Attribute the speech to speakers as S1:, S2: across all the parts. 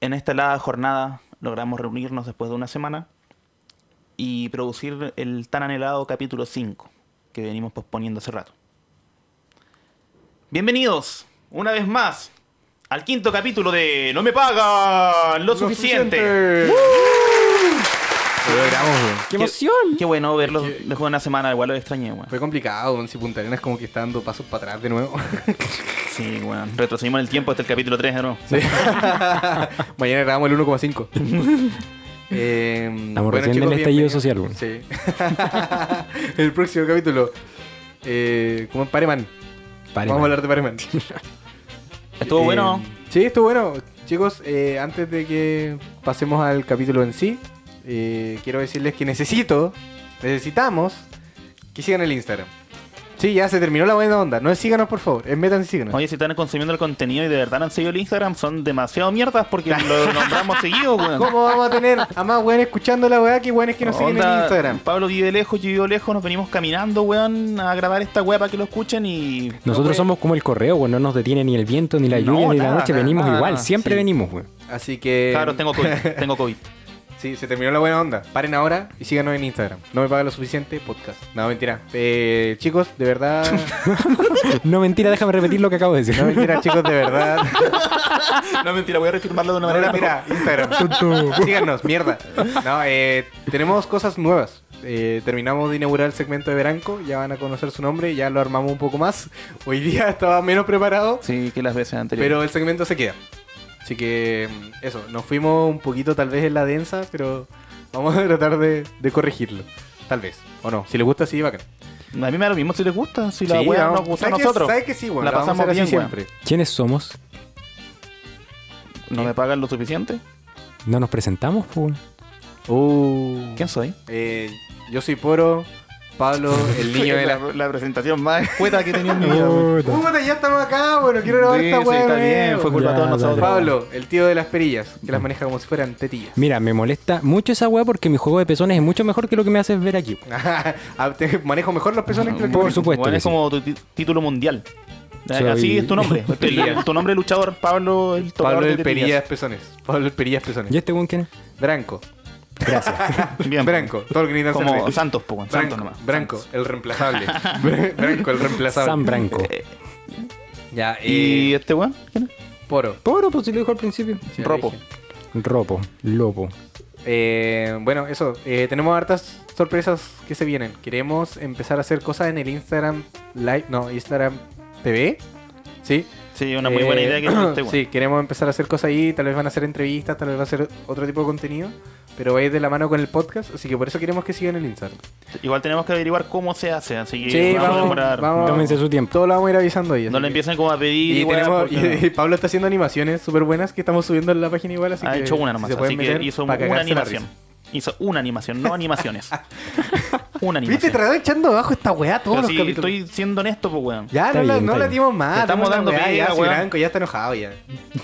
S1: en esta helada jornada logramos reunirnos después de una semana y producir el tan anhelado capítulo 5 que venimos posponiendo hace rato. Bienvenidos una vez más al quinto capítulo de No me pagan lo, suficiente.
S2: Lo logramos, weón.
S3: ¡Qué emoción!
S1: Qué bueno verlos
S2: Es que-
S1: después de una semana, igual lo extrañé, weón.
S2: Fue complicado, weón. Si Punta Arenas como que está dando pasos para atrás de nuevo.
S1: Sí, weón. Retrocedimos en el tiempo hasta el capítulo 3, ¿no?
S2: Sí. Mañana grabamos el 1,5. Eh,
S3: Estamos recién en el estallido social, weón.
S2: Sí. el próximo capítulo. Eh, como en Pareman. Vamos a hablar de Pareman.
S1: Estuvo
S2: Eh,
S1: bueno.
S2: Sí, estuvo bueno. Chicos, eh, antes de que pasemos al capítulo en sí, eh, quiero decirles que necesito, necesitamos que sigan el Instagram. Sí, ya se terminó la buena onda. No es síganos, por favor. Es metan y síganos.
S1: Oye, si están consumiendo el contenido y de verdad no han seguido el Instagram, son demasiado mierdas porque lo nombramos seguido, weón.
S2: ¿Cómo vamos a tener a más weones escuchando la weá que weones que nos siguen en
S1: Onda,
S2: Instagram?
S1: Pablo vive lejos, yo vivo lejos, nos venimos caminando, weón, a grabar esta weá para que lo escuchen y.
S3: Nosotros
S2: weón.
S3: somos como el correo, weón. No nos detiene ni el viento, ni la
S1: No,
S3: lluvia, ni
S1: nada,
S3: la noche.
S1: nada,
S3: Venimos
S1: nada,
S3: igual.
S1: nada.
S3: Siempre
S1: Sí.
S3: venimos, weón.
S2: Así que.
S1: Claro, tengo COVID, tengo COVID.
S2: Sí, se terminó la buena onda. Paren ahora y síganos en Instagram. No me paga lo suficiente, podcast. No, mentira. Eh, chicos, de verdad.
S3: No, mentira, déjame repetir lo que acabo de decir.
S2: No, mentira, chicos, de verdad.
S1: No, mentira, voy a reafirmarlo de una
S2: No,
S1: manera.
S2: mentira, Instagram. Síganos, mierda. No, eh, tenemos cosas nuevas. Eh, terminamos de inaugurar el segmento de Veranco. Ya van a conocer su nombre. Ya lo armamos un poco más. Hoy día estaba menos preparado.
S1: Sí, que las veces anteriores.
S2: Pero el segmento se queda. Así que mm, eso, nos fuimos un poquito tal vez en la densa, pero vamos a tratar de, de corregirlo. Tal vez. O no. Si les gusta, sí, bacán.
S1: a mí me da lo mismo si les gusta, si la
S2: Sí,
S1: weá
S2: vamos.
S1: nos gusta a
S2: ¿Sabes que-
S1: nosotros.
S2: ¿Sabes que sí, weón?
S1: La
S2: vamos a
S1: pasamos
S2: hacer así
S1: bien, weón.
S2: siempre.
S3: ¿Quiénes somos?
S1: ¿No me pagan lo suficiente?
S3: ¿No nos presentamos, po, weón?
S2: Uh,
S1: ¿Quién soy?
S2: eh, yo soy Poro, Pablo, el niño de la...
S1: presentación más escueta que he tenido en mi vida. weón.
S3: Puta.
S2: Puta, ya estamos acá, bueno, quiero grabar
S1: Sí,
S2: esta
S1: sí,
S2: weá.
S1: está
S2: de
S1: bien,
S2: nuevo.
S1: fue culpa
S3: Ya,
S1: de todos nosotros.
S3: dale.
S2: Pablo, el tío de las perillas, que las maneja como si fueran tetillas.
S3: Mira, me molesta mucho esa weá porque mi juego de pezones es mucho mejor que lo que me haces ver aquí. weón.
S2: Ah, te- manejo mejor los pezones que los que
S3: Por
S2: tengo.
S3: supuesto
S1: Bueno,
S3: que
S1: es
S3: sí.
S1: como tu ti- título mundial. Eh,
S3: Soy-
S1: Así es tu nombre.
S2: Pelilla.
S1: tu nombre de luchador, Pablo el tocador
S2: Pablo
S1: de
S2: el
S1: tetillas.
S2: perillas pezones. Pablo el perillas pezones.
S3: ¿Y este weón quién es?
S2: Branco.
S1: Bien.
S2: Branco. Todo el gritan
S1: Como
S2: cerveza.
S1: Santos, po, weón, Santos
S2: Branco,
S1: nomás.
S2: Branco, el reemplazable. Br- Branco, el reemplazable.
S3: San Branco.
S2: Ya,
S1: ¿Y
S2: eh,
S1: este weón? ¿Quién es?
S2: Poro.
S3: Poro, pues si lo dijo al principio.
S2: Sí, ya
S1: Ropo.
S2: dije.
S3: Ropo, lopo.
S2: Eh, bueno, eso. eh, tenemos hartas sorpresas que se vienen. Queremos empezar a hacer cosas en el Instagram Live. No, Instagram TV. Sí.
S1: Sí, una muy buena
S2: Eh,
S1: idea que tiene este weón.
S2: Sí, queremos empezar a hacer cosas ahí. Tal vez van a hacer entrevistas, tal vez va a ser otro tipo de contenido. Pero va a ir de la mano con el podcast. Así que por eso queremos que sigan el Instagram.
S1: Igual tenemos que averiguar cómo se hace, así que
S2: Sí,
S1: vamos, a
S2: vamos,
S1: demorar.
S2: vamos.
S3: Tómense su tiempo.
S2: Todo lo vamos a ir avisando ahí. así
S1: No le
S2: que-
S1: empiecen como a pedir.
S2: Y,
S1: weá,
S2: tenemos,
S1: porque
S2: y- y Pablo está haciendo animaciones súper buenas que estamos subiendo en la página igual, así
S1: ha
S2: que...
S1: hecho una
S2: si
S1: nomás,
S2: se
S1: así
S2: pueden
S1: que
S2: meter,
S1: hizo
S2: pa'
S1: una
S2: cagarse la
S1: animación.
S2: risa.
S1: Hizo una animación, no animaciones. una
S2: Viste,
S1: animación.
S2: te la echando abajo esta weá todos
S1: Pero
S2: los
S1: sí,
S2: capítulos.
S1: estoy siendo honesto, pues, weón.
S2: Ya,
S3: Está
S2: no, la,
S3: bien,
S2: no
S3: está
S2: la
S3: bien.
S2: dimos más.
S1: Te estamos
S2: damos la
S1: dando
S2: weá, ya,
S1: pega,
S2: si
S1: weón.
S2: Branco ya está enojado ya.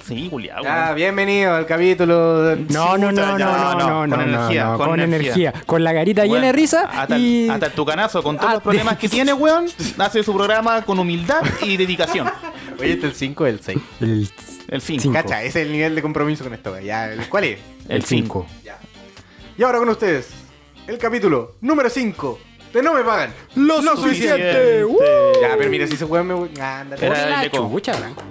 S1: Sí, culiado.
S2: Ya, bienvenido al capítulo...
S3: No, no, no, no,
S1: ya,
S3: no,
S1: no,
S3: no,
S1: con
S3: no, no,
S1: energía,
S3: no,
S1: con
S3: con, energía.
S1: energía.
S3: Con la garita
S1: Weón,
S3: llena de risa
S1: Hasta,
S3: y...
S1: hasta el tucanazo, con todos
S3: Ah,
S1: los problemas que tiene, weón, hace su programa con humildad y dedicación.
S2: Oye, este es el 5 del 6.
S3: el-
S1: El 5.
S3: Cinco.
S2: Cacha, ese es el nivel de compromiso con esta weá. Ya, ¿el- ¿cuál es?
S1: El
S3: el
S1: 5.
S3: cinco.
S2: Ya. Y ahora con ustedes, el capítulo número 5 de No Me Pagan. Lo,
S1: suficiente.
S2: ¡Uh! Ya, pero mira, si ese weón me... Ah, ándale.
S1: Era el
S3: La
S1: eco.
S3: chucha, Branco.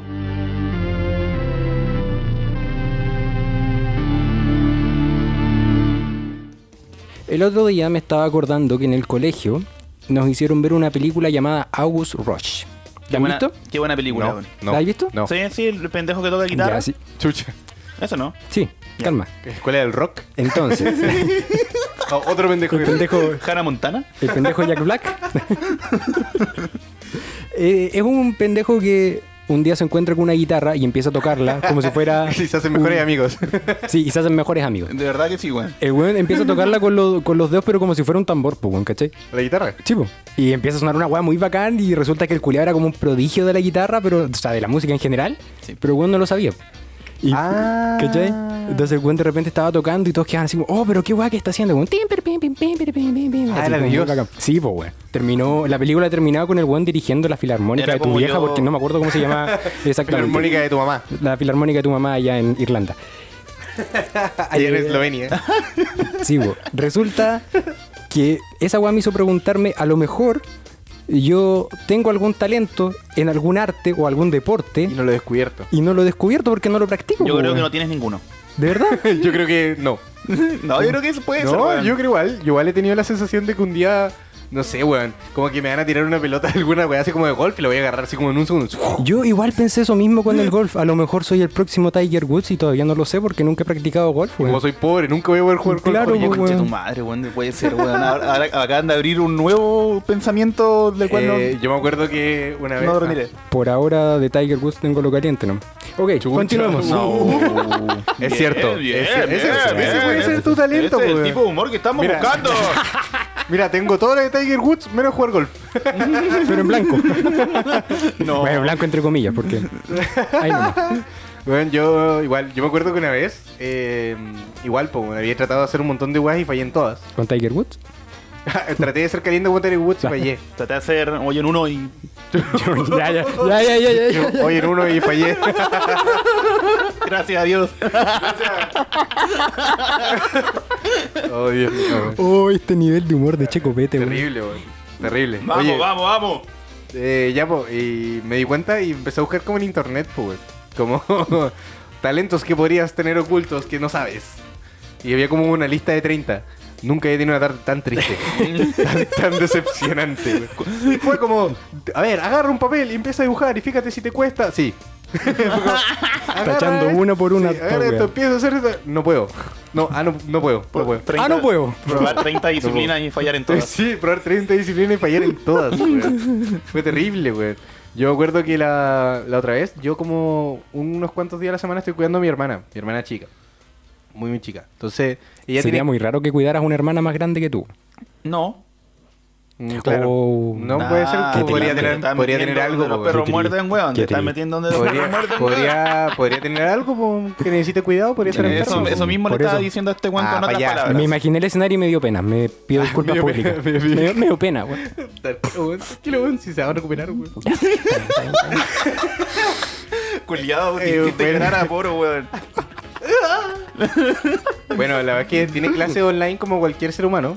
S3: El otro día me estaba acordando que en el colegio nos hicieron ver una película llamada August Rush.
S1: Qué
S3: ¿La has
S1: buena,
S3: visto?
S1: Qué buena película,
S2: No,
S1: weón.
S2: no.
S3: ¿La has visto?
S2: No.
S1: Sí, sí, el pendejo que toca guitarra.
S3: Ya, sí,
S2: Chucha.
S1: Eso no.
S3: sí,
S1: Ya.
S3: calma.
S2: ¿Escuela del rock?
S3: Entonces,
S2: No, otro pendejo.
S3: el
S2: que-
S3: pendejo
S1: Hannah Montana.
S3: El pendejo Jack Black. Eh, es un pendejo que un día se encuentra con una guitarra y empieza a tocarla como si fuera.
S2: Y se hacen mejores
S3: un-
S2: amigos.
S3: Sí, y se hacen mejores amigos.
S1: De verdad que sí, weón.
S3: El weón empieza a tocarla con, lo- con los dedos, pero como si fuera un tambor, po, weón, ¿cachai?
S2: ¿La guitarra?
S3: Chivo. Y empieza a sonar una weá muy bacán y resulta que el culiao era como un prodigio de la guitarra, pero, o sea, de la música en general,
S1: Sí.
S3: pero weón no lo sabía. Y,
S2: Ah.
S3: ¿Cachai? Entonces el weón de repente estaba tocando y todos quedaban así como, oh, pero qué weá que está haciendo. weón. Tim, per, pim, pim, pim, per, pim, pim, pim.
S2: Ah,
S3: Así
S2: era
S3: como muy
S2: Dios.
S3: bacán. Sí, pues weón. Terminó, la película terminaba con el weón dirigiendo la filarmónica
S1: Era
S3: de tu
S1: como
S3: vieja,
S1: yo-
S3: porque no me acuerdo cómo se llama exactamente.
S2: La armónica de tu mamá.
S3: La filarmónica de tu mamá allá en Irlanda.
S2: Ayer
S3: Eh,
S2: en Eslovenia.
S3: Sí, bo. resulta que esa weá me hizo preguntarme, a lo mejor yo tengo algún talento en algún arte o algún deporte
S2: Y no lo he descubierto.
S3: y no lo he descubierto porque no lo practico.
S1: Yo
S2: Oh.
S3: po,
S1: creo que no
S3: weón.
S1: tienes ninguno.
S3: ¿De verdad?
S2: yo creo que no.
S1: No, yo creo que eso puede ser.
S2: No,
S1: weón.
S2: yo creo igual. Yo igual he tenido la sensación de que un día, no sé, weón, como que me van a tirar una pelota de alguna weá así como de golf y la voy a agarrar así como en un segundo.
S3: Yo igual pensé eso mismo con el golf. A lo mejor soy el próximo Tiger Woods y todavía no lo sé porque nunca he practicado golf. weón.
S2: Como soy pobre, nunca voy a poder jugar golf.
S3: Claro,
S1: Oye,
S3: po,
S1: conche
S3: weón.
S1: tu madre, weón, puede ser, weón. Ahora, ahora acaban de abrir un nuevo pensamiento del cual
S2: Eh, Yo me acuerdo que una
S1: no,
S2: vez.
S1: no dormiré.
S3: Por ahora de Tiger Woods tengo lo caliente, ¿no? Ok,
S2: Chucha.
S3: continuemos.
S1: No.
S2: Es cierto. Es cier- ese- ese puede ser tu talento,
S1: Ese es el
S2: weón.
S1: tipo de humor que estamos
S2: Mira.
S1: buscando.
S2: Ah, Mira, tengo todo lo de Tiger Woods menos jugar golf.
S3: Pero en blanco.
S1: No.
S3: Bueno, en blanco entre comillas, porque. Ahí nomás.
S2: Bueno, yo igual, yo me acuerdo que una vez, eh, igual, pues, había tratado de hacer un montón de weas y fallé en todas.
S3: Con Tiger Woods.
S2: Traté de ser caliente con Tiger Woods y fallé.
S1: Traté de hacer hoy en uno y.
S3: ya, ya, ya, ya, ya, ya, ya.
S2: Hoy en uno y fallé.
S1: Gracias a Dios.
S2: oh, Dios mío. weón.
S3: Oh, este nivel de humor de Checopete, güey.
S2: Terrible, weón. Terrible.
S1: Vamos,
S2: Oye,
S1: vamos, vamos.
S2: eh, ya, pues, y me di cuenta y empecé a buscar como en internet, pues, weón. como talentos que podrías tener ocultos que no sabes. Y había como una lista de 30. Nunca he tenido una tarde tan triste, tan, tan decepcionante. weón. Y Fue como, a ver, agarra un papel y empieza a dibujar y fíjate si te cuesta. Sí. Fue como, agarra
S3: Tachando
S2: esto,
S3: una por una,
S2: sí, agarra
S3: pa'
S2: esto,
S3: weón.
S2: empiezo a hacer esto. No puedo. No, ah, no, no puedo. No puedo.
S3: Ah, no puedo.
S1: Probar 30 disciplinas y fallar en todas.
S2: Sí, probar 30 disciplinas y fallar en todas, weón. Fue terrible, weón. Yo me acuerdo que la, la otra vez, yo como unos cuantos días a la semana estoy cuidando a mi hermana, mi hermana chica. Muy, muy chica. Entonces, ella
S3: Sería
S2: tiene...
S3: muy raro que cuidaras a una hermana más grande que tú.
S1: No.
S2: Mm, claro.
S3: Oh.
S2: no
S1: Nah,
S2: puede ser
S1: Ah, que
S2: que
S1: te
S2: podría
S1: la- te
S2: tener,
S1: están
S2: podría
S1: metiendo
S2: tener algo,
S1: donde Los
S2: po,
S1: perros
S3: Qué
S1: muerden, weón. Te
S3: qué
S1: están
S3: tri-
S1: metiendo donde
S2: weón.
S1: los perros
S2: podría,
S1: muerden.
S2: podría, podría tener algo po, que necesite cuidado, podría estar
S1: weón. Eso,
S2: enfermo.
S1: eso mismo le
S3: Por
S1: estaba
S3: eso.
S1: diciendo a este weón
S2: Ah,
S1: con
S2: pa'
S1: otras
S2: allá.
S1: palabras.
S3: Me imaginé el escenario y me dio pena. Me pido disculpas
S2: me dio
S3: públicas.
S2: pena, me dio
S3: Me
S2: pena.
S3: dio- me dio pena, güey.
S2: ¿Qué lo si se va a recuperar, weón?
S1: Culiado,
S2: Eh,
S1: que te
S2: pero-
S1: ganara, poro, weón.
S2: Bueno, la verdad es que tiene clase online como cualquier ser humano.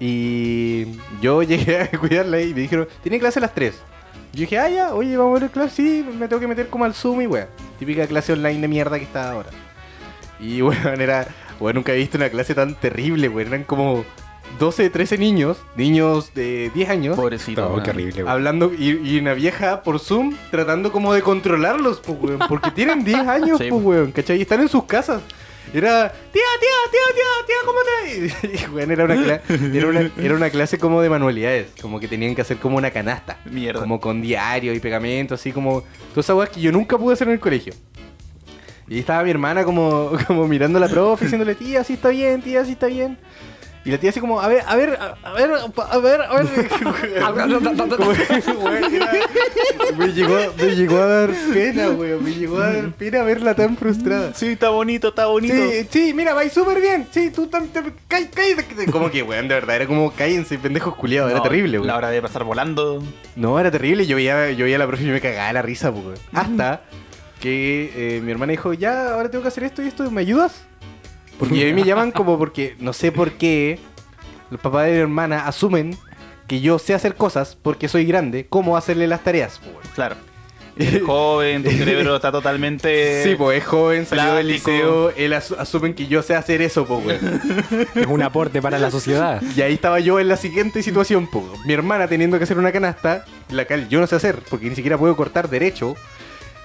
S2: Y yo llegué a cuidarla y me dijeron, tiene clase a las 3. Yo dije, ah, ya, oye, vamos a ver clase. Sí, me tengo que meter como al Zoom y weón. Típica clase online de mierda que está ahora. Y weón, era, weón, nunca he visto una clase tan terrible, weón. Eran como 12, 13 niños, niños de 10 años.
S1: Pobrecito.
S3: Oh,
S1: weón.
S3: qué horrible, güey.
S2: Hablando y, y una vieja por Zoom tratando como de controlarlos, pues, weón, porque tienen 10 años,
S1: Sí,
S2: pues, weón, ¿cachai? Y están en sus casas. Era, tía, tía, tía, tía, tía, ¿cómo te...? Y, weón, era una, cla- era, una, era una clase como de manualidades, como que tenían que hacer como una canasta.
S1: Mierda.
S2: Como con diario y pegamento, así como... Todas esas weas que yo nunca pude hacer en el colegio. Y estaba mi hermana como, como mirando a la profe, diciéndole, tía, sí está bien, tía, sí está bien. Y la tía así como, a ver, a ver, a a ver, a ver, a ver. Como que, güey, era- me, llegó, me llegó a dar pena, güey. Me llegó a dar pena verla tan frustrada.
S1: Sí, está bonito, está bonito.
S2: Sí, sí, mira, vais súper bien. Sí, tú también. Cállate. Como que, weón, de verdad, era como cállense, pendejos culiados. Era
S1: No,
S2: terrible, güey.
S1: La hora de pasar volando.
S2: No, era terrible. Yo veía, yo veía a la profe y me cagaba de la risa, pues. weón. Hasta que eh, mi hermana dijo, ya, ahora tengo que hacer esto y esto, ¿me ayudas? Porque a mí me llaman como porque, no sé por qué, los papás de mi hermana asumen que yo sé hacer cosas porque soy grande, cómo hacerle las tareas, pues, weón.
S1: Claro. Eres joven, tu cerebro está totalmente.
S2: Sí, pues es joven, salió del
S1: plástico.
S2: liceo, él asu- asumen que yo sé hacer eso, pues, weón.
S3: Es un aporte para la sociedad.
S2: Y ahí estaba yo en la siguiente situación, po. mi hermana teniendo que hacer una canasta, la cual yo no sé hacer, porque ni siquiera puedo cortar derecho.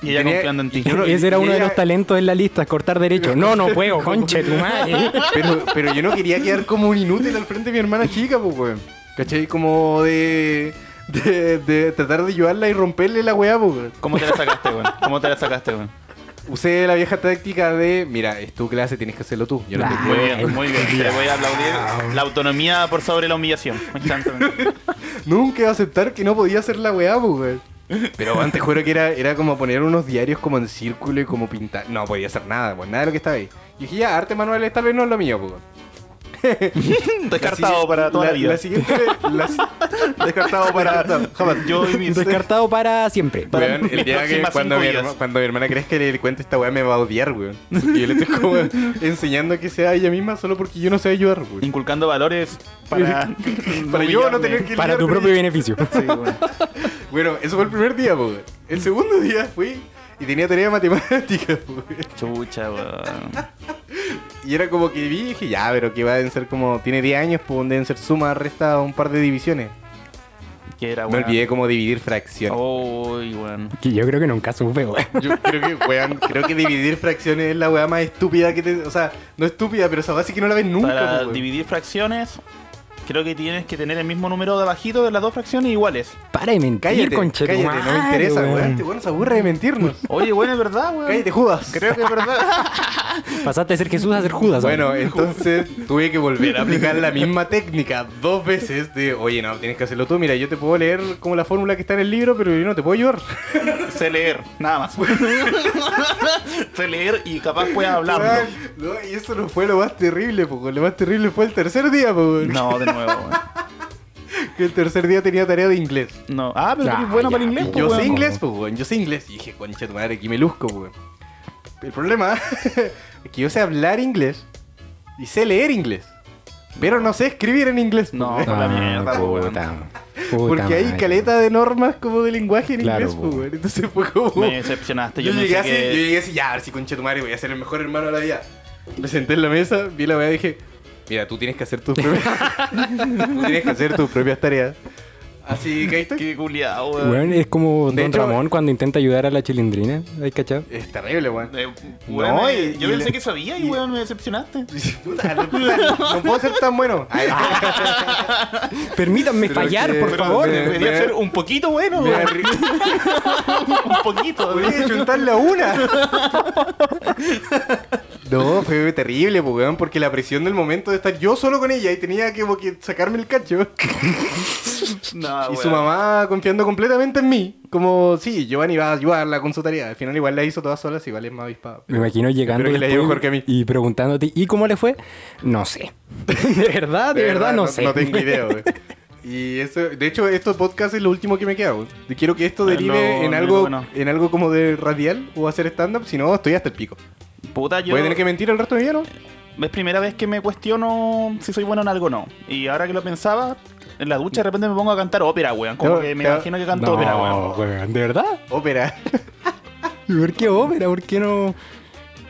S1: Y ella confiando en ti.
S2: yo no-
S3: Ese era
S2: y
S3: uno de
S2: ella-
S3: los talentos en la lista, cortar derecho. No, no puedo, conche tu madre.
S2: Pero, pero yo no quería quedar como un inútil al frente de mi hermana chica, pues, weón. ¿Cachai? Como de, de, de tratar de ayudarla y romperle la weá, pues, weón.
S1: ¿Cómo te la sacaste, weón? ¿Cómo te la sacaste, weón?
S2: Usé la vieja táctica de, mira, es tu clase, tienes que hacerlo tú. Yo no te
S3: Ah,
S1: Muy
S2: puedo-
S1: bien, muy bien. Te voy a aplaudir la autonomía por sobre la humillación. Me encanta.
S2: Nunca iba a aceptar que no podía hacer la weá, pues, weón. Pero weón, te juro que era, era como poner unos diarios como en círculo y como pintar. No podía hacer nada, pues nada de lo que estaba ahí. Y dije, ya, arte manuales tal vez no es lo mío, pues. weón.
S1: Descartado para toda la, vida.
S2: siguiente. la si-
S1: Descartado para jamás. Yo y mis-
S3: Descartado para siempre.
S1: Para
S2: Weón, el
S1: mis
S2: día que
S1: próximas
S2: cuando
S1: cinco
S2: mi,
S1: vidas.
S2: herma- cuando mi hermana crees que le cuente esta weá me va a odiar, weón. Porque yo le estoy como enseñando que sea ella misma solo porque yo no sé ayudar, weón.
S1: Pues, Inculcando valores para.
S2: Para yo no tener que
S3: Para
S2: lidiar
S3: tu
S2: con
S3: propio
S2: ella.
S3: beneficio.
S1: Sí, bueno.
S2: Bueno, eso fue el primer día, weón. El segundo día fui y tenía tarea de matemáticas, weón.
S1: Chucha, weón.
S2: Y era como que vi y dije, ya, pero que deben ser como. Tiene 10 años, pues deben ser suma, resta, un par de divisiones.
S1: Que era,
S2: Me
S1: weón.
S2: olvidé cómo dividir
S1: Oh.
S2: fracciones.
S1: Uy, weón.
S3: Que yo creo que nunca supe, weón.
S2: Yo creo que, weón, creo que dividir fracciones es la weá más estúpida que te. O sea, no estúpida, pero esa base que no la ves nunca,
S1: Para
S2: po, weón.
S1: dividir fracciones, creo que tienes que tener el mismo número de abajito de las dos fracciones iguales.
S3: Para de mentir,
S2: Cállate, cállate,
S3: conchetumare,
S2: no me interesa,
S3: weón.
S2: weón. Este weón se aburre de mentirnos.
S1: Oye, weón, es verdad, weón.
S2: cállate, Judas.
S1: Creo que es verdad.
S3: Pasaste de ser Jesús a ser Judas.
S2: Bueno,
S3: weón.
S2: entonces tuve que volver a aplicar la misma técnica dos veces de, oye, no, tienes que hacerlo tú, mira, yo te puedo leer como la fórmula que está en el libro, pero yo no te puedo ayudar.
S1: sé leer, nada más. sé leer y capaz pueda hablarlo.
S2: No, y eso no fue lo más terrible, porque lo más terrible fue el tercer día, po,
S1: No, de nuevo, weón.
S2: que el tercer día tenía tarea de inglés.
S1: No. Ah, pero tú eres
S3: Ya,
S1: bueno
S3: ya,
S1: para el inglés,
S2: Yo
S1: po,
S2: sé
S1: weón.
S2: inglés, pues, weón. Yo sé inglés. Y dije, concha de tu madre, aquí me luzco, weón. El problema es que yo sé hablar inglés y sé leer inglés. Pero no sé escribir en inglés. po,
S1: No.
S2: weón.
S1: la mierda,
S3: Ah,
S1: weón.
S3: puta.
S2: Porque hay caleta de normas como de lenguaje en
S3: Claro,
S2: inglés, po,
S3: po.
S2: weón. Entonces fue como.
S1: Me decepcionaste. Yo,
S2: yo,
S1: pensé
S2: llegué así, yo
S1: que...
S2: llegué así, ya, a ver si concha tu madre voy a ser el mejor hermano de la vida. Me senté en la mesa, vi la weá y dije, mira, tú tienes que hacer tus propias... tú tienes que hacer tus propias tareas. Así que ahí estoy.
S1: Qué culiado, weón.
S3: Weón, es como
S2: De
S3: Don
S2: hecho-
S3: Ramón cuando intenta ayudar a la chilindrina. ¿Hay cachado?
S2: Es terrible, weón.
S1: Eh,
S2: No,
S1: weón,
S2: y-
S1: eh, yo
S2: y
S1: pensé
S2: le-
S1: que sabía y,
S2: y-
S1: weón, me decepcionaste.
S2: Puta, no, no puedo ser tan bueno. Ay,
S3: Permítanme
S2: Pero
S3: fallar,
S2: que-
S3: por
S2: pero
S3: favor.
S2: que-
S1: debería
S2: eh, me-
S1: ser un poquito bueno,
S2: me
S1: weón.
S2: arri-
S1: un poquito.
S2: Podría chuntarle a una. No, fue terrible, po, weón, porque la presión del momento de estar yo solo con ella y tenía que, como que sacarme el cacho.
S1: No,
S2: Y su
S1: Ah, weón.
S2: mamá confiando completamente en mí. Como, sí, Giovanni va a ayudarla con su tarea. Al final igual la hizo todas solas, igual es más avispada.
S3: Me imagino llegando
S2: Espero que le haya ido
S3: después
S2: mejor que a mí.
S3: y preguntándote, ¿y cómo le fue? No sé. De verdad, de, verdad, no, sé.
S2: No tengo idea, güey. Y eso, de hecho, este podcast es lo último que me queda, güey. Quiero que esto
S1: Ah,
S2: derive
S1: no,
S2: en
S1: no,
S2: algo
S1: no.
S2: en algo como de radial o hacer stand-up, si no, estoy hasta el pico.
S1: Puta, yo...
S2: Voy a tener que mentir el resto de mi vida, ¿no?
S1: Es primera vez que me cuestiono si soy bueno en algo o no. Y ahora que lo pensaba, en la ducha de repente me pongo a cantar ópera, weón. Como
S2: Te-
S1: que me
S2: te-
S1: imagino que canto
S3: No,
S1: ópera, weón.
S3: weón, ¿de verdad?
S2: Ópera.
S3: ¿Y ¿Por qué ópera? ¿Por qué no...?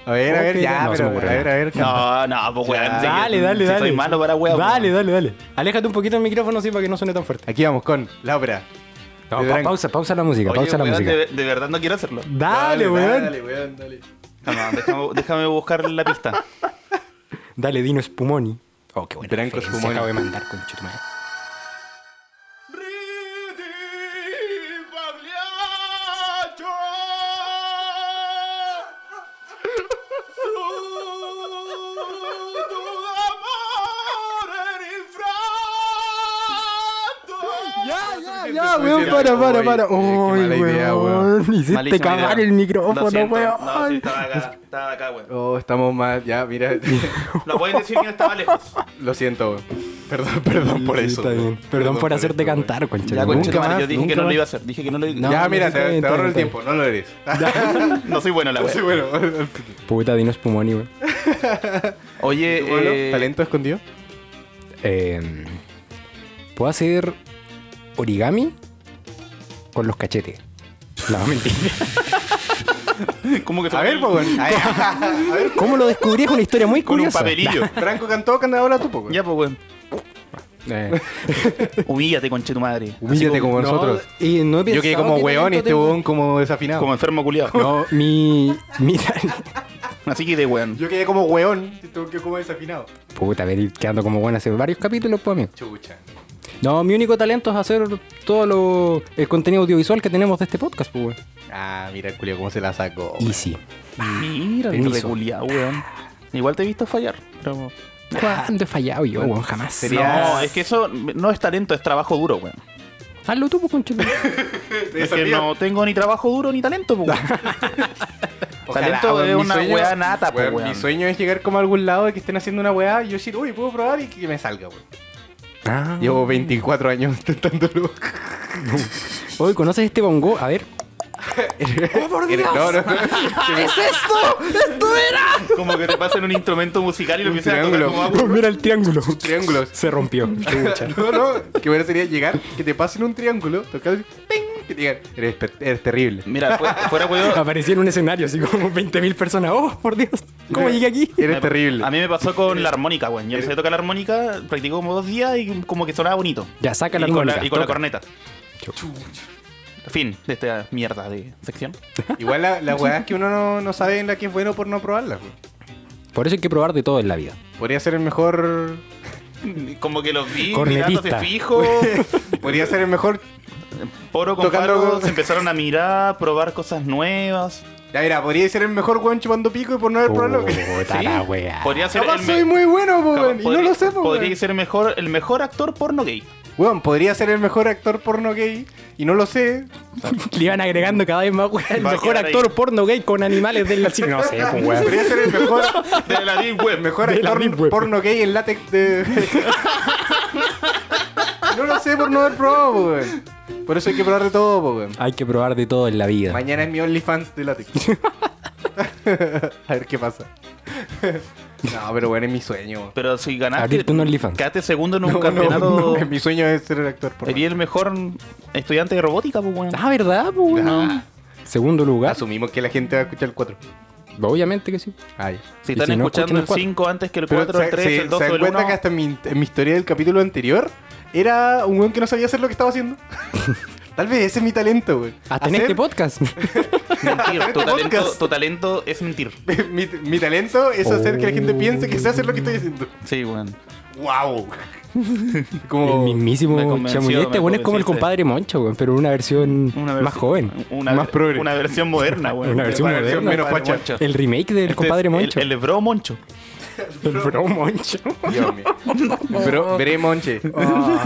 S2: A ver, a ver,
S3: Ópera.
S2: ya,
S3: No, se
S2: pero,
S3: me ocurre
S2: a ver, a ver.
S1: No, no, pues weón. sí que-
S3: Dale, dale,
S1: sí
S3: dale.
S1: Soy malo para weón.
S3: Dale, dale, dale. Aléjate un poquito del micrófono así para que no suene tan fuerte.
S2: Aquí vamos con la ópera.
S3: No,
S2: De
S3: pa-
S2: Branco.
S3: pausa, pausa la música,
S1: Oye,
S3: pausa la
S1: weón,
S3: música.
S1: De, de verdad no quiero hacerlo.
S3: Dale, weón. Dale,
S2: Dale, weón, dale.
S1: No, no, déjame, déjame buscar la pista.
S3: Dino Spumoni. Oh, qué buena
S2: Branco
S3: referencia
S2: Spumoni.
S3: acabo de mandar, conchetumadre. Ya, ya, ya, weón,
S2: Ya,
S3: para, para,
S2: uy,
S3: para.
S2: qué mala
S3: Uy,
S2: idea,
S3: weón. Hiciste
S1: Malísima
S3: cagar
S1: idea.
S3: el
S1: Lo
S3: micrófono,
S1: siento.
S3: weón.
S1: No, sí, estaba acá, estaba acá, weón.
S2: Oh, estamos mal. Ya, mira.
S1: No pueden decir que no estaba lejos.
S2: lo siento, weón. Perdón, perdón por
S3: Sí,
S2: eso.
S3: está bien.
S2: weón.
S3: Perdón, por hacerte
S2: eso, weón.
S3: cantar, concha.
S1: Ya,
S3: Nunca
S1: conchetumare,
S3: más,
S1: yo dije
S3: nunca
S1: que no lo
S3: más.
S1: iba a hacer. Dije que no lo iba
S3: No.
S2: ya, mira,
S3: está bien,
S2: te, te
S3: está
S2: ahorro el
S3: bien,
S2: tiempo, no lo eres.
S1: a No soy bueno en la
S2: Sí,
S1: weón.
S2: bueno.
S3: Puta, Dino Spumoni, weón.
S1: Oye,
S2: Pablo,
S1: eh,
S2: ¿Talento escondido?
S3: Eh, ¿Puedo hacer origami con los cachetes? No, mentira.
S1: ¿cómo que
S2: A ver, po, weón. Ay, A ver,
S3: ¿Cómo lo descubrí? Es una historia muy
S1: Con un
S3: curiosa.
S1: papelillo.
S2: Franco cantó, canta ahora tú, po, weón.
S1: Ya, pues, weón.
S3: Eh,
S1: Humíllate, conche tu madre.
S2: Humíllate como nosotros.
S3: No, y no he
S1: pues,
S2: Yo quedé
S3: pensado
S2: como weón
S3: qué
S2: y
S3: talento
S2: este
S3: tengo.
S2: weón como desafinado.
S1: Como enfermo culiado.
S3: No, mi. mi
S1: Así que de weón.
S2: Yo quedé como weón y este weón quedó como desafinado.
S3: Puta, ver, quedando como bueno hace varios capítulos, pues, amigo.
S2: Chucha.
S3: No, mi único talento es hacer todo lo, el contenido audiovisual que tenemos de este podcast, pues, weón.
S2: Ah, mira, el Julio, cómo se la sacó.
S3: Y sí.
S1: Mira,
S3: Permiso.
S1: reculiado, weón. Igual te he visto fallar. pero-
S3: ¿Cuándo he fallado yo, weón? Jamás.
S2: Sería- Ya.
S1: No, es que eso no es talento, es trabajo duro, weón.
S3: Hazlo tú, pues, conchito.
S1: Es que no tengo ni trabajo duro ni talento, pues, weón.
S2: Ojalá,
S1: Talento
S2: weón,
S1: es
S2: mi
S1: una
S2: sueño-
S1: weá nata, po,
S2: weón,
S1: weón.
S2: Mi sueño es llegar como a algún lado y que estén haciendo una weá y yo decir, uy, puedo probar y que me salga, weón.
S3: Ah.
S2: Llevo 24 años intentándolo.
S3: Hoy conoces este bongo, a ver. Oh,
S1: Oh,
S2: No, no.
S3: ¡Es esto! ¡Esto era!
S1: Como que te pasan un instrumento musical y lo
S2: Un
S1: empiezan a tocar
S2: triángulo.
S1: como agua.
S3: Pues mira el triángulo.
S2: Triángulos.
S3: Se rompió. Chucha.
S2: No, no. Qué bueno sería llegar, que te pasen un triángulo, tocar, ¡ping! que te digan, eres, per- eres terrible.
S1: Mira, fue- fuera weón.
S3: Aparecí en un escenario así como 20.000 personas. ¡Oh, por Dios! ¿Cómo llegué aquí?
S2: Eres terrible.
S1: A mí me pasó con la armónica, weón. Yo empecé a tocar la armónica, practicé como dos días y como que sonaba bonito.
S3: Ya, saca la
S1: y con
S3: armónica,
S1: la, y con la
S3: toca.
S1: corneta. Fin de esta mierda de sección.
S2: Igual la, la weá es que uno no, no sabe en la que es bueno por no probarla. weón.
S3: Por eso hay que probar de todo en la vida.
S2: Podría ser el mejor.
S1: Como que los vi
S3: Cornetista.
S1: mirándose fijo.
S2: Podría ser el mejor.
S1: Poro con
S2: Tocando-
S1: paro, se empezaron a mirar, probar cosas nuevas.
S2: Ya mira, podría ser el mejor weón chupando pico y por no haber probado.
S3: Puta la wea.
S1: Podría ser
S2: Capaz
S1: el me-
S2: soy muy bueno, po,
S1: Oh. capaz-
S2: weón. Y no
S1: podría-
S2: lo sé, po,
S1: Podría
S2: weón.
S1: ser mejor, el mejor actor porno gay.
S2: Weón, podría ser el mejor actor porno gay y no lo sé.
S3: Le iban agregando cada vez más wea. El
S1: Va a
S3: mejor
S1: quedar ahí.
S3: actor porno gay con animales del cine. No sé, pues wea.
S2: Podría ser el mejor,
S1: De la Deep Web.
S2: el mejor
S3: De la Deep
S2: actor
S3: Web.
S2: porno gay en látex de. no lo sé por no haber probado, po, weón. Por eso hay que probar de todo, po, weón.
S3: Hay que probar de todo en la vida.
S2: Mañana es mi OnlyFans de látex. A ver qué pasa. no, pero bueno, es mi sueño.
S1: Pero si ganaste.
S3: Abrirte un OnlyFans.
S1: Quedaste segundo en un
S2: No, no,
S1: campeonato.
S2: no, es mi sueño es ser el actor porno.
S1: Sería el mejor estudiante de robótica, pues bueno.
S3: Ah, ¿verdad? Pues, wea?
S2: Ah.
S3: Segundo lugar.
S2: Asumimos que la gente va a escuchar el 4.
S3: Obviamente que sí.
S2: Ay.
S1: Si
S3: Y
S1: están
S3: si no,
S1: escuchando
S3: escuchen el
S1: el 5 antes que el
S2: Pero
S1: 4, el
S2: se-
S1: 3,
S2: se-
S1: el 2
S2: ¿Se
S1: o
S2: dan
S1: el
S2: cuenta
S1: 1.
S2: que hasta en mi, en mi historia del capítulo anterior era un weón que no sabía hacer lo que estaba haciendo? Tal vez ese es mi talento, weón.
S1: ¿Ah,
S3: Hasta en este
S2: Hacer-
S3: podcast.
S1: Mentir, tu
S2: este
S1: talento,
S2: podcast.
S1: tu talento es mentir.
S2: mi, mi talento es hacer que la gente
S3: Oh.
S2: piense que sé hacer lo que estoy haciendo.
S1: Sí, weón.
S2: ¡Wow!
S3: El
S2: Como.
S1: Me
S3: mismísimo
S1: convenció,
S3: Chamuy. Este
S1: me
S3: bueno es como el
S1: convenciste.
S3: compadre Moncho, weón, pero una versión
S1: Una
S3: más
S1: versi-
S3: joven.
S1: Una,
S2: más
S1: ver-
S2: progre.
S1: una versión moderna, weón.
S3: Una versión
S1: Compadre
S3: moderna.
S2: menos facha.
S1: Moncho.
S3: El remake del compadre Moncho.
S1: Este El, el bro Moncho.
S3: El bro Moncho.
S2: Dios mío. Pero veré Monche. Oh.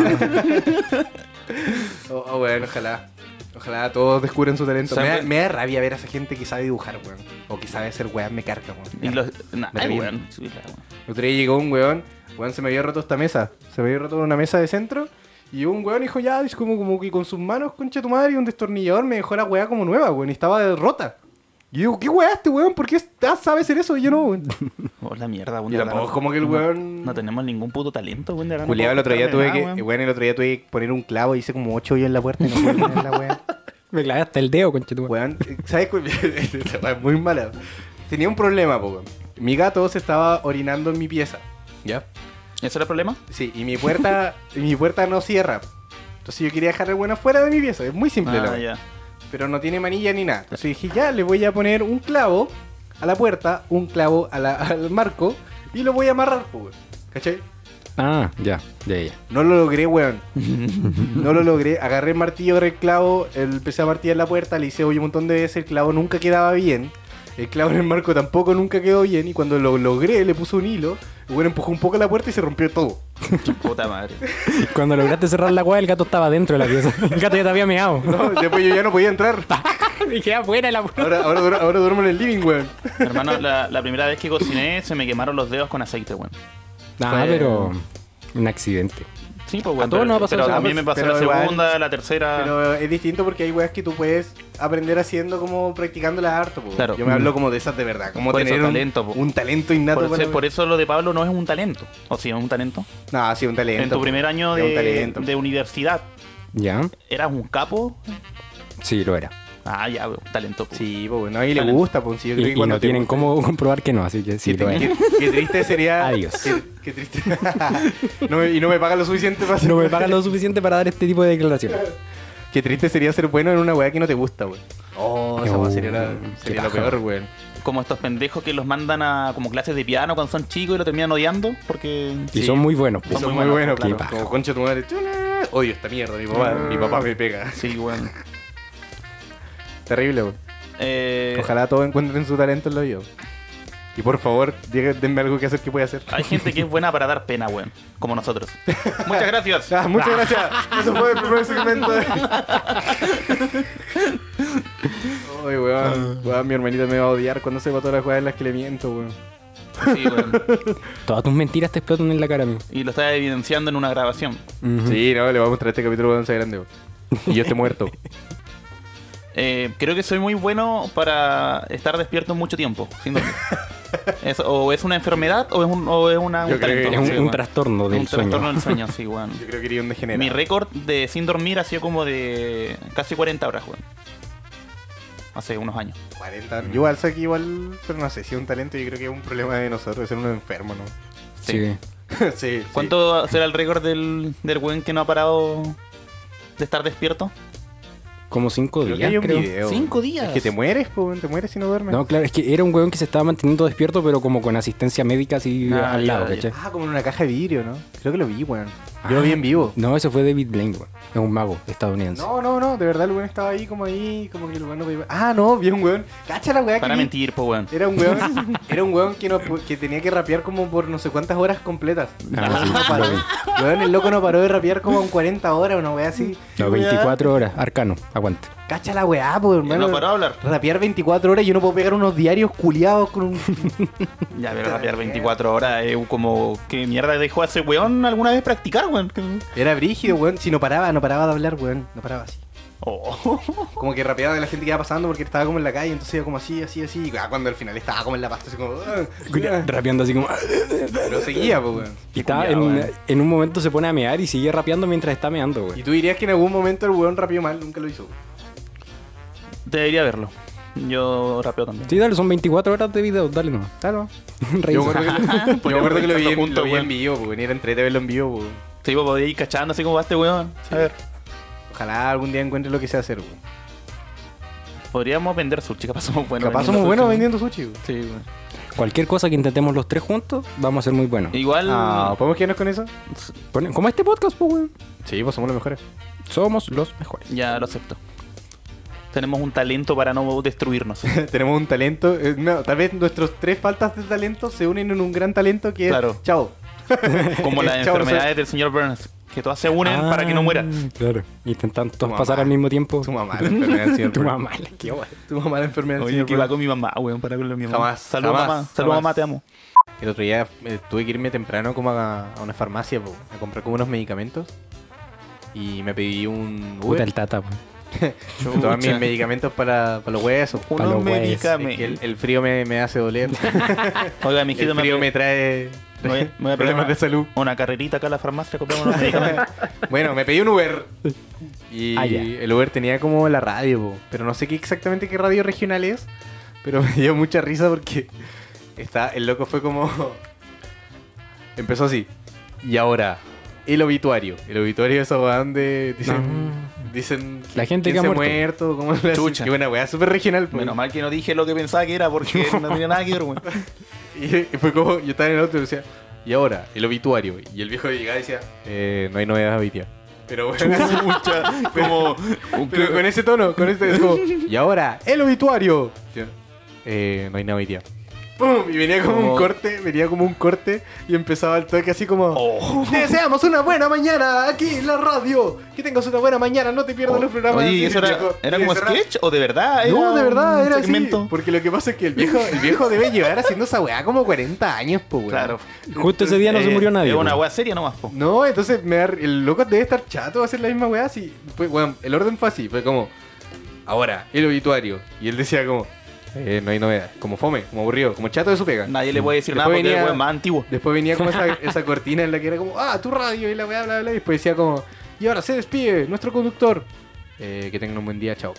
S2: oh, weón, ojalá. Ojalá todos descubran su talento. Me
S1: ¿Saben
S2: da,
S1: qué?
S2: me da rabia ver a esa gente que sabe dibujar, weón. O que sabe hacer weón, me carga, weón.
S1: Y los. Nah,
S2: Me
S1: ay,
S2: reviento.
S1: weón. Sí, la weón.
S2: El otro día llegó un weón, weón se me había roto esta mesa, se me había roto una mesa de centro, y llegó un weón dijo, ya, es como, como que con sus manos, concha tu madre, y un destornillador me dejó la weá como nueva, weón, y estaba rota. Y yo digo, ¿qué weá este weón? ¿Por qué está- sabe hacer eso? Y yo no, weón.
S1: Oh, la mierda, weón. de
S2: Y
S1: verdad,
S2: tampoco
S1: no-
S2: como que el
S1: no-
S2: weón-
S1: No tenemos ningún puto talento, weón. de verdad, no
S2: Culeado, el otro día
S1: puedo
S2: tuve
S1: contarle
S2: que,
S1: nada, weón.
S2: weón, el otro día tuve que poner un clavo y hice como ocho hoyos en la puerta y no pude poner la weá.
S3: Me clavé hasta el dedo, conchetumare.
S2: Weón, ¿sabes cuál? Esta weá es muy mala. Tenía un problema, po, weón. Mi gato se estaba orinando en mi pieza. ¿Ya?
S1: ¿Ese era el problema?
S2: Sí, y mi puerta, y mi puerta no cierra. Entonces yo quería dejar el bueno afuera de mi pieza. Es muy simple la
S1: Ah,
S2: wea.
S1: ya.
S2: Pero no tiene manilla ni nada. Entonces dije, ya, le voy a poner un clavo a la puerta, un clavo a la- al marco y lo voy a amarrar, po, weón. ¿Cachai?
S3: Ah, ya, ya, ya.
S2: No lo logré, weón. No lo logré. Agarré el martillo, agarré el clavo, el- empecé a martillar la puerta, le hice oye un montón de veces, el clavo nunca quedaba bien. El clavo en el marco tampoco nunca quedó bien. Y cuando lo logré, le puse un hilo, el weón empujó un poco la puerta y se rompió todo.
S1: Puta madre.
S3: Cuando lograste cerrar la weá, el gato estaba dentro de la pieza. El gato ya te había meado.
S2: No, después yo ya no podía entrar.
S3: Dije, afuera la weá.
S2: Ahora, ahora, dur- ahora duermo en el living, weón.
S1: Hermano, la, la primera vez que cociné se me quemaron los dedos con aceite, weón.
S3: Ah, pero. Un accidente.
S1: Sí, pues bueno.
S3: A todos
S1: pero-
S3: nos ha pasado
S1: pero
S3: eso.
S1: a mí me pasó
S2: Pero
S1: la
S2: igual-
S1: segunda, la tercera.
S2: Pero es distinto porque hay weas que tú puedes aprender haciendo como practicándolas harto, po.
S1: Claro.
S2: Yo me hablo como de esas de verdad, como
S1: Por eso,
S2: tener un,
S1: talento, po.
S2: un talento innato.
S1: por,
S2: para-
S1: eso, por eso lo de Pablo no es un talento. O sí, es un talento.
S2: No, sí, un talento.
S1: en tu
S2: po.
S1: primer año
S2: Es un
S1: de,
S2: talento.
S1: de universidad,
S3: ¿Ya?
S1: ¿eras un capo?
S3: Sí, lo era.
S1: Ah, ya, weón, talento. pues.
S2: Sí, po, bueno, ahí le
S1: Talento.
S2: gusta, po. Sí, yo creo
S3: Y,
S2: que
S3: y
S2: cuando
S3: no
S2: te eh,
S3: tienen
S2: gusta-
S3: cómo comprobar que no, así que sí,
S2: Qué,
S3: lo era.
S2: qué- qué triste sería.
S3: Adiós.
S2: Qué, qué triste. No, y no me pagan lo suficiente para hacer-
S3: No me pagan lo suficiente para dar este tipo de declaraciones.
S2: Qué triste sería ser bueno en una wea que no te gusta, weón. Oh, esa wea
S3: Oh,
S2: sería, la-
S3: qué
S2: sería lo
S3: paja.
S2: peor, weón.
S1: Como estos pendejos que los mandan a como clases de piano cuando son chicos y lo terminan odiando porque...
S3: Y
S1: Sí.
S3: son muy buenos.
S2: Y
S3: pues.
S1: Son
S2: son
S1: muy
S2: muy buenos,
S1: buenos,
S3: claro.
S2: claro.
S3: Qué
S2: Como concha tu madre. Odio esta mierda, mi papá. Mi papá me pega.
S1: Sí, bueno.
S2: Terrible, weón.
S1: Eh,
S2: Ojalá todos encuentren su talento en la vida. Y por favor, diga- denme algo que hacer que pueda hacer.
S1: Hay gente que es buena para dar pena, weón. Como nosotros. Muchas gracias.
S2: Ah, muchas gracias. Eso fue el primer segmento. Oye, weón, weón, mi hermanita me va a odiar cuando sepa todas las cosas en las que le miento, weón.
S1: Sí, weón.
S3: Todas tus mentiras te explotan en la cara, amigo.
S1: Y lo está evidenciando en una grabación.
S2: Sí, no, le voy a mostrar este capítulo cuando sea grande, weón. Y yo esté muerto.
S1: Eh, creo que soy muy bueno para estar despierto mucho tiempo, sin dormir. Es- o es una enfermedad o es un, o es una,
S2: Yo
S1: un
S2: creo que
S1: talento.
S3: Es un,
S1: sí,
S3: un
S1: weón.
S3: trastorno del
S1: Un
S3: sueño.
S1: trastorno del sueño, sí, weón.
S2: Yo creo que iría un
S1: Mi
S2: degenerado.
S1: récord de sin dormir ha sido como de casi 40 horas, weón. Hace unos años.
S2: 40. Yo alzo aquí igual, pero no sé si es un talento, yo creo que es un problema de nosotros, ser unos enfermos, ¿no?
S3: Sí.
S2: sí. sí.
S1: ¿Cuánto será el récord del, del weón que no ha parado de estar despierto?
S3: Como cinco
S2: Creo que
S3: días,
S2: hay un
S3: creo.
S2: video.
S1: Cinco días.
S2: Es que te mueres, po, weón, te mueres si no duermes.
S3: No, claro, es que era un weón que se estaba manteniendo despierto, pero como con asistencia médica así
S1: Ah,
S3: al
S1: ya,
S3: lado,
S1: ya.
S3: ¿cachai?
S2: Ah, como en una caja de vidrio, ¿no? Creo que lo vi, weón. Yo lo vi en vivo.
S3: No, ese fue David Blaine, weón. Es un mago estadounidense.
S2: No, no, no, de verdad el weón estaba ahí como ahí, como que el weón no podía... Ah, no, vi un weón. Cacha la weá que
S1: Para
S2: vi.
S1: mentir, pues, weón.
S2: Era un weón, era un weón que, no pu- que tenía que rapear como por no sé cuántas horas completas.
S3: Ah,
S2: El loco
S3: sí,
S2: no paró.
S3: lo vi.
S2: Weón, el loco no paró de rapear como en 40 horas, una weá así.
S3: No, 24 horas, arcano, aguante.
S2: Cacha la weá, pues hermano.
S1: no paró de hablar.
S2: Rapear 24 horas y yo no puedo pegar unos diarios culiados con un.
S1: Ya, pero rapear 24 horas es como... ¿Qué mierda dejó a ese weón alguna vez practicar, weón? Que-
S2: Era brígido, weón. Si no paraba, no paraba de hablar, weón. No paraba así.
S1: Oh.
S2: Como que rapeaba de la gente que iba pasando porque estaba como en la calle, entonces iba como así, así, así. Y ah, cuando al final estaba como en la pasta, así como. ah, ah.
S3: Rapeando así como.
S2: Pero seguía, pues, weón.
S3: Y estaba en,
S1: culiao,
S3: una-
S1: weón.
S3: en un momento se pone a mear y sigue rapeando mientras está meando,
S2: Y
S3: güey.
S2: tú dirías que en algún momento el weón rapeó mal, nunca lo hizo.
S1: Debería verlo. Yo rapeo también.
S3: Sí, dale, son 24 horas de video, dale nomás.
S2: Claro. Yo
S3: Reísa.
S2: me acuerdo que, yo me
S1: Podríamos
S2: acuerdo que lo, vi, en-
S1: revisarlo juntos,
S2: lo vi en
S1: weón.
S2: vivo, pues, era entrete verlo en vivo. pues.
S1: Sí, pues podía ir cachando así como va este weón. A ver.
S2: Ojalá algún día encuentre lo que sé hacer. pues.
S1: Podríamos vender sushi, capaz somos buenos.
S2: Capaz
S1: vendiendo
S2: somos buenos
S1: sushi,
S2: vendiendo sushi. pues.
S1: Sí, weón.
S3: Cualquier cosa que intentemos los tres juntos, vamos a ser muy buenos.
S1: Igual.
S2: Ah, ¿podemos quedarnos con eso?
S3: Pone- Como este podcast, pues, güey.
S2: Sí, pues somos los mejores.
S3: Somos los mejores.
S1: Ya lo acepto. Tenemos un talento para no destruirnos.
S2: Tenemos un talento. eh, no, tal vez nuestros tres faltas de talento se unen en un gran talento que es.
S1: Claro.
S2: Chao.
S1: Como las
S2: Chao,
S1: enfermedades del señor Burns. Que todas se unen para que no muera.
S3: Ah, Claro. Intentan todos
S2: mamá.
S3: pasar al mismo tiempo.
S2: Tu mamá la enfermedad del señor
S3: Tu
S2: Burns.
S3: mamá, la que guay.
S2: Tu mamá la enfermedad del
S1: Oye,
S2: señor
S1: que iba
S2: Burns.
S1: con mi mamá, weón, para con mi mamá.
S2: Jamás,
S1: Salud,
S2: jamás,
S1: mamá. Salud,
S2: jamás.
S1: mamá, te amo.
S2: El otro día eh, tuve que irme temprano como a, a una farmacia pues, a comprar como unos medicamentos. Y me pedí un
S3: Puta
S2: Uber.
S3: el tata, pues.
S2: Todos mis
S1: Chucha.
S2: medicamentos para, para los huesos.
S3: Pa' los
S1: Unos
S3: güeyes.
S2: Es que el,
S1: medicamentos.
S2: el frío me, me hace doler.
S1: Oiga,
S2: el
S1: mijito, me,
S2: frío
S1: pre-
S2: me trae
S1: me voy a- me voy a
S2: problemas
S1: pegar
S2: de salud.
S1: una carrerita acá a la farmacia, compramos unos medicamentos.
S2: bueno, me pedí un Uber. Y
S3: Ah, ya.
S2: el Uber tenía como la radio, po. pero no sé qué exactamente qué radio regional es. Pero me dio mucha risa porque está, el loco fue como. Empezó así. Y ahora, el obituario. El obituario es a donde dicen. Dicen
S3: Ah. La gente
S2: quién
S3: que ha
S2: se muerto, cómo le hacen.
S1: Chucha.
S2: Que una weá súper regional. po.
S1: Menos mal que no dije lo que pensaba que era porque no tenía nada que ver, weón.
S2: Y, y fue como, yo estaba en el auto y decía, y ahora, el obituario. Y el viejo llegaba y decía, eh, no hay novedades hoy día. Pero bueno, como, pero con ese tono, con ese, es como, y ahora, el obituario. Yo, Eh, no hay nada hoy día. ¡Pum! Y venía como un
S1: Como-
S2: corte, venía como un corte y empezaba el toque así como...
S1: Oh.
S2: Te deseamos una buena mañana aquí en la radio. Que tengas una buena mañana, no te pierdas los programas.
S1: Oye, ¿y
S2: Oh. Y
S1: ¿eso
S2: el
S1: era,
S2: viejo-
S1: era
S2: y
S1: como
S2: cerraba-
S1: sketch o de verdad?
S2: no, de verdad,
S1: un
S2: era
S1: segmento?
S2: así. Porque lo que pasa es que el viejo, el viejo debe llevar haciendo esa weá como 40 años, pues, weón.
S1: Claro.
S3: Justo ese día no se
S1: Eh,
S3: murió nadie.
S1: Es una
S3: güey.
S1: weá seria nomás, po.
S2: No, entonces me da- el loco debe estar chato de hacer la misma weá así. Fue, weón, el orden fue así, fue como, ahora, el obituario. Y él decía como, eh, no hay novedad. Como fome, como aburrido, como chato de su pega.
S1: Nadie le puede decir
S2: Mm. Después
S1: nada porque es
S2: venía-
S1: el weón más antiguo.
S2: Después venía como esa, esa cortina en la que era como, ah, tu radio y la weá, bla, bla. Y después decía como, y ahora se despide nuestro conductor. Eh, que tengan un buen día, chao.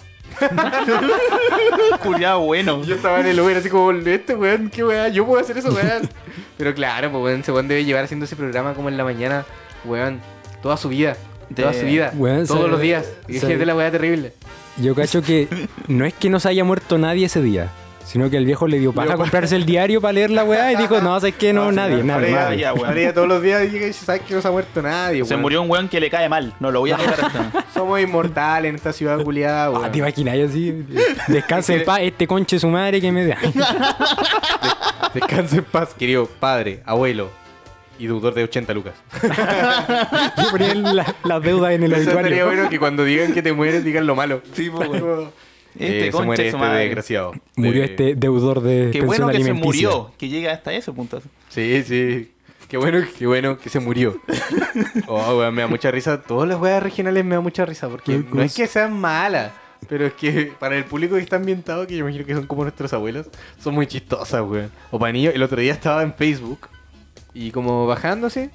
S1: Culiado bueno.
S2: Yo estaba en el Uber así como, este weón, qué weá, yo puedo hacer eso, weón. Pero claro, pues weón, ese weón debe llevar haciendo ese programa como en la mañana, weón, toda su vida. Toda
S1: De-
S2: su vida,
S3: Weón,
S2: todos
S3: se-
S2: los días. Y
S3: se-
S2: es de la weá terrible.
S3: Yo cacho que no es que no se haya muerto nadie ese día, sino que el viejo le dio paja a comprarse el diario para leer la weá y dijo, no, ¿sabes qué?
S1: Ah,
S3: No, nadie, nadie.
S1: Freya,
S3: nadie.
S1: ya, weón.
S2: Ahora ya todos los días llega y dice, sabes que no se ha muerto nadie,
S1: Se
S2: weón.
S1: murió un weón que le cae mal. No lo voy a negar. esto.
S2: Somos inmortales en esta ciudad culiada,
S3: Ah, te
S2: weón.
S3: imaginas yo así. Descansa en paz, este conche su madre que me da.
S2: Descansa en paz, querido padre, abuelo y deudor de 80 lucas.
S3: Yo ponía la- las deudas en el
S2: Eso estaría
S3: obituario.
S2: bueno que cuando digan que te mueres digan lo malo. Sí, pues,
S1: Este
S2: Eh, se
S1: concha
S2: muere
S1: de su
S2: este
S1: madre.
S2: desgraciado.
S3: Murió
S2: Eh,
S3: este deudor de
S1: Qué
S3: pensión
S1: bueno que se
S3: alimenticia.
S1: murió, que llega hasta ese punto.
S2: Sí, sí. Qué bueno, qué bueno que se murió. Oh, weón, me da mucha risa. Todas las weas regionales me da mucha risa porque
S3: Qué
S2: no es
S3: cosa.
S2: que sean malas, pero es que para el público que está ambientado, que yo imagino que son como nuestros abuelos, son muy chistosas, weón. O para niños, el otro día estaba en Facebook y como bajándose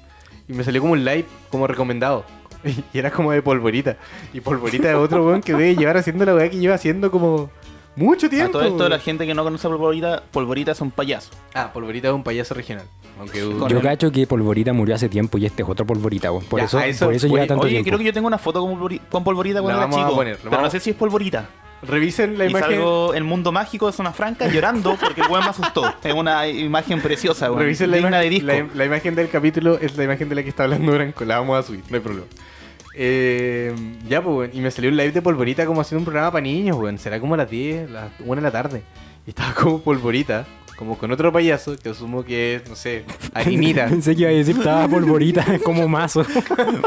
S2: y me salió como un live como recomendado. Y era como de polvorita. Y polvorita de otro weón que debe llevar haciendo la wea que lleva haciendo como mucho
S1: A
S2: tiempo.
S1: todo esto,
S2: weón.
S1: la gente que no conoce a Polvorita, Polvorita son payasos.
S2: Ah, polvorita es un payaso regional. Aunque
S1: Con
S3: Yo
S1: él.
S3: cacho que Polvorita murió hace tiempo y este es otro Polvorita, weón. Por,
S2: Ya,
S3: eso,
S2: a eso
S3: por eso
S2: voy.
S3: lleva tanto
S1: Oye,
S3: tiempo.
S1: creo que yo tengo una foto con, Polvori- con Polvorita
S2: La
S1: cuando era
S2: vamos a
S1: chico.
S2: poner, la
S1: pero no
S2: vamos-
S1: sé si es Polvorita.
S2: Revisen la
S1: y
S2: imagen.
S1: salgo en Mundo Mágico de Zona Franca llorando porque el weón me asustó. Es una imagen preciosa, weón.
S2: Revisen la,
S1: Digna
S2: ima-
S1: de disco.
S2: la- la imagen del capítulo, es la imagen de la que está hablando Branco. La vamos a subir, no hay problema. Eh, ya, pues, weón, y me salió un live de Polvorita como haciendo un programa para niños, weón. Será como a las 10, las 1 de la tarde. Y estaba como Polvorita, como con otro payaso, que asumo que es, no sé, Arinita.
S3: Pensé que iba a decir, estaba Polvorita como mazo.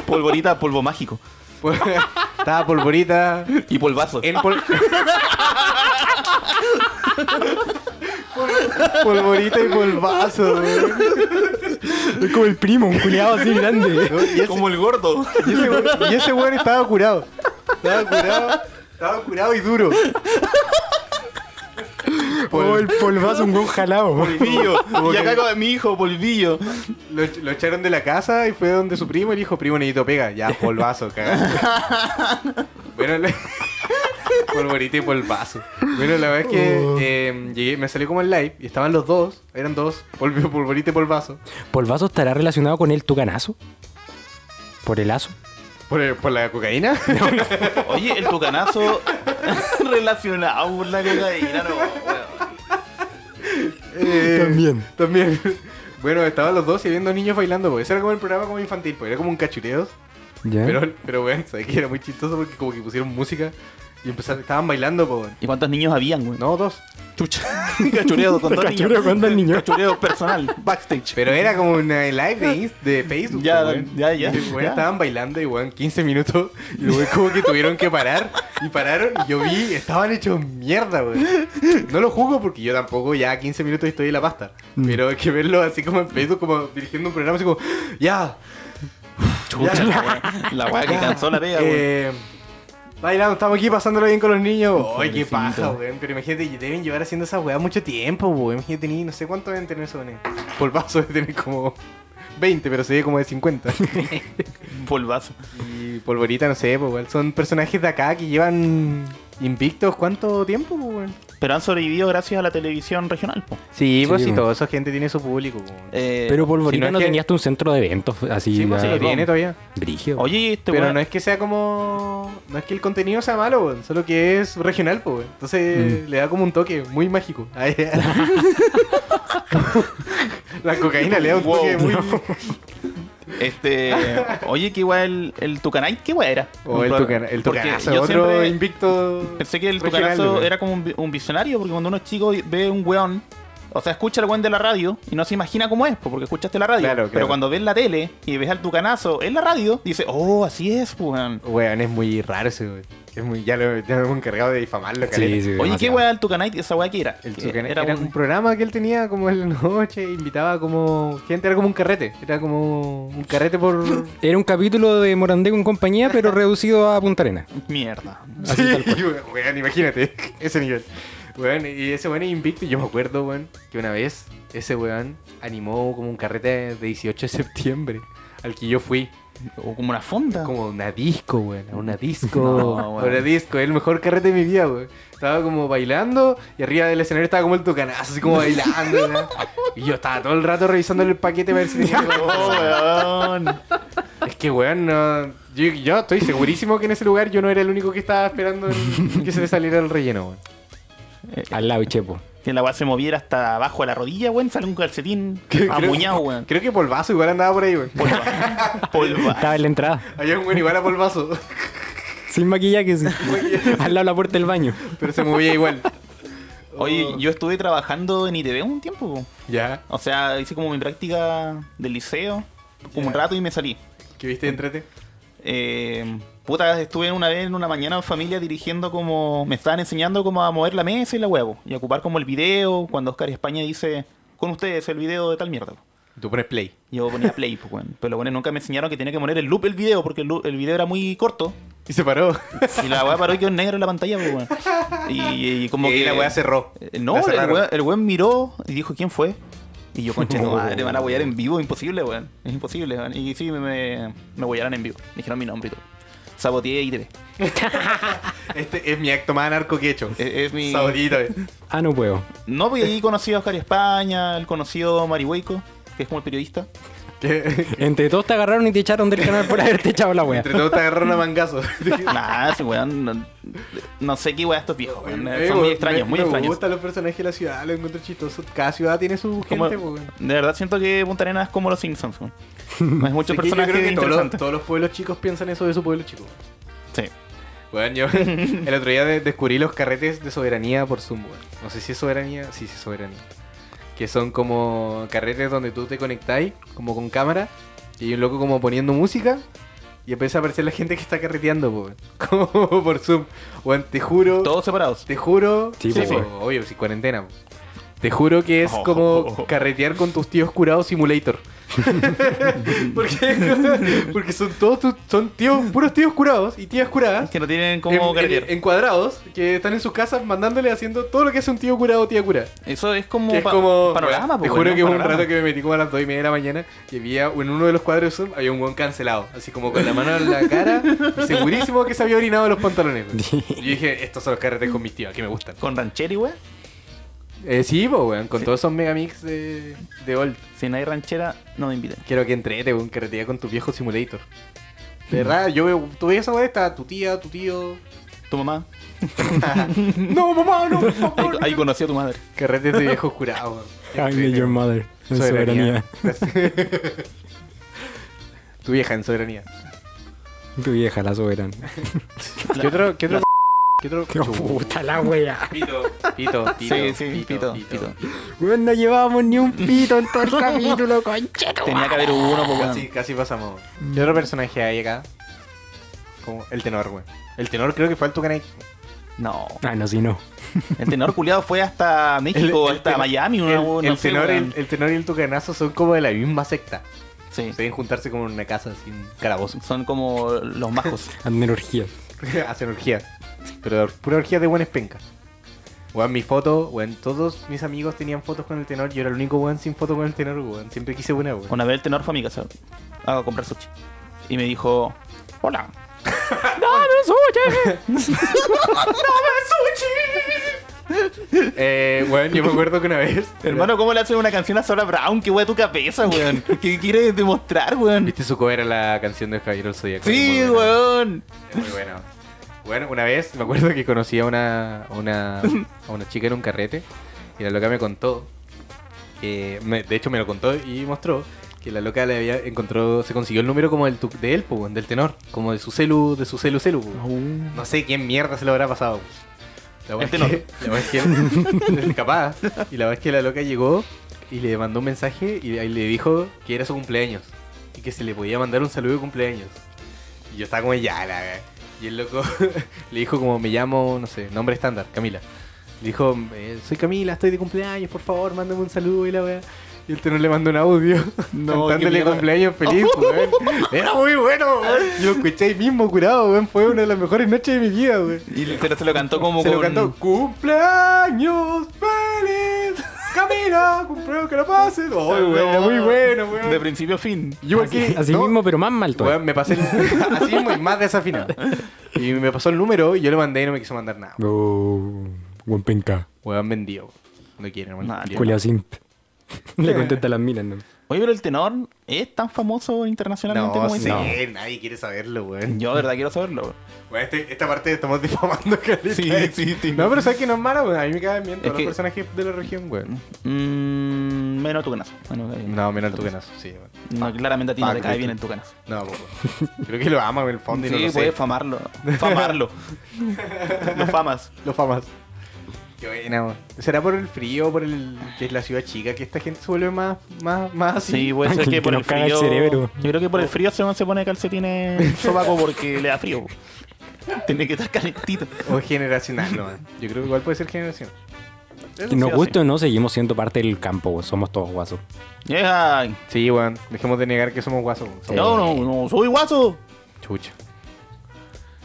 S1: Polvorita, polvo mágico.
S2: Pues, estaba Polvorita,
S1: Y polvazo.
S2: El pol- Pol- Polvorita y polvazo, weón.
S3: Es como el primo, un culiado así grande.
S2: ¿no? Y ese-
S1: Como el gordo.
S2: Y ese, we- y ese weón estaba curado. Estaba curado. Estaba curado y duro. Pol-
S3: Oh, el polvazo, un buen jalado.
S1: Polvillo.
S2: Como
S1: y acá
S2: que-
S1: con mi hijo, polvillo.
S2: Lo, lo echaron de la casa y fue donde su primo y le dijo, primo necesito pega. Ya, polvazo, cagaste. bueno, la... polvorita y polvazo. Bueno, la verdad es que eh, llegué, me salió como el live y estaban los dos. Eran dos, polv- polvorita y polvazo.
S3: ¿Polvazo estará relacionado con el tucanazo? ¿Por el aso?
S2: ¿Por, por la cocaína?
S1: Oye, el tucanazo relacionado con la cocaína, no, weón.
S2: Eh,
S3: También.
S2: También. Bueno, estaban los dos y viendo niños bailando, porque ese era como el programa como infantil, porque era como un cachureos.
S3: ¿Ya?
S2: Pero, pero bueno, sabes que era muy chistoso porque como que pusieron música y empezaron, estaban bailando, po, weón.
S1: ¿Y cuántos niños habían, weón?
S2: No, dos.
S1: Chucha. Cachureo con dos
S3: Cachureo
S1: niños.
S3: con dos niños.
S1: Cachureo personal, backstage.
S2: Pero era como una live de, Inst- de Facebook.
S1: Ya,
S2: po, weón.
S1: ya, ya,
S2: Y, weón,
S1: ya.
S2: Estaban bailando y weón, 15 minutos. Y luego como que tuvieron que parar. Y pararon. Y yo vi, estaban hechos mierda, weón. No lo juzgo porque yo tampoco ya 15 minutos estoy en la pasta. Pero es que verlo así como en Facebook, como dirigiendo un programa, así como, ya,
S1: Chucha,
S2: Ya.
S1: weón. La weá que cansó la pega, weón.
S2: Eh, bailando, estamos aquí pasándolo bien con los niños.
S1: Pobrecito.
S2: Ay, qué paja, weón. Pero imagínate, deben llevar haciendo esa weá mucho tiempo, weón. Imagínate, ni- no sé cuánto deben tener esos weones. Por vaso debe tener como 20, pero se ve como de 50.
S1: Polvazo.
S2: y polvorita, no sé, pues, weón. Son personajes de acá que llevan invictos cuánto tiempo, pues, weón.
S1: Pero han sobrevivido gracias a la televisión regional, po.
S2: Sí, pues,
S3: Sí,
S2: y
S3: weón.
S2: toda esa gente tiene su público, pues, weón.
S1: Eh,
S3: Pero Polvorita
S2: si no es
S3: no,
S2: que-
S3: tenía hasta un centro de eventos así.
S2: Sí, pues, sí,
S3: ah,
S2: lo tiene todavía.
S3: brígido.
S1: Oye, este
S2: Pero
S1: weón-
S2: no es que sea como. No es que el contenido sea malo, weón, solo que es regional, pues. Entonces le da como un toque muy mágico. Ay, La cocaína le da un
S1: Wow.
S2: toque muy.
S1: Este. Oye, que igual el, el Tucanay, ¿qué weá era?
S2: O el, tucana, el
S1: Porque
S2: tucanazo,
S1: yo
S2: otro
S1: siempre
S2: invicto.
S1: Pensé que el
S2: regional,
S1: Tucanazo
S2: weón.
S1: era como un, vi- un visionario, porque cuando uno es chico y ve un weón. O sea, escucha al weón de la radio y no se imagina cómo es, pues, porque escuchaste la radio.
S2: Claro, claro.
S1: Pero cuando ves la tele y ves al tucanazo en la radio, dice, oh, así es, pues, weón.
S2: Weón, es muy raro ese, weón. Es muy, ya lo ya lo hemos encargado de difamarlo, caleta.
S3: sí, sí,
S1: Oye, ¿qué
S3: demasiado.
S1: weá el Tucanay? ¿Esa weá que era?
S2: El
S1: Que
S2: Tucana- era, un
S1: un-
S2: programa que él tenía como en la noche, invitaba como gente, era como un carrete, era como un carrete por...
S3: Era un capítulo de Morandé con compañía, pero reducido a Punta Arena.
S1: Mierda.
S2: Sí, weón, imagínate, ese nivel. Weón, y ese weón es invicto. Yo me acuerdo, weón, que una vez ese weón animó como un carrete de 18 de septiembre al que yo fui.
S1: O como una fonda.
S2: Como una disco, weón, a una disco.
S1: No,
S2: a Una
S1: weón.
S2: disco, el mejor carrete de mi vida, weón. Estaba como bailando y arriba del escenario estaba como el tucanazo, así como bailando, weón. Y yo estaba todo el rato revisando el paquete para ver si tenía algo,
S1: Oh,
S2: weón.
S1: weón.
S2: Es que, weón, no- yo, yo estoy segurísimo que en ese lugar yo no era el único que estaba esperando el- que se le saliera el relleno, weón.
S3: Al lado, Chepo.
S1: Que la weá se moviera hasta abajo de la rodilla, weón. Sale un calcetín
S2: Que creo-
S1: amuñado, weón.
S2: Creo que Polvazo igual andaba por ahí, güey.
S1: Polva. Polva.
S3: Estaba en la entrada,
S2: Había un güey igual a Polvazo,
S3: sin maquillaje, sí. Al lado de la puerta del baño.
S2: pero se movía igual.
S1: Oye, yo estuve trabajando en ITV un tiempo, po.
S2: Ya,
S1: O sea, hice como mi práctica del liceo, como un
S2: Ya.
S1: rato y me salí.
S2: ¿qué viste? Entrete.
S1: Eh, Puta, estuve una vez en una mañana en familia dirigiendo como. Me estaban enseñando cómo a mover la mesa y la huevo. Y a ocupar como el video. Cuando Oscar España dice. Con ustedes el video de tal mierda. po.
S2: Tú pones play.
S1: Yo ponía play, pues, weón. Pero bueno, nunca me enseñaron que tenía que poner el loop el video. Porque el, loop- el video era muy corto.
S2: Y se paró.
S1: Y la weá paró y quedó en negro en la pantalla, pues, weón. Y, y como
S2: y
S1: que.
S2: la weá cerró.
S1: Eh, No,
S2: La
S1: el
S2: cerraron.
S1: weón, el weón miró y dijo, ¿quién fue? Y yo, conche, no, madre, van a huear en vivo, imposible, weón. Es imposible, weón. Y sí, me, me, me huearon en vivo. Me dijeron mi nombre y todo. Saboteé ITV.
S2: Este es mi acto más anarco que he hecho.
S1: Es, E, es mi...
S2: Saborito, eh.
S3: Ah, no puedo.
S1: No, porque ahí conocí a Oscar España, el conocido Mari Hueco, que es como el periodista.
S2: Que-
S3: Entre todos te agarraron y te echaron del canal por haberte echado la wea.
S2: Entre todos te agarraron a mangazo.
S1: Nah, ese weón, no, no sé qué weá estos viejos, weón.
S2: Eh,
S1: Son
S2: weón,
S1: muy
S2: me-
S1: extraños, muy
S2: Me
S1: extraños.
S2: gustan los personajes de la ciudad, los encuentro chistosos. Cada ciudad tiene su
S1: Como-
S2: gente, weón.
S1: de verdad siento que Punta Arenas es como los Simpsons, weón. Es mucho
S2: Sí, yo creo
S1: personaje
S2: que todos los,
S1: interesante.
S2: todos los pueblos chicos piensan eso de su pueblo chico.
S1: Sí.
S2: Bueno, yo el otro día de- descubrí los carretes de soberanía por Zoom, weón. No sé si es soberanía, sí, sí es soberanía. Que son como carretes donde tú te conectáis, como con cámara, y hay un loco como poniendo música, y empieza a aparecer la gente que está carreteando, po, weón. Como por Zoom. Weón, te juro,
S1: Todos separados.
S2: te juro.
S3: Sí,
S1: po,
S2: po,
S1: weón. Oh.
S2: obvio, si cuarentena. po. Te juro que es como carretear con tus tíos curados simulator. porque, porque son todos tus, son tíos, puros tíos curados y tías curadas
S1: Que no tienen como
S2: en, en-
S1: carretera.
S2: en cuadrados que están en sus casas mandándole haciendo todo lo que hace un tío curado o tía curada.
S1: Eso es como,
S2: Que es
S1: pa-
S2: como.
S1: panorama,
S2: te
S1: pues,
S2: juro
S1: weón,
S2: que hubo un
S1: panorama.
S2: rato que me metí como a las 2 y media de la mañana y había en uno de los cuadros de Zoom había un buen cancelado, así como con la mano en la cara, y segurísimo que se había orinado en los pantalones. weón. Y Yo dije, estos son los carretes con mis tíos, que me gustan.
S1: Con rancheri, weón.
S2: Eh, sí, po, weón, con todos esos megamix de, de old.
S1: Si no hay ranchera, no me inviten.
S2: Quiero que entrete, weón, carretera con tu viejo simulator. De verdad, yo veo, tú veías esa weá, está tu tía, tu tío.
S1: ¿Tu mamá?
S2: no, mamá, no, por
S1: Ahí,
S2: favor.
S1: ahí conocí a tu madre.
S2: Carretes de viejos curados.
S3: I need your mother. En soberanía.
S2: tu vieja en soberanía.
S3: Tu vieja, la soberana.
S2: ¿Qué otro? ¿Qué otro? ¿Qué otro?
S3: Qué puta la wea.
S2: Pito, pito, pito,
S1: Sí, sí, pito, pito.
S3: Weón, no llevábamos ni un pito en todo el capítulo, concheto.
S1: Tenía que haber uno, po,
S2: Casi,
S1: weón.
S2: casi pasamos. ¿Qué otro personaje hay acá? Como el tenor, güey. El tenor creo que fue el Tucanay.
S1: No.
S3: Ah, no, si no.
S1: El tenor culiado fue hasta México, hasta
S2: tenor-
S1: Miami,
S2: El,
S1: una weón, no
S2: el
S1: sé,
S2: tenor,
S1: weón.
S2: el, el tenor y el tucanazo son como de la misma secta.
S1: Sí.
S2: Deben juntarse como en una casa, así, un calabozo.
S1: Son como los majos.
S3: Anden energía.
S2: Hacen orgía. Pero pura orgía de buenas pencas. Weón, mi foto, weón, todos mis amigos tenían fotos con el tenor. Yo era el único weón sin foto con el tenor, weón. Siempre quise buena, weón.
S1: Una vez el tenor fue a mi casa a comprar sushi. Y me dijo, hola.
S2: Eh, weón, yo me acuerdo que una vez.
S1: Hermano, ¿cómo le hacen una canción a Sora Brown? ¿Qué weón tu cabeza, weón? ¿Qué quieres demostrar, weón?
S2: ¿Viste su cover a la canción de Javier el Zodíaco?
S1: Sí,
S2: Muy buena.
S1: weón.
S2: Muy bueno. Bueno, una vez me acuerdo que conocí a una, a una, a una chica en un carrete y la loca me contó, que me- de hecho me lo contó y mostró que la loca le había encontró, se consiguió el número como del, tu- de él, po, weón, del tenor, como de su celu, de su celu celu. po.
S3: Mm.
S2: No sé quién mierda se lo habrá pasado. po. La
S1: El
S2: verdad
S1: tenor.
S2: la wea es que capaz. Y la verdad es que la loca llegó y le mandó un mensaje y ahí le dijo que era su cumpleaños y que se le podía mandar un saludo de cumpleaños. Y yo estaba como ya la wea". y el loco le dijo como me llamo, no sé, nombre estándar, Camila. Le dijo, eh, soy Camila, estoy de cumpleaños, por favor, mándame un saludo y la weá. Y el tenor le mandó un audio
S1: No, qué
S2: cantándole
S1: mierda.
S2: cumpleaños feliz, pues, weón. Era muy bueno, weón. Yo lo escuché ahí mismo curado, weón. Fue una de las mejores noches de mi vida, weón.
S1: Y el tenor se lo cantó como
S2: Se
S1: con...
S2: lo cantó Cumpleaños feliz Camila, cumpleaños que la pases Ay, weón, muy bueno,
S1: De
S2: weón
S1: principio a fin.
S2: Yo
S3: Así, así
S2: no,
S3: mismo, pues. pero más mal todavía.
S2: weón, me pasé el, así mismo y más desafinado Y me pasó el número y yo le mandé y no me quiso mandar nada
S3: Oh, buen penca.
S2: Weón, vendido No quiere, no
S1: Nah,
S2: quiere.
S3: Culeado simp.
S1: Eh.
S3: Le contesta a las minas, ¿no?
S1: Oye, pero el tenor es tan famoso internacionalmente
S2: No,
S1: como
S2: sí,
S1: dice.
S2: nadie quiere saberlo, weón
S1: Yo de verdad quiero saberlo. bro.
S2: Weón, este- Esta parte estamos difamando, caleta.
S1: Sí, sí, sí.
S2: No, pero sabes que no es mala, weón A mí me caen bien todos
S1: Es
S2: los
S1: que-
S2: personajes de la región, weón
S1: Mm, menos tu canazo.
S2: No, Ah, menos tú que no sí, weón
S1: No, claramente a ti no
S2: Fuck,
S1: te cae bien
S2: Cristo.
S1: el tu canazo.
S2: No, po, weón. creo que lo ama en el fondo y no
S1: Sí,
S2: lo sé.
S1: puedes famarlo. Famarlo. Lo famas.
S2: Lo famas. Qué buena, weón. ¿Será por el frío, por el que es la ciudad chica, que esta gente se vuelve más, más, más así?
S1: Ah, Sí, puede ser
S3: Que-
S1: que
S3: que
S1: por
S3: nos
S1: el
S3: caga
S1: frío.
S3: el cerebro.
S1: Yo creo que por el frío se se pone calcetines sobaco porque le da frío. Tiene que estar calentito.
S2: O es generacional, no. weón. Yo creo que igual puede ser generacional.
S1: Eso
S3: Nos
S1: sí o
S3: gusta o no, seguimos siendo parte del campo, weón. somos todos guasos.
S1: sí. Yeah.
S2: Sí, weón. Dejemos de negar que somos guasos. weón. Somos
S1: No, no, no, soy guaso.
S2: Chucha.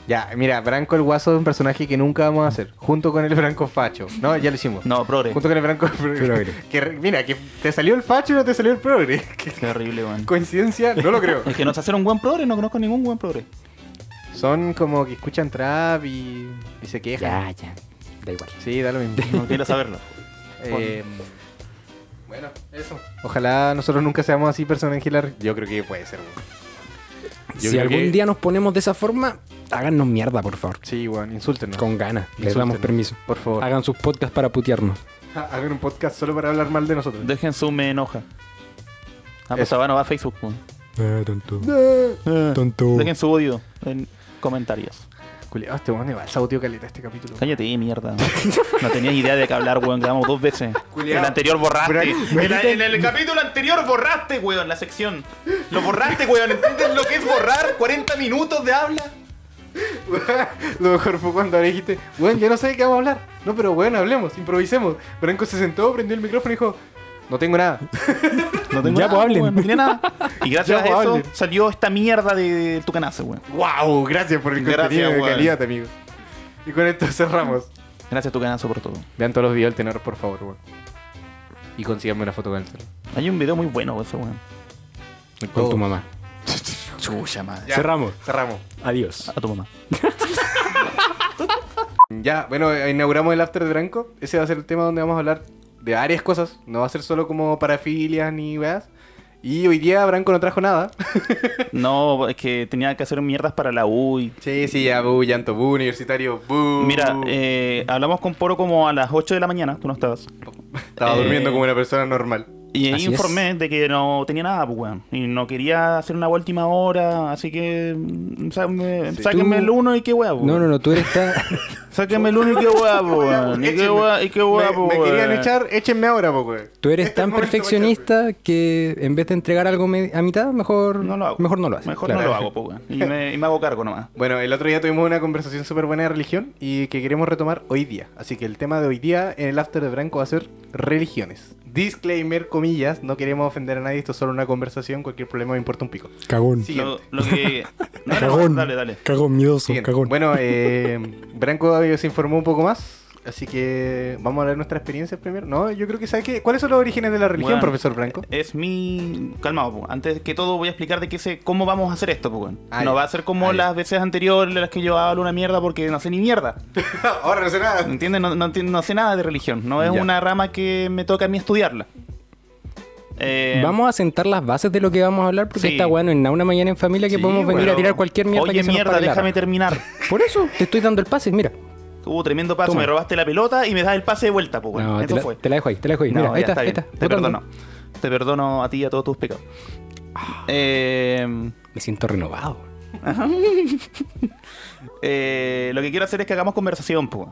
S2: Ya, mira, Branco el Guaso es un personaje que nunca vamos a hacer. Junto con el Branco Facho. No, ya lo hicimos.
S1: No, progre.
S2: Junto con el Branco
S3: Progre.
S2: Que re- mira, que te salió el Facho y no te salió el Progre. Qué
S1: Qué horrible, weón.
S2: coincidencia, no lo creo.
S1: Es que no sé hacer un buen progre, no conozco ningún buen progre.
S2: Son como que escuchan trap y, y se quejan.
S3: Ya, ya. Da igual.
S2: Sí, da lo mismo.
S1: No quiero saberlo.
S2: Eh, bueno, eso. Ojalá nosotros nunca seamos así personajes. lar- Yo creo que puede ser. weón. Yo
S3: si
S2: creo
S3: algún
S2: que-
S3: día nos ponemos de esa forma, háganos mierda, por favor.
S2: Sí, weón, insúltenos.
S3: Con ganas. Les
S2: Insúltenos,
S3: damos permiso.
S2: Por favor.
S3: Hagan sus podcasts para putearnos.
S2: Hagan un podcast solo para hablar mal de nosotros.
S1: Dejen su me enoja. Ah, pues
S2: Eso.
S1: Sabano va a Facebook, weón.
S3: Eh, tonto. Eh,
S1: Ah,
S3: Tonto.
S1: Dejen su odio en comentarios.
S2: Culeado, este weón me va el sabotío caleta este capítulo.
S1: Cállate, mierda. No tenías idea de qué hablar, weón. Quedamos dos veces.
S2: Culeado.
S1: El anterior borraste.
S2: Bra-
S1: En, la- en el capítulo anterior borraste, weón, la sección. Lo borraste, weón. ¿Entiendes lo que es borrar 40 minutos de habla?
S2: Lo mejor fue cuando ahora dijiste, weón, ya no sé de qué vamos a hablar. No, pero weón, hablemos, improvisemos. Branco se sentó, prendió el micrófono y dijo, no tengo nada.
S1: No
S3: tengo Ya, nada, pues, hablen. weón, no tenía
S1: nada. Y gracias
S2: Ya, pues,
S1: a eso
S2: hablen.
S1: salió esta mierda de, de tu canaza, weón.
S2: wow, gracias por el
S1: Gracias,
S2: contenido de
S1: weón.
S2: calidad, amigo. Y con esto cerramos.
S1: Gracias a tu canazo por todo.
S2: Vean todos los videos del tenor, por favor, weón. Y consíganme una foto con el tenor.
S1: Hay un video muy bueno, weón, ese weón.
S3: Con tu mamá.
S1: Chucha madre.
S3: Cerramos.
S2: Cerramos.
S3: Adiós.
S1: A tu mamá.
S2: Ya, bueno, eh, inauguramos el After de Branco. Ese va a ser el tema donde vamos a hablar de varias cosas. No va a ser solo como parafilias ni veas. Y hoy día Branco no trajo nada.
S1: No, es que tenía que hacer mierdas para la U y
S2: Sí, sí, ya, bu, llanto, bu, universitario, bu.
S1: Mira, eh, hablamos con Poro como a las 8 de la mañana, tú no estabas.
S2: Estaba
S1: eh,
S2: durmiendo como una persona normal.
S1: Y ahí
S3: Así
S1: informé de que no tenía nada, pues, weón. Y no quería hacer una última hora, así que. mm, sáquenme-
S2: Sí.
S1: Sáquenme
S3: Tú-
S1: el uno y qué weá, pues,
S3: No, no, no, tú eres tan...
S2: Este
S1: Sáquenme el uno y qué weá, po, weón. Y qué weá, y qué weá, po,
S2: Me, me
S1: weón.
S2: querían echar, échenme ahora, po, weón.
S3: Tú eres
S2: Este
S3: tan
S2: es el momento para
S3: perfeccionista que en vez de entregar algo me- a mitad, mejor
S1: No lo hago.
S3: Mejor no lo haces.
S1: Mejor
S3: claro.
S1: no lo hago, po, weón. Y me, y me hago cargo nomás.
S2: echarme. Bueno, el otro día tuvimos una conversación súper buena de religión y que queremos retomar hoy día. Así que el tema de hoy día en el After de Branco va a ser religiones. Disclaimer, comillas, no queremos ofender a nadie, esto es solo una conversación, cualquier problema me importa un pico.
S3: Cagón.
S1: Lo,
S2: Siguiente.
S1: lo que. No, no, dale, dale.
S3: Cagón miedoso,
S2: Siguiente. Bueno, eh, Branco se informó un poco más. Así que vamos a hablar de nuestra experiencia primero. No, yo creo que sabe que. ¿Cuáles son los orígenes de la religión,
S1: Weón,
S2: profesor Branco?
S1: Es mi. Calmado, po. antes que todo voy a explicar de qué se, cómo vamos a hacer esto, po, weón.
S2: Ah,
S1: no
S2: ya.
S1: va a ser como
S2: Ah, ya.
S1: las veces anteriores en las que yo hablo una mierda porque no sé ni mierda.
S2: Ahora no sé nada.
S1: ¿Entiendes? No, no, enti- no sé nada de religión. No es
S2: Ya.
S1: una rama que me toca a mí estudiarla. Eh,
S3: Vamos a sentar las bases de lo que vamos a hablar porque
S1: Sí.
S3: está bueno en una mañana en familia que
S2: Sí,
S3: podemos venir
S2: bueno.
S3: a tirar cualquier mierda
S1: Oye,
S3: que se nos
S1: mierda,
S3: pare la
S1: déjame
S3: raja.
S1: terminar.
S3: Por eso te estoy dando el pase, mira.
S1: Hubo tremendo pase.
S3: Toma.
S1: Me robaste la pelota y me das el pase de vuelta, pues, bueno.
S3: No, te
S1: Eso
S3: la,
S1: fue.
S3: te la dejo ahí, te la dejo ahí.
S1: No,
S3: mira, ahí
S1: ya,
S3: está, ahí
S1: bien.
S3: está.
S1: Te
S3: Botando.
S1: perdono. Te perdono a ti y a todos tus pecados.
S3: Ah.
S1: Eh,
S3: Me siento renovado.
S1: eh, lo que quiero hacer es que hagamos conversación, pues.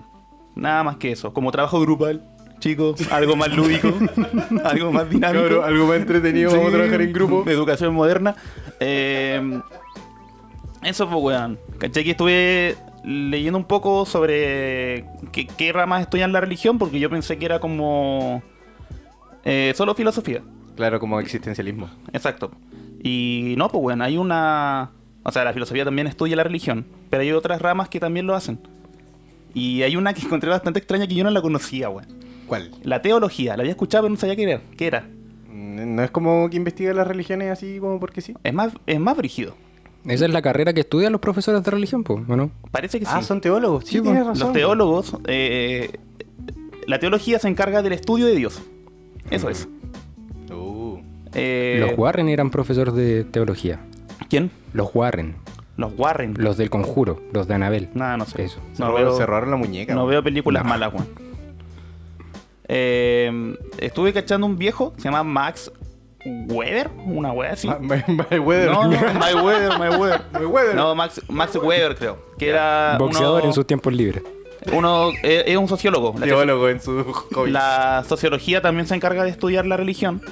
S1: Nada más que eso. Como trabajo grupal, chicos. Algo más lúdico. algo más dinámico.
S2: Cabrón, algo más entretenido, vamos a
S1: Sí,
S2: trabajar en grupo.
S1: Educación moderna. Eh, eso pues, weón. ¿Cachai que estuve leyendo un poco sobre qué, qué ramas estudian la religión? Porque yo pensé que era como... eh, solo filosofía.
S2: Claro, como existencialismo.
S1: Exacto. Y no, pues, weón, hay una... O sea, la filosofía también estudia la religión, pero hay otras ramas que también lo hacen. Y hay una que encontré bastante extraña que yo no la conocía, weón.
S2: ¿Cuál?
S1: La teología, la había escuchado pero no sabía qué era. ¿Qué era?
S2: Mm, No es como que investiga las religiones así como porque sí.
S1: Es más, es más brígido.
S3: Esa es la carrera que estudian los profesores de religión, pues, no?
S1: Parece que
S2: Ah,
S1: sí.
S2: son teólogos. Sí,
S3: Sí,
S2: tienes
S3: po.
S2: razón.
S1: Los teólogos, eh, la teología se encarga del estudio de Dios. Eso es.
S2: Uh,
S1: Eh,
S3: Los Warren eran profesores de teología.
S1: ¿Quién?
S3: Los Warren,
S1: Los Warren.
S3: los del conjuro, los de Anabel.
S1: Nada, no sé.
S3: Eso.
S1: No
S2: se, robaron,
S1: veo,
S2: se robaron la muñeca.
S1: no
S2: po.
S1: veo películas
S3: No.
S1: malas, weón. Eh, estuve cachando un viejo, se llama Max Weber, una wea así.
S2: Ma- ma- ma- Weather.
S1: No, no, My Weber, My Weber.
S2: My Weather.
S1: No, Max, Max Weber creo, que era Ah,
S3: Boxeador
S1: uno-
S3: en sus tiempos libres.
S1: Uno eh, es un sociólogo. La,
S2: Teólogo en su hobby.
S1: la sociología también se encarga de estudiar la religión.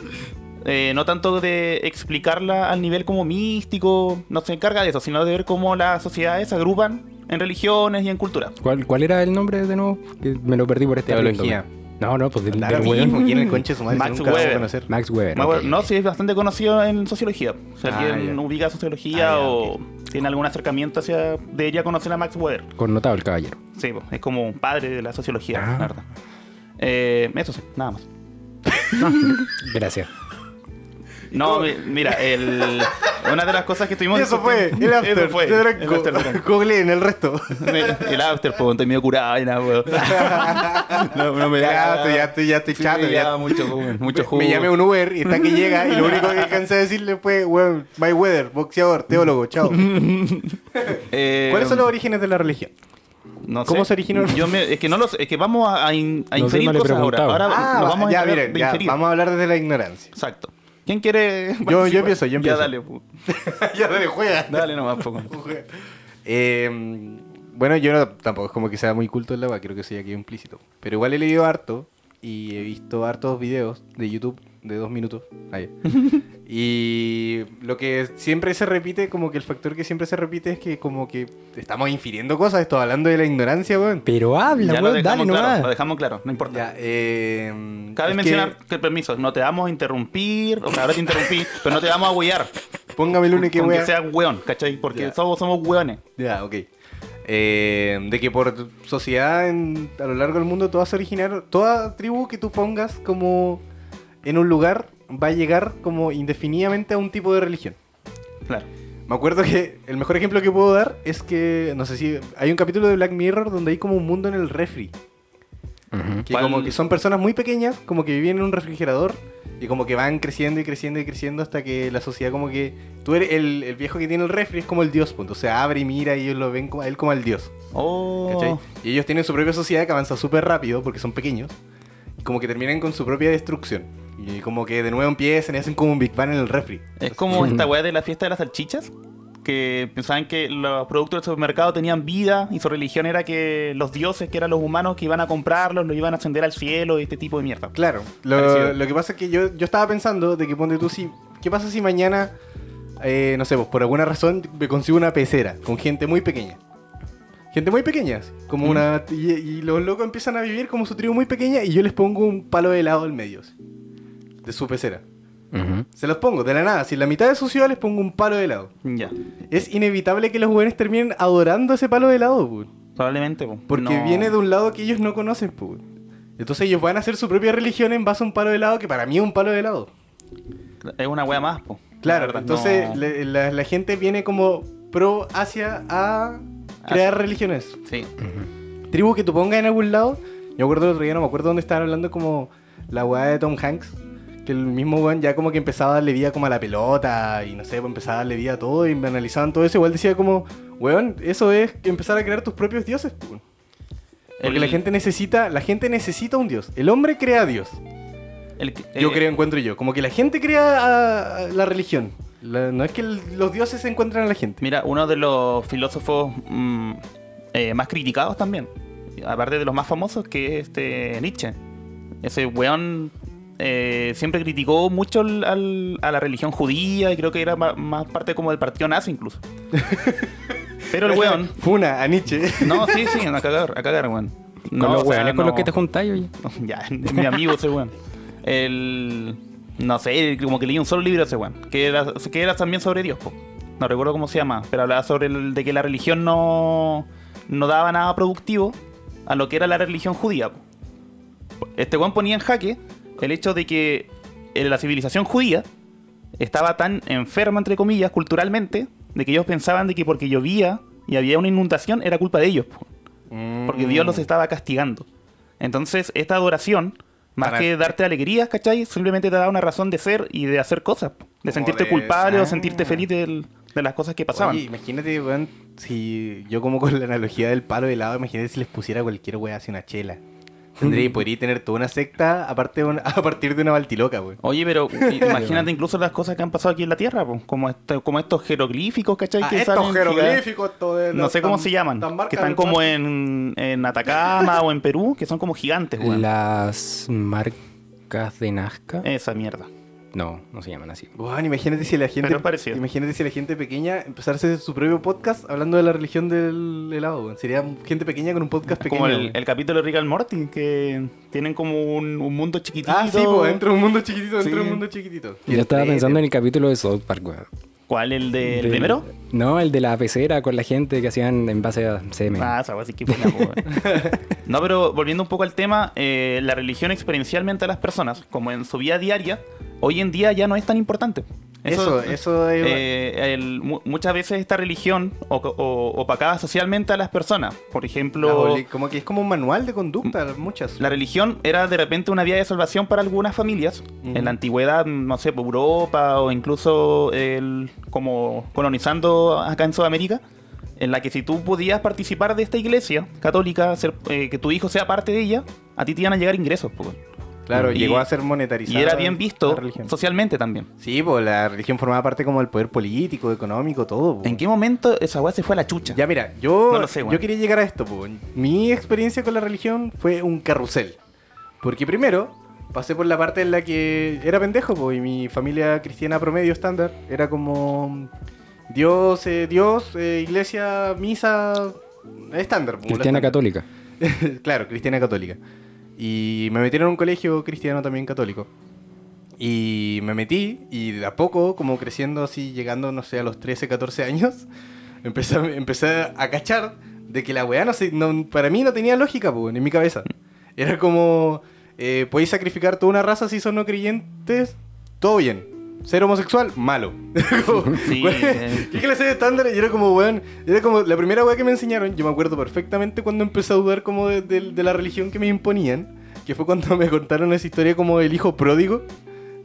S1: Eh, no tanto de explicarla al nivel como místico, no se encarga de eso, sino de ver cómo las sociedades se agrupan en religiones y en culturas.
S3: ¿Cuál, ¿Cuál era el nombre de nuevo? Que me lo perdí por este
S2: Teología.
S3: abriéndome. No, no, pues del,
S2: Da
S3: del
S2: lo
S3: weón.
S2: mismo, ¿quién es el conche de su madre?
S1: Max
S2: Nunca lo voy a
S1: Weber.
S2: conocer.
S3: Max Weber.
S1: Me
S3: ok.
S1: acuerdo- No, sí, es bastante conocido en sociología. Si
S2: Ah,
S1: alguien
S2: ya.
S1: ubica sociología
S2: Ah, ya,
S1: o tiene algún acercamiento hacia de ella, conocer a Max Weber.
S3: Connotado el caballero.
S1: Sí, po, es como un padre de la sociología,
S3: Ah.
S1: la verdad. Eh, eso sí, nada más.
S3: Gracias.
S1: No, mi- mira, el, una de las cosas que estuvimos...
S2: Eso fue,
S1: discutiendo-
S2: el after.
S1: Eso fue,
S2: de Draco.
S1: el after Draco.
S2: Googleen el resto.
S1: Me- El after, pues, estoy medio curado y nada, weón. No, no me da.
S2: Ya estoy- ya estoy- ya estoy
S1: Sí,
S2: chato,
S1: me
S2: ya.
S1: da mucho jugo. Mucho jugo.
S2: Me llamé un Uber y está que llega y lo único que alcancé a decirle fue, weón, my weather, boxeador, teólogo, chao.
S1: Eh,
S2: ¿Cuáles son los orígenes de la religión?
S1: No sé.
S2: ¿Cómo se originó el-
S1: Yo me- es que no lo sé, es que vamos a, a in- a
S3: No sé,
S1: inferir
S3: no le he
S1: cosas ahora.
S3: preguntado.
S1: Ahora nos vamos a
S2: Ah, ya,
S1: encargar
S2: miren,
S1: de
S2: ya,
S1: inferir.
S2: vamos a hablar desde la ignorancia.
S1: Exacto. ¿Quién quiere?
S2: Yo-
S1: participar?
S2: yo empiezo, yo empiezo.
S1: Ya dale, pu.
S2: ya no le juega.
S1: dale nomás poco.
S2: Eh, bueno, yo no- tampoco es como que sea muy culto el agua, creo que sea aquí implícito. Pero igual he leído harto y he visto hartos videos de YouTube de dos minutos. ahí. y lo que siempre se repite, como que el factor que siempre se repite es que como que estamos infiriendo cosas, estoy hablando de la ignorancia, weón.
S3: Pero habla,
S1: Ya lo
S3: weón, dale
S1: dejamos
S3: nomás.
S1: claro, lo dejamos claro, no importa.
S2: Ya, eh,
S1: Cabe
S2: es
S1: mencionar que... permiso, no te vamos a interrumpir, o sea, ahora te interrumpí, pero no te vamos a huear.
S2: Que, póngame el único que
S1: Aunque
S2: wea.
S1: sea weón, ¿cachai? Porque
S2: Ya.
S1: somos, somos weones.
S2: Ya, ok. Eh, de que por sociedad en- a lo largo del mundo todas se originaron, toda tribu que tú pongas como en un lugar va a llegar como indefinidamente a un tipo de religión.
S1: Claro.
S2: Me acuerdo que el mejor ejemplo que puedo dar es que, no sé si, hay un capítulo de Black Mirror donde hay como un mundo en el refri.
S3: Ujú.
S2: Que
S1: ¿Cuál?
S2: como que son personas muy pequeñas, como que viven en un refrigerador y como que van creciendo y creciendo y creciendo hasta que la sociedad como que... Tú eres el, el viejo que tiene el refri, es como el dios, punto. O sea, abre y mira y ellos lo ven como, a él como al dios.
S1: Oh.
S2: ¿cachai? Y ellos tienen su propia sociedad que avanza súper rápido porque son pequeños. Y como que terminan con su propia destrucción. Y como que de nuevo empiezan y hacen como un Big Bang en el refri.
S1: Es como esta weá de la fiesta de las salchichas, que pensaban que los productos del supermercado tenían vida y su religión era que los dioses, que eran los humanos que iban a comprarlos, los iban a ascender al cielo y este tipo de mierda.
S2: Claro. Lo,
S1: Parecido.
S2: lo que pasa es que yo, yo estaba pensando de que ponte tú si... ¿Qué pasa si mañana, eh, no sé, pues por alguna razón me consigo una pecera con gente muy pequeña? Gente muy pequeña, así,
S1: Mm.
S2: como una... Y, y los locos empiezan a vivir como su tribu muy pequeña y yo les pongo un palo de helado al medio, así, de su pecera.
S3: Ujú.
S2: Se los pongo, de la nada. Si en la mitad de su ciudad les pongo un palo de helado.
S1: Ya.
S2: es inevitable que los jóvenes terminen adorando ese palo de helado, pu.
S1: Probablemente, po.
S2: Porque
S1: No.
S2: viene de un lado que ellos no conocen, pu. Entonces ellos van a hacer su propia religión en base a un palo de helado que para mí es un palo de helado.
S1: Es una weá más, po.
S2: Claro,
S1: La verdad,
S2: entonces
S1: no.
S2: le- la, la gente viene como pro hacia a crear religiones.
S1: Sí.
S2: Tribu que tú pongas en algún lado. Yo acuerdo el otro día, no me acuerdo dónde estaban hablando como la weá de Tom Hanks. Que el mismo weón ya como que empezaba a darle vida como a la pelota y no sé, pues empezaba a darle vida a todo y analizaban todo eso. Igual decía como, weón, eso es que empezar a crear tus propios dioses. pu". Porque
S1: El-
S2: la gente necesita, la gente necesita un dios. El hombre crea a Dios.
S1: el-
S2: Yo
S1: eh,
S2: creo, encuentro yo. Como que la gente crea a- a la religión. La- no es que el- los dioses se encuentran a la gente.
S1: Mira, uno de los filósofos mm, eh, más criticados también, aparte de los más famosos, que es este Nietzsche. Ese weón eh, siempre criticó mucho al- al- a la religión judía y creo que era ma- más parte como del partido nazi incluso. Pero el weón...
S2: Funa, a Nietzsche.
S1: No, sí, sí, a cagar, a cagar, weón. No,
S3: con los
S1: o sea,
S3: weones con los
S1: no.
S3: que te juntáis, oye.
S1: Ya, mi amigo ese weón. El. No sé, como que leí un solo libro ese weón. Que era, que era también sobre Dios, po. No recuerdo cómo se llama, pero hablaba sobre el de que la religión no. No daba nada productivo a lo que era la religión judía, po. Este weón ponía en jaque el hecho de que eh, la civilización judía estaba tan enferma, entre comillas, culturalmente, de que ellos pensaban de que porque llovía y había una inundación era culpa de ellos, po porque Dios
S2: Mm.
S1: los estaba castigando. Entonces, esta adoración, más
S2: Para-
S1: que darte alegrías, ¿cachai? Simplemente te da una razón de ser y de hacer cosas, po. de
S2: Como
S1: sentirte
S2: de-
S1: culpable
S2: Ah.
S1: o sentirte feliz del- de las cosas que pasaban.
S2: Oye, imagínate, weón, si yo como con la analogía del palo de helado, imagínate si les pusiera cualquier weá así una chela. Tendría, podría tener toda una secta aparte de una- a partir de una baltiloca, güey.
S1: Oye, pero i- imagínate incluso las cosas que han pasado aquí en la Tierra, po, como, este- como estos jeroglíficos, ¿cachai?
S2: Ah,
S1: que salen
S2: estos
S1: giga-
S2: jeroglíficos, estos de-
S1: No sé
S2: tan-
S1: cómo se llaman,
S2: tan marca
S1: que están
S2: del
S1: como
S2: mar-
S1: en, en Atacama o en Perú, que son como gigantes, weón.
S3: Las marcas de Nazca.
S1: Esa mierda.
S3: No, no se llaman así.
S2: Bueno, imagínate si la gente.
S1: Pero es parecido.
S2: Imagínate si la gente pequeña empezarse su propio podcast hablando de la religión del helado, güey. Sería gente pequeña con un podcast pequeño.
S1: Como
S2: güey.
S1: el, el capítulo de Rick and Morty, que tienen como un, un mundo chiquitito.
S2: Ah, sí, pues entra un mundo chiquitito, entra
S1: Sí.
S2: un mundo chiquitito.
S3: Yo estaba pensando en el capítulo de South Park, weón.
S1: ¿Cuál? ¿El del
S3: Del-
S1: primero?
S3: No, el de la pecera con la gente que hacían en base a semen.
S1: Ah, esa wea sí que buena, po, weón. No, pero volviendo un poco al tema, eh, la religión experiencialmente a las personas, como en su vida diaria, hoy en día ya no es tan importante.
S2: Eso, eso es.
S1: Eh, el- mu- muchas veces esta religión o, o- opacaba socialmente a las personas. Por
S2: la
S1: ejemplo,
S2: boli- como que es como un manual de conducta, muchas.
S1: la religión era de repente una vía de salvación para algunas familias.
S2: Ujú.
S1: En la antigüedad, no sé, por Europa o incluso el- como colonizando acá en Sudamérica, en la que si tú podías participar de esta iglesia católica, ser- eh, que tu hijo sea parte de ella, a ti te iban a llegar ingresos. po.
S2: Claro,
S1: Y-
S2: llegó a ser
S1: Y
S2: monetarizada.
S1: era bien visto
S2: la religión.
S1: socialmente también.
S2: Sí, pues la religión formaba parte como del poder político, económico, todo. po.
S1: ¿En qué momento esa weá se fue a la chucha?
S2: Ya mira, yo,
S1: No lo sé, weón.
S2: yo quería llegar a esto. po. Mi experiencia con la religión fue un carrusel. Porque primero pasé por la parte en la que era pendejo, po, y mi familia cristiana promedio estándar era como Dios, eh, Dios, eh, iglesia, misa, eh, estándar. po, la
S3: Cristiana
S2: estándar.
S3: católica.
S2: claro, cristiana católica. Y me metieron en un colegio cristiano también católico. Y me metí y de a poco, como creciendo así, llegando, no sé, a los 13, 14 años, empecé, a- empecé a cachar de que la weá no, se- no- para mí no tenía lógica po, en mi cabeza. Era como, eh, podéis sacrificar toda una raza si son no creyentes, todo bien. Ser homosexual, malo. Como,
S1: Sí,
S2: weón,
S1: eh.
S2: ¿Qué clase de estándar? Y era como, weón, era como la primera weá que me enseñaron. Yo me acuerdo perfectamente cuando empecé a dudar como de, de- de la religión que me imponían. Que fue cuando me contaron esa historia como del hijo pródigo.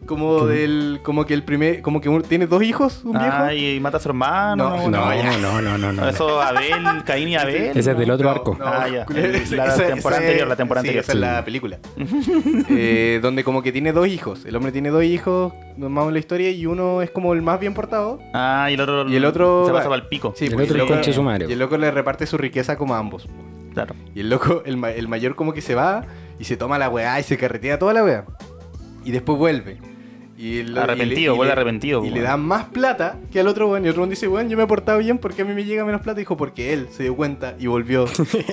S2: Como del, como que el primer, como que uno tiene dos hijos, un viejo.
S1: Ah, y mata a su hermano.
S2: No,
S1: una
S2: no,
S1: weá.
S3: No,
S2: ya.
S3: no, no, no, no.
S1: Eso Abel, Caín y Abel.
S3: Ese es del otro
S2: No,
S3: arco.
S2: no,
S1: Ah, ya.
S2: culero,
S1: El- la
S2: esa-
S1: temporada
S2: esa
S1: anterior,
S2: es-
S1: la temporada
S2: sí,
S1: anterior.
S2: esa es la película. Eh, donde como que tiene dos hijos. El hombre tiene dos hijos, nomás en la historia, y uno es como el más bien portado.
S1: Ah, y el otro,
S2: Y el otro-
S1: se pasaba al pico.
S2: Sí,
S3: El
S2: pues,
S3: otro es
S2: loco-
S3: concha de su madre.
S2: Y el loco le reparte su riqueza como a ambos.
S1: Claro.
S2: Y el loco, el, ma- el mayor como que se va y se toma la weá y se carretea toda la weá. Y después vuelve. Y el-
S1: Arrepentido,
S2: y le- y
S1: vuelve
S2: le-
S1: arrepentido,
S2: Y
S1: weón.
S2: le da más plata que al otro weón. Y el otro weón dice, weón, yo me he portado bien porque a mí me llega menos plata. Y dijo, porque él se dio cuenta y volvió.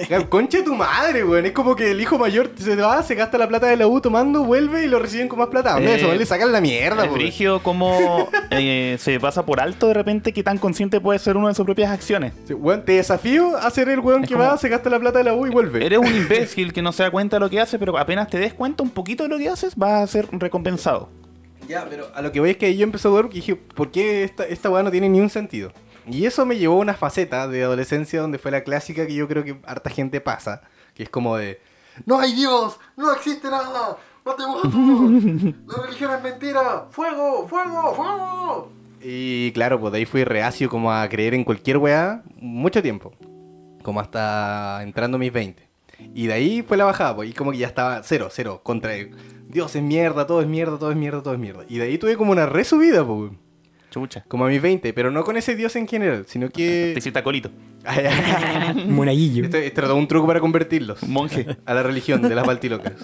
S2: Ya, Concha de tu madre, weón. Es como que el hijo mayor se va, se gasta la plata de la U tomando, vuelve y lo reciben con más plata. Hombre,
S1: Eh,
S2: eso, weón, le sacan la mierda,
S1: Es
S2: weón.
S1: frigio como se pasa por alto de repente que tan consciente puede ser uno de sus propias acciones.
S2: Sí, Weón, te desafío a ser el weón
S1: Es
S2: que
S1: como-
S2: va, se gasta la plata de la U y vuelve.
S1: Eres un imbécil que no se da cuenta de lo que hace, pero apenas te des cuenta un poquito de lo que haces, vas a ser recompensado.
S2: Ya, pero a lo que voy es que ahí yo empecé a dudar porque dije, ¿por qué esta, esta weá no tiene ni un sentido? Y eso me llevó a una faceta de adolescencia donde fue la clásica que yo creo que harta gente pasa, que es como de, no hay Dios, no existe nada, no te mato, la religión es mentira, fuego, fuego, fuego. Y claro, pues de ahí fui reacio como a creer en cualquier weá mucho tiempo, como hasta entrando mis 20. Y de ahí fue la bajada, pues, y como que ya estaba cero, cero, contra Dios es mierda, todo es mierda, todo es mierda, todo es mierda. Y de ahí tuve como una resubida, pues,
S1: Chucha.
S2: como a mis 20, pero no con ese Dios en general, sino
S1: Te
S2: que...
S1: hiciste colito.
S3: Monaguillo.
S2: Esto es trató un truco para convertirlos
S1: Monje.
S2: a la religión de las baltilocas.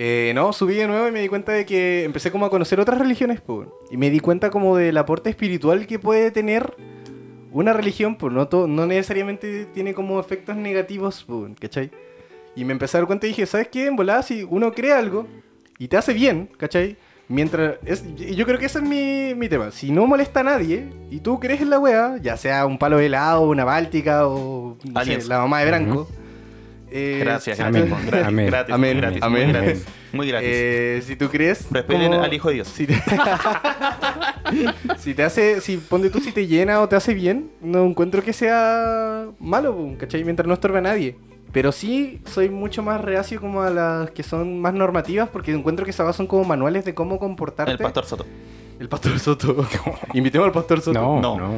S2: Eh, no, subí de nuevo y me di cuenta de que empecé como a conocer otras religiones, pues, y me di cuenta como del aporte espiritual que puede tener una religión, pues no, to- no necesariamente tiene como efectos negativos, pues, ¿cachai? Y me empecé a dar cuenta y dije, ¿sabes qué? En volada, si uno cree algo y te hace bien, ¿cachai? Mientras. Es, y yo creo que ese es mi, mi tema. Si no molesta a nadie y tú crees en la wea, ya sea un palo de helado, una báltica o no sé,
S1: Aliens.
S2: la mamá de Branco. eh,
S1: Gracias,
S2: si
S1: gracias.
S2: tú-
S3: amén.
S1: Gratis, gratis,
S2: Amén,
S3: Amén.
S1: muy gratis,
S2: amén.
S1: muy gratis. Muy gratis.
S2: eh, si tú crees.
S1: Respeten
S2: como-
S1: al Hijo de Dios.
S2: Si te, si te hace. Si ponte tú si te llena o te hace bien, no encuentro que sea malo, po, ¿cachai? Mientras no estorbe a nadie. Pero sí soy mucho más reacio como a las que son más normativas porque encuentro que esas son como manuales de cómo comportarte.
S1: El pastor Soto.
S2: El pastor Soto. Invitemos al pastor Soto.
S3: No,
S1: No.
S3: no.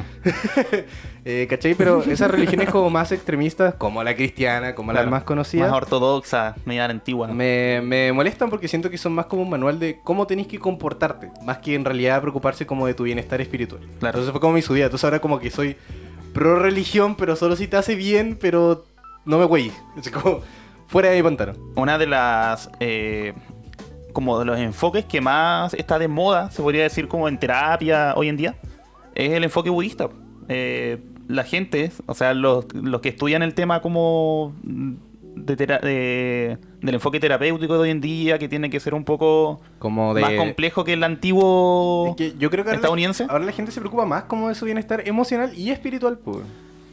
S2: Eh, ¿Cachai? Pero esas religiones como más extremistas, como la cristiana, como
S1: Claro,
S2: la más conocida,
S1: Más ortodoxa, media antigua.
S2: me, me molestan porque siento que son más como un manual de cómo tenés que comportarte, más que en realidad preocuparse como de tu bienestar espiritual.
S1: Claro.
S2: Entonces fue como mi subida. Entonces ahora como que soy pro religión, pero solo si te hace bien, pero no me güey. Es como fuera de mi pantano.
S1: Una de las. eh, como de los enfoques que más está de moda, se podría decir, como en terapia hoy en día, es el enfoque budista. Eh, la gente, o sea, los, los que estudian el tema como. De tera- de- del enfoque terapéutico de hoy en día, que tiene que ser un poco
S2: Como
S1: más complejo que el antiguo.
S2: Es que yo creo que ahora la-
S1: ¿Estadounidense?
S2: ahora la gente se preocupa más como de su bienestar emocional y espiritual, pues.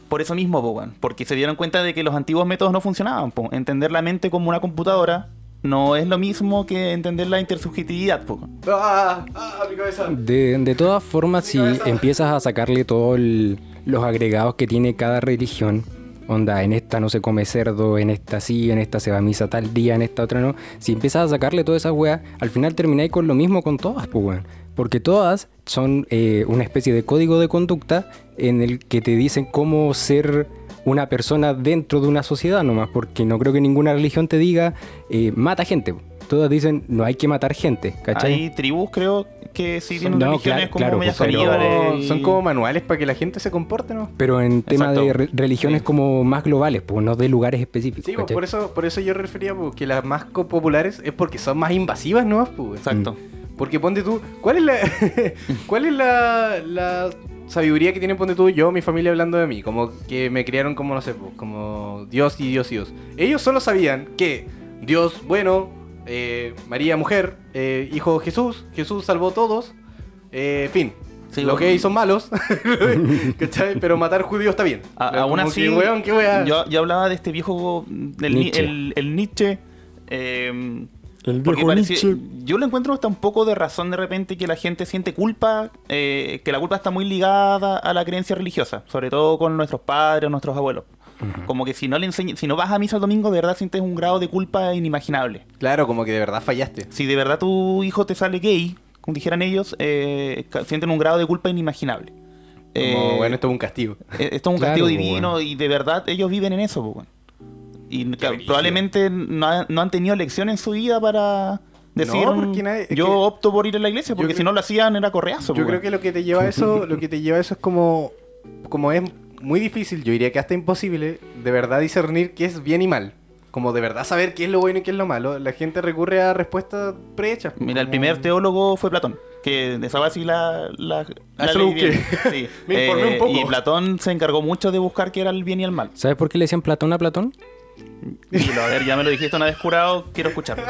S1: Por eso mismo, po, weón. porque se dieron cuenta de que los antiguos métodos no funcionaban. po. Entender la mente como una computadora no es lo mismo que entender la intersubjetividad. po.
S2: ¡Ah! ¡Ah! ¡Mi cabeza!
S3: De, de todas formas, si empiezas a sacarle todos los agregados que tiene cada religión, onda, en esta no se come cerdo, en esta sí, en esta se va a misa tal día, en esta otra no, si empiezas a sacarle todas esas weas, al final termináis con lo mismo con todas, pues weón. Porque todas son eh, una especie de código de conducta en el que te dicen cómo ser una persona dentro de una sociedad nomás, porque no creo que ninguna religión te diga, eh, mata gente. Todas dicen, no hay que matar gente, ¿cachai?
S1: Hay tribus, creo, que sí
S3: Son-
S1: tienen
S3: no,
S1: religiones
S3: claro,
S1: como
S3: claro,
S1: medias
S3: pues, pero-
S1: caníbales y-
S2: Son como manuales para que la gente se comporte, ¿no?
S3: Pero en tema de
S1: Exacto.
S3: re- religiones como más globales, pues no de lugares específicos.
S2: Sí, pues,
S3: ¿cachai?
S2: por eso, por eso yo refería pues, que las más co- populares es porque son más invasivas, ¿no? Pues.
S1: Exacto.
S3: Mm.
S2: Porque ponte tú, ¿cuál es la cuál es la, la sabiduría que tiene ponte tú yo, mi familia hablando de mí? Como que me criaron como no sé, pues, como Dios y Dios y Dios. Ellos solo sabían que Dios bueno, eh, María mujer, eh, hijo Jesús, Jesús salvó a todos. eh, fin.
S1: Sí,
S2: Los
S1: bueno.
S2: gays son malos, ¿cachai? Pero matar judíos está bien.
S1: A-
S2: Como
S1: aún
S2: que,
S1: así,
S2: weón, qué wea.
S1: yo, yo hablaba de este viejo, del Ni-
S3: Nietzsche.
S1: el, el Nietzsche. eh,
S3: El
S1: porque
S3: viejo
S1: parece-
S3: Nietzsche.
S1: Yo lo encuentro hasta un poco de razón de repente que la gente siente culpa, eh, que la culpa está muy ligada a la creencia religiosa, sobre todo con nuestros padres o nuestros abuelos. Como que si no le enseñ- si no vas a misa el domingo, de verdad sientes un grado de culpa inimaginable.
S2: Claro, como que de verdad fallaste.
S1: Si de verdad tu hijo te sale gay, como dijeran ellos, eh, ca- sienten un grado de culpa inimaginable.
S2: Como,
S1: Eh,
S2: bueno, esto es un castigo.
S1: eh, Esto es un
S3: Claro,
S1: castigo
S3: pues,
S1: divino
S3: bueno.
S1: y de verdad ellos viven en eso, pues, bueno. Y claro,
S2: brígido.
S1: probablemente no, ha- no han tenido lección en su vida para decir
S2: No, porque nadie- es
S1: yo
S2: que-
S1: opto por ir a la iglesia,
S2: Yo
S1: porque si
S2: creo-
S1: no lo hacían era correazo.
S2: Yo creo que lo que te lleva a eso, lo que te lleva a eso es como, como es muy difícil, yo diría que hasta imposible, de verdad discernir qué es bien y mal. Como de verdad saber qué es lo bueno y qué es lo malo. La gente recurre a respuestas prehechas.
S1: Mira, el
S2: como-
S1: primer teólogo fue Platón, que de esa base la, la, la
S2: eso
S1: ley
S2: Ah, lo busqué.
S1: bien. Sí. Eh,
S2: Me informé un poco.
S1: Y Platón se encargó mucho de buscar qué era el bien y el mal.
S3: ¿Sabes por qué le decían Platón a Platón?
S1: Dilo, a ver, ya me lo dijiste una vez curado, quiero escucharlo.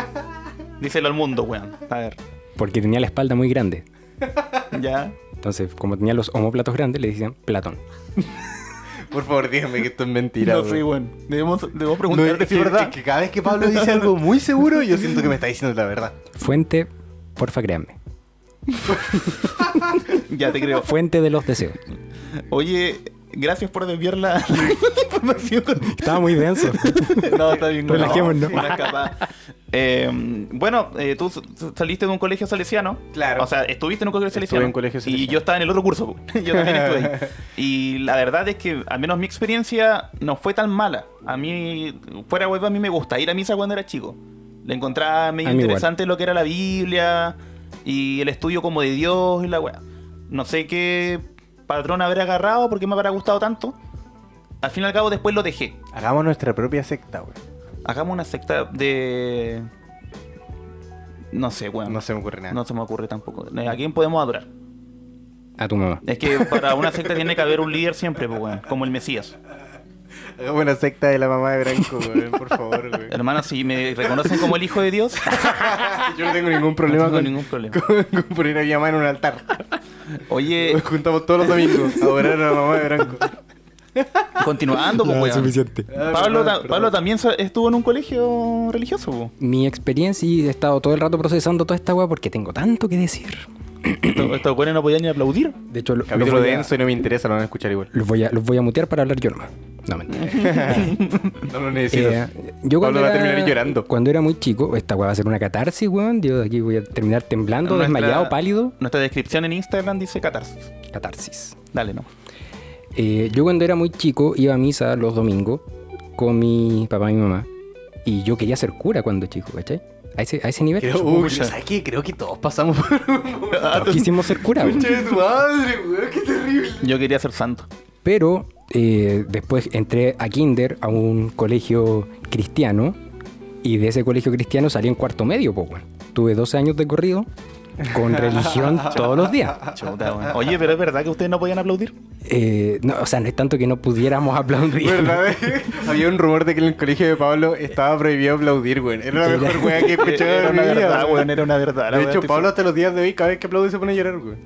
S1: Díselo al mundo, weón. A ver,
S3: Porque tenía la espalda muy grande.
S1: ya.
S3: Entonces, como tenía los homóplatos grandes, le decían Platón.
S2: Por favor, dígame que esto es mentira.
S1: no
S2: güey.
S1: sé, weón. Debemos, debemos
S2: No,
S1: preguntarte
S2: es
S1: si es
S2: que-
S1: verdad.
S2: es que cada vez que Pablo dice algo muy seguro, yo siento que me está diciendo la verdad.
S3: Fuente, porfa créanme.
S1: Ya te creo.
S3: Fuente de los deseos.
S1: Oye, gracias por desviar la, la información.
S3: Estaba muy denso.
S1: No, está bien. no.
S3: Relajémonos.
S1: Una escapada. Eh, bueno, eh, tú s- saliste de un colegio salesiano.
S2: Claro.
S1: O sea, estuviste en un colegio
S2: Estuve
S1: salesiano.
S2: en un colegio
S1: Y
S2: salesiano.
S1: yo estaba en el otro curso. yo también estuve ahí. Y la verdad es que, al menos mi experiencia, no fue tan mala. A mí, fuera web, a mí me gusta ir a misa cuando era chico. Le encontraba medio
S3: A mí igual.
S1: interesante lo que era la Biblia y el estudio como de Dios y la weá. No sé qué patrón habré agarrado porque me habrá gustado tanto. Al fin y al cabo, después lo dejé.
S2: Hagamos nuestra propia secta, güey.
S1: Hagamos una secta de. No sé, weón.
S2: No se me ocurre nada.
S1: No se me ocurre tampoco. Eh, ¿A quién podemos adorar?
S3: A tu mamá.
S1: Es que para una secta tiene que haber un líder siempre, pues, weón. Como el Mesías.
S2: Hagamos una secta de la mamá de Branco, güey, por favor, güey.
S1: Hermano, si me reconocen como el hijo de Dios,
S2: Yo no tengo ningún
S1: no
S2: problema
S1: tengo
S2: con,
S1: ningún problema.
S2: con, con poner a mi mamá en un altar.
S1: Oye,
S2: Nos juntamos todos los domingos a adorar a la mamá de Branco.
S1: continuando, pues, weón.
S3: suficiente.
S2: Ah,
S1: Pablo, ta- Pablo también so- estuvo en un colegio religioso, pues.
S3: Mi experiencia y he estado todo el rato procesando toda esta weá porque tengo tanto que decir.
S1: Estos estos weones no podían ni aplaudir.
S3: De hecho, lo- los
S2: Capítulo
S3: voy, a,
S2: denso y no me interesa, lo van a escuchar igual.
S3: los voy a- los voy a mutear para hablar yo nomás. No, mentira.
S2: No lo necesito.
S3: Eh, yo
S2: Pablo
S3: cuando
S2: va a
S3: era-
S2: terminar llorando.
S3: Cuando era muy chico, esta weá va a ser una catarsis, weón. Yo de aquí voy a terminar temblando,
S1: Nuestra-
S3: desmayado, pálido.
S1: Nuestra descripción en Instagram dice catarsis.
S3: Catarsis.
S1: Dale, no.
S3: Eh, yo cuando era muy chico iba a misa los domingos con mi papá y mi mamá. Y yo quería ser cura cuando chico, ¿cachai? A ese, a ese nivel.
S2: Creo,
S3: Yo-
S2: uy, ¿sabes qué? Creo que todos pasamos por un momento.
S3: Quisimos ser cura, weón.
S2: Concha Ah, de tu madre, weón, qué terrible.
S1: Yo quería ser santo.
S3: Pero eh, después entré a kinder, a un colegio cristiano, y de ese colegio cristiano salí en cuarto medio, po, weón. Tuve 12 años de corrido con religión todos los días.
S2: Ah,
S1: Chuta, weón. Oye, pero es verdad que ustedes no podían aplaudir.
S3: Eh, no, o sea, no es tanto que no pudiéramos aplaudir.
S2: ¿Verdad? Había un rumor de que en el colegio de Pablo estaba prohibido aplaudir, güey. Era la
S3: Era-
S2: mejor weá que he escuchado
S1: Era
S2: en
S1: una
S2: mi vida,
S1: verdad,
S2: güey.
S1: weón, era una verdad. La
S2: De
S1: weá,
S2: hecho,
S1: estoy
S2: Pablo hasta los días de hoy, cada vez que aplaude se pone a llorar, güey.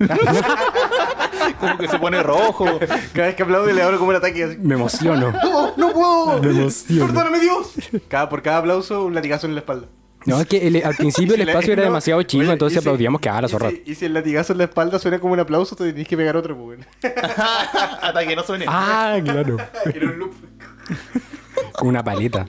S1: como que se pone rojo.
S2: Cada vez que aplaude le abro como un ataque así.
S3: Me emociono.
S2: ¡No, no puedo!
S3: Me emociono.
S2: ¡Perdóname, Dios! Cada, por cada aplauso, un latigazo en la espalda.
S3: No, es que el- al principio el
S2: Si la-
S3: espacio era
S2: no,
S3: demasiado chico,
S2: oye,
S3: entonces
S2: y si-
S3: aplaudíamos que ah, la
S2: y
S3: zorra.
S2: si- Y si el latigazo en la espalda suena como un aplauso, te tenés que pegar otro, pues, güey.
S1: Hasta que no suene.
S3: Ah, claro.
S2: Era un loop.
S3: Con una paleta.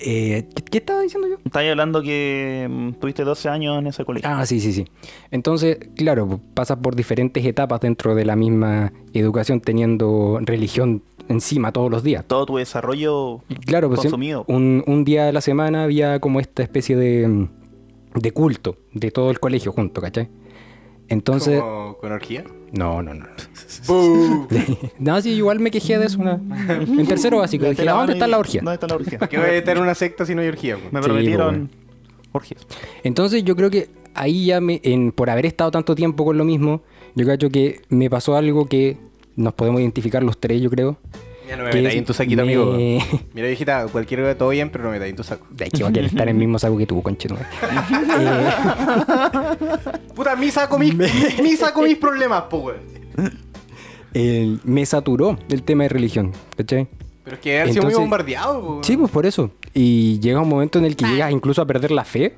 S3: Eh, ¿qué- ¿Qué estaba diciendo yo?
S1: Estáis hablando que mm, tuviste 12 años en ese colegio.
S3: Ah, sí, sí, sí. Entonces, claro, pasas por diferentes etapas dentro de la misma educación, teniendo religión encima todos los días.
S1: Todo tu desarrollo
S3: Y Claro, pues,
S1: Consumido.
S3: Un, un día de la semana había como esta especie de, mm, de culto de todo el colegio junto, ¿cachai? Entonces,
S2: Como con orgía.
S3: no, no, no.
S2: ¡Bú!
S3: no, sí, igual me quejé de eso. una- En tercero básico,
S1: Levanté
S3: dije,
S1: la
S3: "¿A
S1: mano
S3: ¿dónde
S1: y-
S3: está la orgia?
S1: Ah, ¿Dónde está la pues, orgia?
S2: Que voy a estar en una secta si no hay orgía, pues. güey.
S1: Me
S3: Sí,
S1: prometieron orgias.
S3: Entonces yo creo que ahí ya me, en- por haber estado tanto tiempo con lo mismo, yo cacho que me pasó algo que nos podemos identificar los tres, yo creo.
S2: Ya no me
S3: que
S2: metáis
S3: es-
S2: en tu saquito,
S3: me-
S2: amigo. Mira, viejita, cualquier hora todo bien, pero no me metáis en tu saco.
S3: De aquí va a querer estar en el mismo saco que tú, conchetumare. Eh,
S2: Puta, mi saco mis, mi saco mis problemas, po, weón.
S3: el- me saturó el tema de religión, ¿cachai?
S2: Pero es que han sido muy
S3: Entonces-
S2: bombardeados, po, weón.
S3: Sí, pues por eso. Y llega un momento en el que llegas incluso a perder la fe.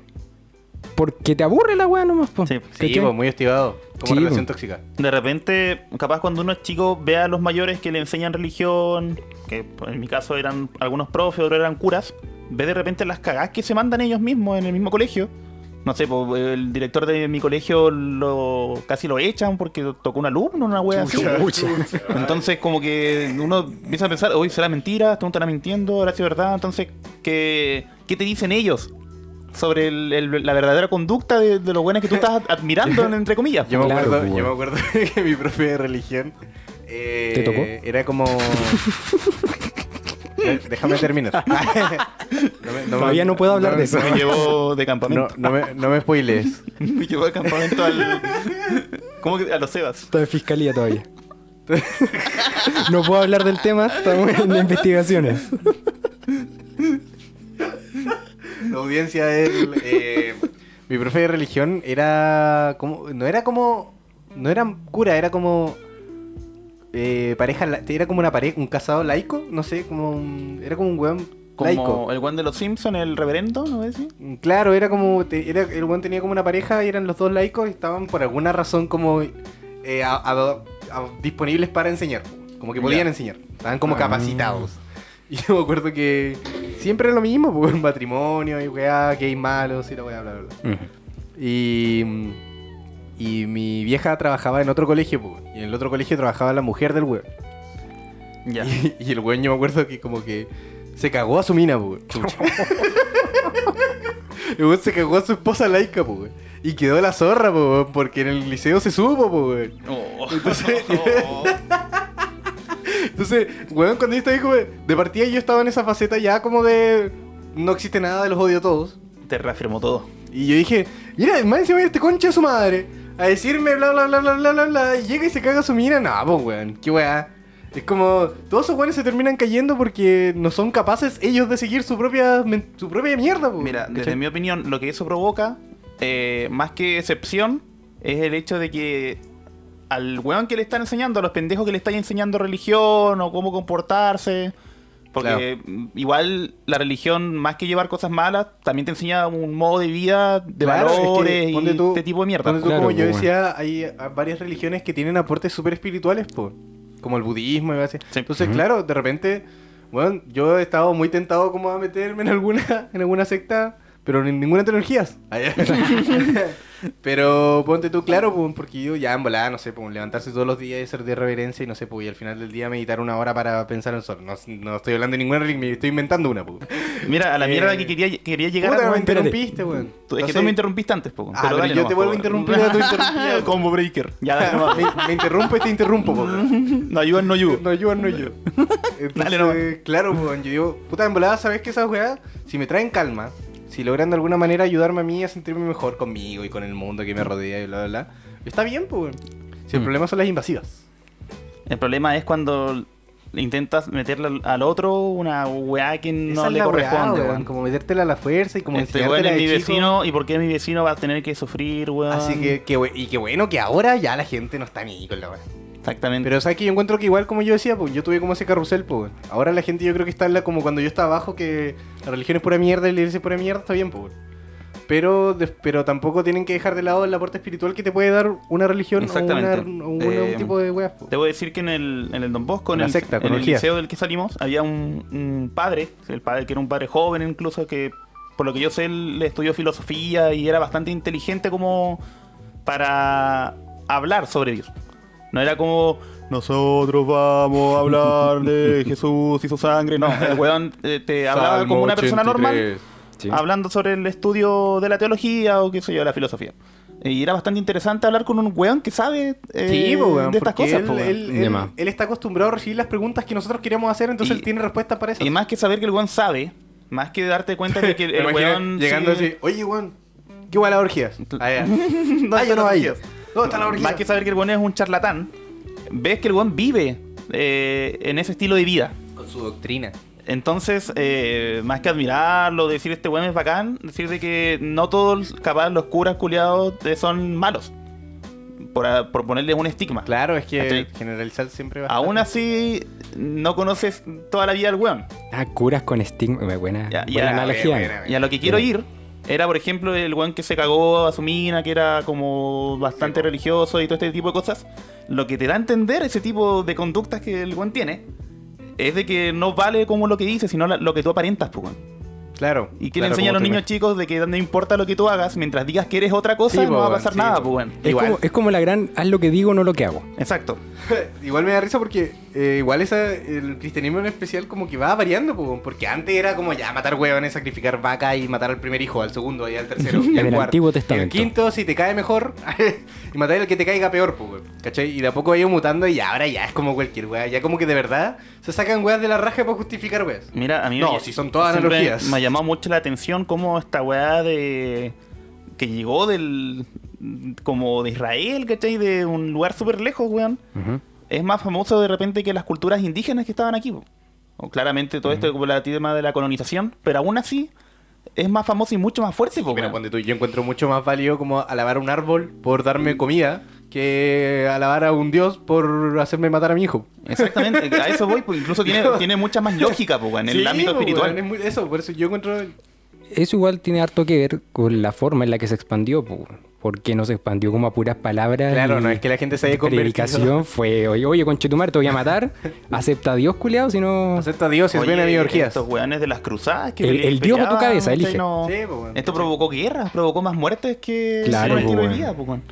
S3: Porque te aburre la weá nomás, po,
S1: Sí, sí,
S2: Sí,
S3: ¿cachai?
S2: po, muy hostigado. Como
S3: Sí, pues.
S2: relación
S3: po.
S2: tóxica.
S1: De repente, capaz cuando uno es chico ve a los mayores que le enseñan religión, que en mi caso eran algunos profes, otros eran curas, ve de repente las cagadas que se mandan ellos mismos en el mismo colegio. No sé, po, el director de mi colegio lo casi lo echan porque tocó un alumno, una wea así. Entonces como que uno empieza a pensar, hoy será mentira, esto no estará mintiendo, ahora sí es verdad. Entonces, ¿qué, qué te dicen ellos sobre el- el- la verdadera conducta de, de los buenos que tú estás admirando, entre comillas?
S2: Yo me,
S3: Claro,
S2: acuerdo,
S3: po,
S2: yo
S3: weón.
S2: me acuerdo que mi profe de religión. eh,
S3: ¿Te tocó?
S2: Era como. Eh, Déjame terminar. No me- no me-
S3: Todavía no puedo hablar de eso.
S1: Me llevó de
S2: No,
S1: campamento.
S2: no me, no me spoilees.
S1: Ah. Me llevó de campamento al. ¿Cómo que? A los Sebas.
S3: Está de fiscalía todavía. No puedo hablar del tema, estamos en investigaciones.
S2: La audiencia del. eh, mi profe de religión era. Como, no era como. No era cura, era como. eh, pareja. la- Era como una pareja, un casado laico, no sé, como. un- era como un weón
S1: Como
S2: laico.
S1: el one de los Simpsons, el reverendo, ¿no es así?
S2: Claro, era como. te- era, el weón tenía como una pareja y eran los dos laicos y estaban por alguna razón como. eh, a- a- a- disponibles para enseñar. Como que podían
S1: Ya.
S2: enseñar. Estaban como
S3: Ah.
S2: capacitados. Y yo me acuerdo que siempre era lo mismo, pues, matrimonio y weá, gays malos y la weá, bla, bla, bla. Y, mm, y mi vieja trabajaba en otro colegio, po, y en el otro colegio trabajaba la mujer del weón.
S1: Ya.
S2: Y, y el weón yo me acuerdo que como que se cagó a su mina, po, weón. El weón se cagó a su esposa laica, po, weón. Y quedó la zorra, po, weón, porque en el liceo se supo, po, weón. Entonces- Entonces, weón, cuando yo estaba ahí, como de- de partida yo estaba en esa faceta ya como de... No existe nada, los odio a todos.
S1: Te reafirmó todo.
S2: Y yo dije, mira, más encima viene este concha de su madre a decirme bla bla bla bla bla bla bla y llega y se caga su mina. No, pues weón, qué weá. Es como, todos esos weones se terminan cayendo porque no son capaces ellos de seguir su propia, men- su propia mierda, po,
S1: Mira, desde
S2: ¿cachai?
S1: mi opinión, lo que eso provoca, eh, más que excepción, es el hecho de que al weón que le están enseñando, a los pendejos que le están enseñando religión o cómo comportarse, Porque igual la religión, más que llevar cosas malas, también te enseña un modo de vida, de
S2: Claro, es que
S1: valores
S2: ponte
S1: y
S2: tú-
S1: este tipo de mierda.
S2: Ponte tú,
S3: Claro,
S2: como yo
S3: pues,
S2: decía, hay ah, varias religiones que tienen aportes súper espirituales, po, como el budismo y así.
S1: Sí.
S2: Entonces, claro, de repente, bueno, yo he estado muy tentado como a meterme en alguna, en alguna secta, pero en ninguna tecnologías. pero ponte tú, claro, po, porque yo ya en volada, no sé, po, levantarse todos los días y hacer de reverencia y no sé, po, y al final del día meditar una hora para pensar en el sol. No, no estoy hablando de ninguna religión, me estoy inventando una, po.
S1: Mira, a la
S2: Eh,
S1: mierda que quería, que quería llegar
S2: Puta,
S1: a-
S2: me
S1: Espérate.
S2: interrumpiste, weón.
S1: Tú- Es que tú
S2: Entonces-
S1: me interrumpiste antes, poco.
S2: Ah, pero yo te vuelvo a interrumpir a tu interrumpida.
S1: Combo breaker. Ya, dale nomás.
S2: me, me interrumpo y te interrumpo, po.
S1: No ayudan, no ayudan.
S2: No yo, no yo. Entonces,
S1: Dale nomás.
S2: claro, po, yo digo, puta, en volada, ¿sabes qué esas weas? Si me traen calma, si logran de alguna manera ayudarme a mí a sentirme mejor conmigo y con el mundo que me rodea y bla, bla, bla, está bien, pues. Si el
S3: Mm.
S2: problema son las invasivas.
S1: El problema es cuando intentas meterle al- al otro una weá que no
S2: Esa es
S1: le
S2: la weá,
S1: corresponde,
S2: weón,
S1: weón.
S2: Como metértela a la fuerza y como
S1: Este weón
S2: enseñártela
S1: es mi
S2: de chico.
S1: vecino y por qué mi vecino va a tener que sufrir, weón.
S2: Así que, que bu- y qué bueno que ahora ya la gente no está ni con la wea.
S1: Exactamente.
S2: Pero sabes que yo encuentro que igual como yo decía, pues yo tuve como ese carrusel, pues. weón. Ahora la gente yo creo que está en la- como cuando yo estaba abajo, que la religión es pura mierda y la iglesia es pura mierda, está bien, pues. weón. Pero, des- pero tampoco tienen que dejar de lado el aporte espiritual que te puede dar una religión o, una,
S1: Exactamente.
S2: o una-
S1: Eh,
S2: un tipo de weas, pues. po.
S1: Debo decir que en el, en el Don Bosco, en
S2: Una
S1: el,
S2: secta,
S1: en el
S2: orgías.
S1: liceo del que salimos, había un, un padre, el padre que era un padre joven incluso, que por lo que yo sé, él estudió filosofía y era bastante inteligente como para hablar sobre Dios. No era como, nosotros vamos a hablar de Jesús y su sangre. No, el weón eh, te hablaba como una persona normal
S3: Sí.
S1: hablando sobre el estudio de la teología o qué sé yo, de la filosofía. Y era bastante interesante hablar con un weón que sabe eh,
S2: Sí, po, weón,
S1: de estas
S2: porque
S1: cosas.
S2: él,
S1: po, weón.
S2: él-
S3: De
S2: él-
S3: más.
S2: él está acostumbrado a recibir las preguntas que nosotros queríamos hacer, entonces
S1: Y-
S2: él tiene respuestas para eso.
S1: Y más que saber que el weón sabe, más que darte cuenta de que
S2: Me
S1: el
S2: imagino
S1: weón.
S2: llegando
S1: sí-
S2: así, oye, weón, ¿qué igual a orgías? Ah, ya.
S1: No,
S2: Ah, yo no
S1: no,
S2: vaya.
S1: Dios.
S2: ¿Dónde está la orgía?
S1: Más que saber que el weón es un charlatán, ves que el weón vive eh, en ese estilo de vida.
S2: Con su doctrina.
S1: Entonces, eh, más que admirarlo, decir este weón es bacán, decir de que no todos, capaz, los curas culiados eh, son malos. Por, a- por ponerles un estigma.
S2: Claro, es que
S1: ¿Cachai?
S2: generalizar siempre va a
S1: Aún así, no conoces toda la vida del weón.
S3: Ah, curas con estigma. eh, Buena,
S1: Ya,
S3: buena
S1: ya,
S3: analogía.
S2: buena, buena.
S1: Y a lo que quiero
S3: Ya.
S1: ir era, por ejemplo, el weón que se cagó a su mina, que era como bastante
S2: Sí, po.
S1: religioso y todo este tipo de cosas. Lo que te da a entender ese tipo de conductas que el weón tiene es de que no vale como lo que dices, sino la- lo que tú aparentas, po, weón.
S2: Claro.
S1: Y quiere
S2: claro,
S1: enseñar a
S2: como
S1: los
S2: te
S1: niños
S2: imaginas.
S1: chicos de que no importa lo que tú hagas, mientras digas que eres otra cosa,
S2: Sí, po,
S1: no va a
S2: weón,
S1: pasar
S2: sí,
S1: nada,
S2: po.
S1: pues weón.
S3: Es
S2: Igual.
S3: como, es como la gran, haz lo que digo, no lo que hago.
S1: Exacto.
S2: Igual me da risa porque eh, igual esa, el cristianismo en especial como que va variando, po, porque antes era como ya matar huevones, sacrificar vaca y matar al primer hijo, al segundo y al tercero. y
S3: En
S2: al
S3: el
S2: cuarto. Y
S3: Antiguo
S2: El
S3: Testamento.
S2: quinto, si te cae mejor, y matar al que te caiga peor, po, weón, ¿cachai? Y de a poco ha ido mutando y ahora ya es como cualquier wea, ya como que de verdad se sacan weas de la raja para justificar weas.
S3: Mm,
S1: Mira, a mí
S2: No,
S1: me-
S2: si son todas
S1: siempre
S2: analogías.
S1: Me ha llamado mucho la atención cómo esta weá de. que llegó del. como de Israel, ¿cachai? De un lugar súper lejos, weón.
S3: Ujú.
S1: Es más famoso de repente que las culturas indígenas que estaban aquí. po. O claramente todo esto como la tema de la colonización, pero aún así es más famoso y mucho más fuerte, po,
S2: Mira,
S1: weón.
S2: ponte tú, yo encuentro mucho más válido como alabar a un árbol por darme comida que alabar a un dios por hacerme matar a mi hijo.
S1: Exactamente, a eso voy, po. incluso tiene, tiene mucha más lógica, po, weón, en el
S2: Sí,
S1: ámbito
S2: po,
S1: espiritual.
S2: weón, es muy- eso, por eso yo encuentro.
S3: Eso igual tiene harto que ver con la forma en la que se expandió, po, porque no se expandió como a puras palabras.
S2: Claro,
S3: y
S2: no es que la gente se haya convertido.
S3: predicación fue, oye, oye, conchetumar, te voy a matar, acepta a Dios, culiao, si no...
S2: Acepta a Dios y
S1: Oye,
S2: ven a mi orgías.
S1: Estos weones de las cruzadas que
S3: El- el dios a tu
S1: peleaban,
S3: cabeza,
S1: ¿cachai?
S3: elige.
S1: No-
S2: Sí, po, weón.
S1: Esto provocó guerras, provocó más muertes que
S3: Claro,
S1: el
S3: po,
S1: estilo de
S3: weón.
S1: vida, po, pues, weón.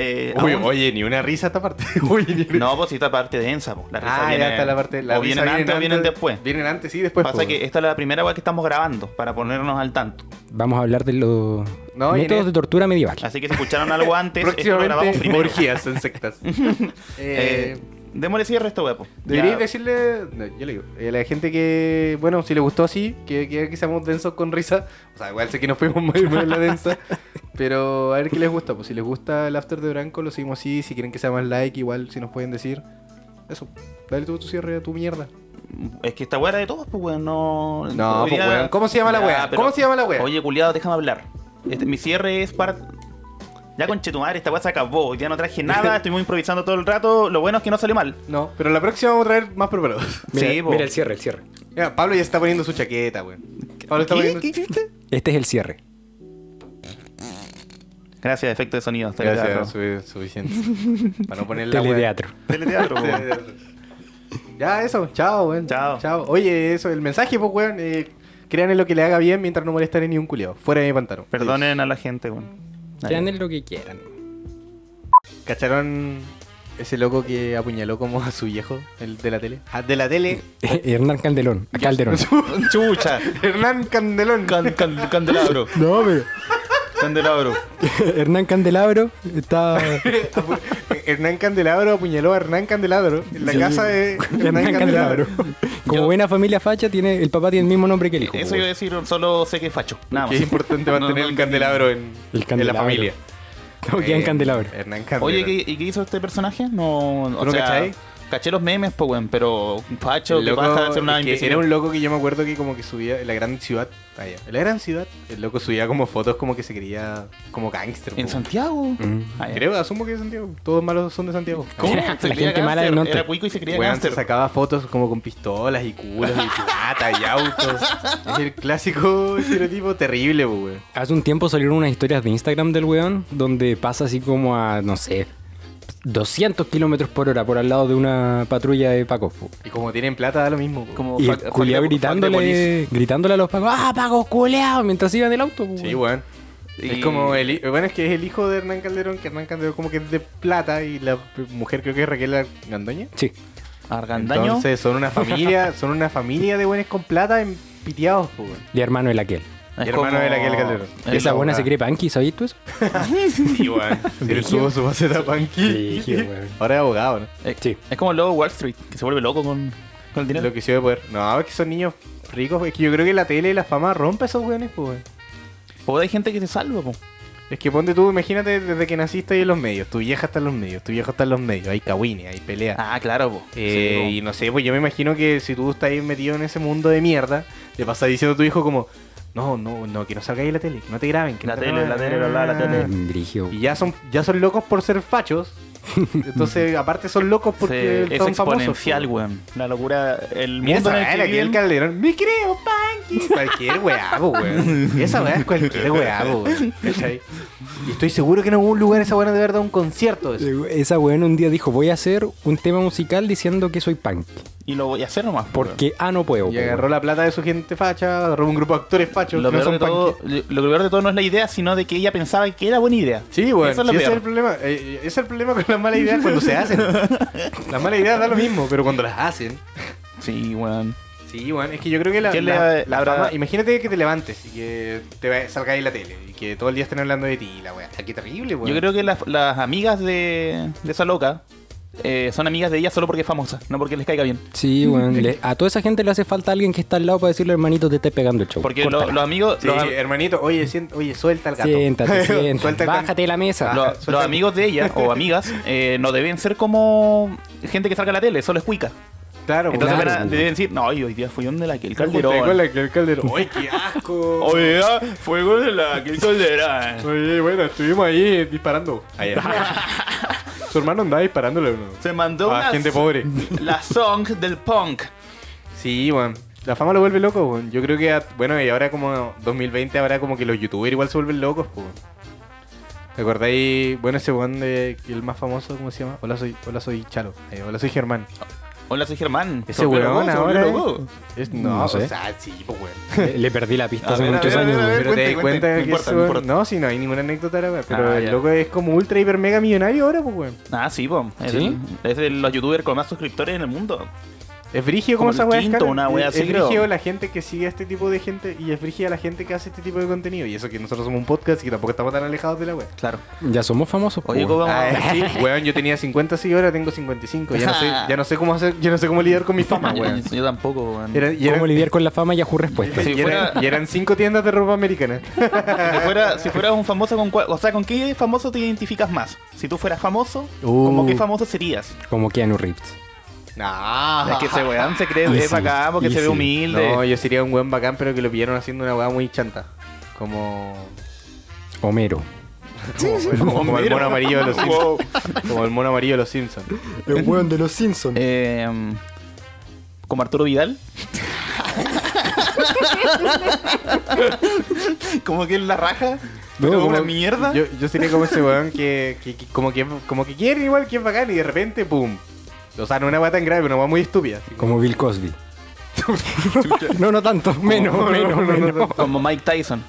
S1: Eh,
S2: Uy,
S1: aún-
S2: oye, ni una risa esta parte. Uy, ni una
S1: No, pues si esta parte densa, po. La risa
S2: Ah,
S1: viene-
S2: ya está la parte. La
S1: o
S2: risa
S1: vienen antes o vienen después.
S2: Vienen antes y después. pues.
S1: Pasa
S2: po,
S1: que este,
S2: weón.
S1: esta es la primera weá que estamos grabando para ponernos al tanto.
S3: Vamos a hablar de los
S2: No, y en
S3: métodos
S2: el- Ah,
S3: de tortura medieval.
S1: Así que si escucharon algo antes, esto lo grabamos
S2: Próximamente,
S1: primero.
S2: orgías en sectas.
S1: Eh,
S2: eh,
S1: démosle cierre a esta weá, pues. po.
S2: Debería
S1: Ya.
S2: decirle, no, yo le digo, eh, a la gente que, bueno, si le gustó así, que, que, que seamos densos con risa. O sea, igual sé que nos fuimos muy, muy en la densa. Pero a ver qué les gusta. Pues si les gusta el After de Branco, lo seguimos así. Si quieren que sea más like, igual si nos pueden decir. Eso, dale tú tu cierre a tu mierda.
S1: Es que esta weá era de todos, pues weón. No,
S2: No,
S1: hoy
S2: pues,
S1: día-
S2: weón, ¿cómo se llama la
S1: Ya,
S2: weá?
S1: pero-
S2: ¿Cómo se llama la weá?
S1: Oye, culiado, déjame hablar. Este, mi cierre es para. Ya conche tu madre, esta weá se acabó. Ya no traje nada, estuvimos improvisando todo el rato. Lo bueno es que no salió mal.
S2: No, pero la próxima vamos a traer más preparados.
S3: Mira,
S1: Sí, po.
S3: mira el cierre, el cierre.
S2: Mira, Pablo ya está poniendo su chaqueta, güey. Pablo está
S1: ¿Qué?
S2: poniendo.
S1: ¿Qué hiciste?
S3: Este es el cierre.
S1: Gracias, efecto de sonido. hasta acá.
S2: Gracias, su- suficiente. Para no poner la wea.
S3: Teleteatro.
S1: Teleteatro, po, weón.
S2: Ya, eso. Chao, weón.
S1: Chao.
S2: Chao. Oye, eso, el mensaje, pues, weón. Eh, créanle lo que le haga bien mientras no molestaré ni un culiao. Fuera de mi pantano.
S1: Perdonen a la gente, weón. Ahí.
S3: Sean lo que quieran.
S2: ¿Cacharon ese loco que apuñaló como a su viejo? El de la tele. Ah, de la tele.
S3: Hernán Calderón. Calderón.
S1: Chucha.
S2: Hernán Candelón.
S1: Can- can- candelabro.
S3: No, pero.
S1: Candelabro.
S3: Hernán Candelabro está.
S2: Apu- Hernán Candelabro apuñaló a Hernán Candelabro en la
S3: Sí.
S2: casa de Hernán Candelabro.
S3: Como
S1: Yo-
S3: buena familia facha, tiene, el papá tiene el mismo nombre que el hijo.
S1: Eso iba a decir, solo sé que es facho. Nada
S2: Que es
S1: más.
S2: importante
S1: No,
S2: mantener
S1: no,
S2: el candelabro en,
S3: El
S2: en
S3: candelabro.
S2: la familia.
S3: Como que en
S2: Eh,
S3: Candelabro.
S2: Hernán Candelabro.
S1: Oye, ¿qué- ¿y qué hizo este personaje? No, o
S2: ¿Tú no
S1: sea,
S2: cachai?
S1: caché los memes, pues, weón, pero facho,
S2: El
S1: que
S2: loco-
S1: pasa a ser una
S2: es que
S1: imbécil.
S2: Era un loco que yo me acuerdo que como que subía en la gran ciudad. Allá, en la gran ciudad. El loco subía como fotos como que se quería como gángster.
S1: En
S2: po.
S1: Santiago.
S3: Mm.
S1: Ah, ya.
S2: Creo, asumo que es Santiago. Todos malos son de Santiago.
S1: ¿Cómo?
S3: La
S1: Se creía
S3: gente mala del
S1: gánster,
S3: norte.
S1: Era cuico y se creía
S2: Weón, se
S1: gánster.
S2: sacaba fotos como con pistolas y culos y plata y autos. Es el clásico estereotipo terrible, po, weón.
S3: Hace un tiempo salieron unas historias de Instagram del weón donde pasa así como a, no sé, 200 kilómetros por hora por al lado de una patrulla de Pacos. po.
S2: Y como tienen plata, da lo mismo. po.
S1: Como
S3: Y
S1: fa-
S3: el
S1: fa-
S3: culiao
S1: fa- fa- de
S3: gritándole, gritándole a los Pacos, ¡ah, Pacos, culeado! Mientras iban en el auto. po,
S2: Sí,
S3: weón.
S2: weón.
S1: Y-
S2: Es como el, hi- bueno, es que es el hijo de Hernán Calderón, que Hernán Calderón como que es de plata y la mujer creo que es Raquel Gandoña.
S3: Sí.
S1: policía. Argandaño.
S2: Entonces son una familia, son una familia de buenos con plata en piteados, po, weón.
S3: Y hermano el aquel.
S1: Es
S2: hermano de la que el Calderón.
S1: es
S3: Esa
S1: la
S3: buena
S1: weá.
S3: se cree panqui, ¿sabías tú eso?
S2: Sí, weón. Él tuvo su faceta punky.
S3: Brígido, weón.
S2: Ahora es abogado, ¿no?
S1: Eh,
S3: Sí.
S1: Es como el lobo de Wall Street, que se vuelve loco con, con el dinero.
S2: Lo que hizo de poder. No, es que son niños ricos. Es que yo creo que la tele y la fama rompe esos weones, pues, weón.
S1: O Pues hay gente que se salva, po.
S2: Es que ponte tú, imagínate desde que naciste ahí en los medios. Tu vieja está en los medios, tu viejo está en los medios. Hay cagüines, hay pelea.
S1: Ah, claro, po.
S2: Eh,
S1: Sí,
S2: y no sé, pues yo me imagino que si tú estás ahí metido en ese mundo de mierda, le pasas diciendo a tu hijo como, no, no, no, que no salgáis de la tele, que no te graben, que
S1: La
S2: no te
S1: tele,
S2: graben".
S1: la tele, bla, bla, la
S3: Eh,
S1: tele.
S3: Mm. Brigio.
S2: Y ya son, ya son locos por ser fachos. Entonces, aparte son locos
S1: po.
S2: porque
S1: Sí, es
S2: son famosos.
S1: exponencial,
S2: po.
S1: weón. La locura, el
S2: Mira
S1: mundo en
S2: esa
S1: el
S2: weá,
S1: que
S2: la que el
S1: viven.
S2: calderón. Me creo, Panky. Cualquier weá, po, weón. Esa weá es cualquier weá, po, weón. ¿Cachai? Y estoy seguro que en algún lugar esa weá de verdad un concierto. de eso.
S3: Esa weón un día dijo, voy a hacer un tema musical diciendo que soy punk.
S1: Y lo voy a hacer nomás. po, weón.
S3: Porque, ah, no puedo.
S2: Y
S3: po,
S2: agarró la plata de su gente facha, agarró un grupo de actores fachos
S1: Lo
S2: que no
S1: peor,
S2: son
S1: de todo,
S2: punky.
S1: lo lo peor de todo no es la idea, sino de que ella pensaba que era buena idea.
S2: Sí, bueno,
S1: Eso es lo
S2: sí, ese es
S1: peor.
S2: el problema. Eh, ese es el problema con las malas ideas cuando se hacen. las malas ideas da lo mismo, pero cuando las hacen.
S1: Sí, weón.
S2: Sí, bueno, es que yo creo que la,
S1: ¿Qué le
S2: la-
S1: ha-
S2: la
S1: habrá-
S2: fama- Imagínate que te levantes y que te va- salga ahí en la tele y que todo el día estén hablando de ti y la weá. Qué terrible, weón.
S1: Yo creo que las, las amigas de, de esa loca eh, son amigas de ella solo porque es famosa, no porque les caiga bien.
S3: Sí, weón. le- a toda esa gente le hace falta alguien que está al lado para decirle, hermanito, te esté pegando el show.
S1: Porque lo- los amigos
S2: Sí, eh,
S1: los, am-
S2: hermanito, oye, sien- oye, suelta al gato.
S3: Siéntate,
S2: Suelta
S3: siéntate.
S2: el gato.
S3: Bájate de la mesa.
S1: lo-
S2: Ajá,
S1: los
S2: ah, suelta-
S1: amigos de ella o amigas eh, no deben ser como gente que salga a la tele, solo es cuica.
S2: Claro,
S1: Entonces
S3: claro,
S1: van a-
S3: weón.
S1: deben decir, no, hoy hoy día fue donde la que el
S2: Con
S1: calderón.
S2: la que el calderón. Oye, qué asco.
S1: Hoy día fue donde la que el calderón.
S2: Oye, bueno, estuvimos ahí disparando. Su hermano andaba disparándole
S1: Se mandó
S2: a
S1: una-
S2: Ah, gente pobre.
S1: la song del punk.
S2: Sí, weón. La fama lo vuelve loco, weón. Yo creo que, a- bueno, y ahora como 2020, ahora como que los youtubers igual se vuelven locos, po, weón. ¿Te acordáis? Bueno, ese weón de el más famoso, ¿cómo se llama? Hola, soy, hola, soy Chalo. Eh, hola, soy Germán.
S1: Hola, soy Germán.
S2: Ese
S1: Se
S2: weón
S1: volvió loco, se volvió
S2: ahora.
S1: loco.
S2: Es, no,
S3: No
S2: o
S3: sé.
S2: sea, sí, po, weón.
S3: Le, le perdí la pista
S1: A
S3: hace
S1: ver, a
S3: muchos
S1: ver, a
S3: años.
S1: ver, a
S3: weón.
S1: ver.
S2: Pero
S1: cuente,
S2: te das
S1: cuente,
S2: cuenta
S1: no
S2: que
S1: importa,
S2: ese
S1: no
S2: weón-
S1: importa.
S2: No, sí, no hay ninguna anécdota, la weá, Pero
S1: Ah,
S2: el
S1: ya.
S2: loco es como ultra, hiper, mega millonario ahora, pues, weón.
S1: Ah, sí, po. Es,
S3: ¿Sí?
S1: el- es de los youtubers con más suscriptores en el mundo.
S2: Es brigio
S1: Como
S2: como
S1: el
S2: esa weá.
S1: quinto,
S2: escala.
S1: una weá
S2: Es-
S1: así,
S2: Es
S1: creo.
S2: brigio la gente que sigue a este tipo de gente y es brigio la gente que hace este tipo de contenido. Y eso que nosotros somos un podcast y que tampoco estamos tan alejados de la weá.
S1: Claro.
S3: Ya somos famosos. po,
S1: Oye,
S3: weón.
S1: ¿cómo vamos a-
S2: Ah, sí, weón, yo tenía 50 sí, ahora tengo 55. Ya no sé, ya no sé cómo hacer, ya no sé cómo lidiar con mi fama,
S1: yo,
S2: weón.
S1: yo- yo tampoco, weón.
S2: Era- y, eran,
S3: ¿Cómo lidiar con la fama? Yahoo respuesta.
S1: Sí.
S2: y
S1: Si fuera-
S2: eran- y eran cinco tiendas de ropa americana.
S1: Si fuera, si fueras un famoso con cuál, o sea, ¿con qué famoso te identificas más? Si tú fueras famoso,
S2: Uh.
S1: ¿cómo qué famoso serías?
S3: Como Keanu Reeves.
S2: no.
S1: Es que ese weón se cree es
S3: Easy,
S1: bacán porque se ve
S3: easy.
S1: humilde.
S2: No, yo sería un weón bacán, pero que lo pillaron haciendo una weá muy chanta. Como.
S3: Homero.
S2: Como, como el mono amarillo de los Simpsons.
S1: Wow.
S2: Como el mono amarillo de los Simpsons.
S3: El weón de los Simpsons.
S1: Eh, como Arturo Em, Vidal. como que es la raja. Pero como una mierda.
S2: Yo, yo sería como ese weón que, que- que- como que como que quiere igual que es bacán y de repente, ¡pum! O sea, no una va tan grave, una va muy estúpida. así
S3: Como Bill Cosby. no, no tanto. Menos,
S2: No, no,
S3: menos,
S2: no, no,
S3: menos.
S2: no.
S1: Como Mike Tyson.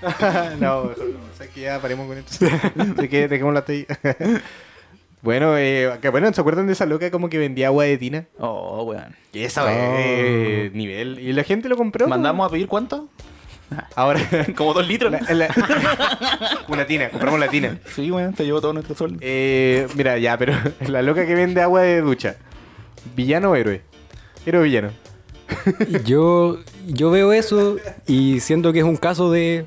S2: no, mejor no. O sea, que ya paremos con esto. Así que dejémoslo hasta ahí. bueno, eh, que bueno, ¿se acuerdan de esa loca como que vendía agua de tina?
S1: Oh, weón.
S2: Que esa eh, nivel. Y la gente lo compró.
S1: ¿Mandamos a pedir cuánto?
S2: Ahora.
S1: Como dos litros.
S2: la- la- una tina, compramos la tina.
S1: eh, Sí, weón, te llevo todo nuestro sueldo.
S2: Eh, mira, ya, pero la loca que vende agua de ducha. ¿Villano o héroe? Héroe o villano.
S3: Yo, yo veo eso y siento que es un caso de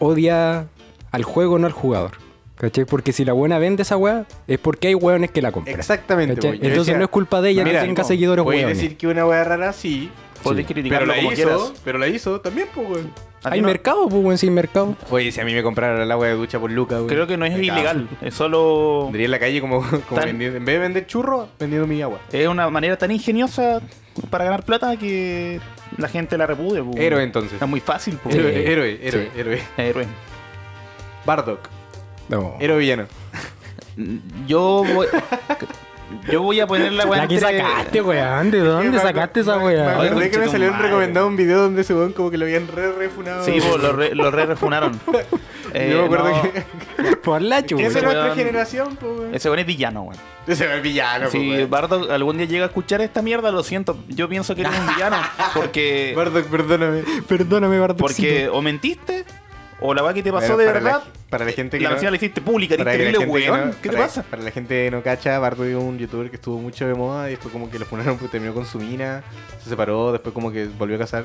S3: odia al juego, no al jugador. ¿Cachai? Porque si la buena vende esa weá, es porque hay weones que la compran.
S2: Exactamente.
S3: ¿Cachai?
S2: güey. Yo
S3: Entonces
S2: decía,
S3: no es culpa de ella
S2: mira,
S3: que tenga
S2: no,
S3: seguidores
S2: Puedes
S3: weones.
S2: decir que una wea rara sí.
S1: Podéis
S2: Pero
S1: criticarlo
S2: la
S1: como
S2: hizo,
S1: quieras.
S2: pero la hizo también, pues, güey.
S1: A ti
S3: Hay
S1: no-
S3: mercado, pues, weón, sin mercado.
S2: Oye, si a mí me compraran el agua de ducha por Luca, güey.
S1: Creo que no es
S2: me cago.
S1: ilegal. Es solo.
S2: Andaría en la calle como, como
S1: Tan-
S2: vendiendo. En vez de vender churros, vendiendo mi agua.
S1: Es una manera tan ingeniosa para ganar plata que la gente la repude. po.
S2: Héroe, entonces.
S1: Es muy fácil, po.
S3: Eh.
S2: Héroe, héroe, héroe,
S3: sí.
S2: héroe.
S1: Héroe.
S2: Bardock,
S3: No.
S2: héroe villano.
S1: Mm, Yo voy. Yo voy a poner la weá.
S3: La que
S1: entre-
S3: sacaste, weón. ¿De dónde
S2: Me-
S3: sacaste esa
S2: me- Me
S1: Ay,
S3: weá?
S2: acordé que me
S1: conchetumare.
S2: salió un recomendado un video donde ese weón como que lo habían re refunado.
S1: Sí, po, lo re, lo re refunaron. Eh,
S2: Yo me acuerdo
S1: no,
S2: que.
S3: Por la
S2: que es de
S1: ese
S3: chucha.
S1: no-
S2: nuestra
S1: weón-
S2: generación, pues, weón.
S1: Ese weón es villano, weón.
S2: Ese weón es villano,
S1: si
S2: pues, weón.
S1: Bardock algún día llega a escuchar esta mierda, lo siento. Yo pienso que eres un villano. Porque.
S2: Bardock, perdóname.
S3: Perdóname, Bardoxito.
S1: Porque o mentiste, o la va que te pasó
S2: Bueno,
S1: de
S2: para la-
S1: verdad. eh,
S2: para la gente que
S1: La
S2: no-
S1: vecina la hiciste pública, eres
S2: que la
S1: terrible,
S2: gente que
S1: weón.
S2: no-
S1: ¿Qué te
S2: para-
S1: pasa?
S2: Para la gente que no cacha, Bardock es un youtuber que estuvo mucho de moda y después como que lo funaron porque terminó con su mina, se separó, después como que volvió a casar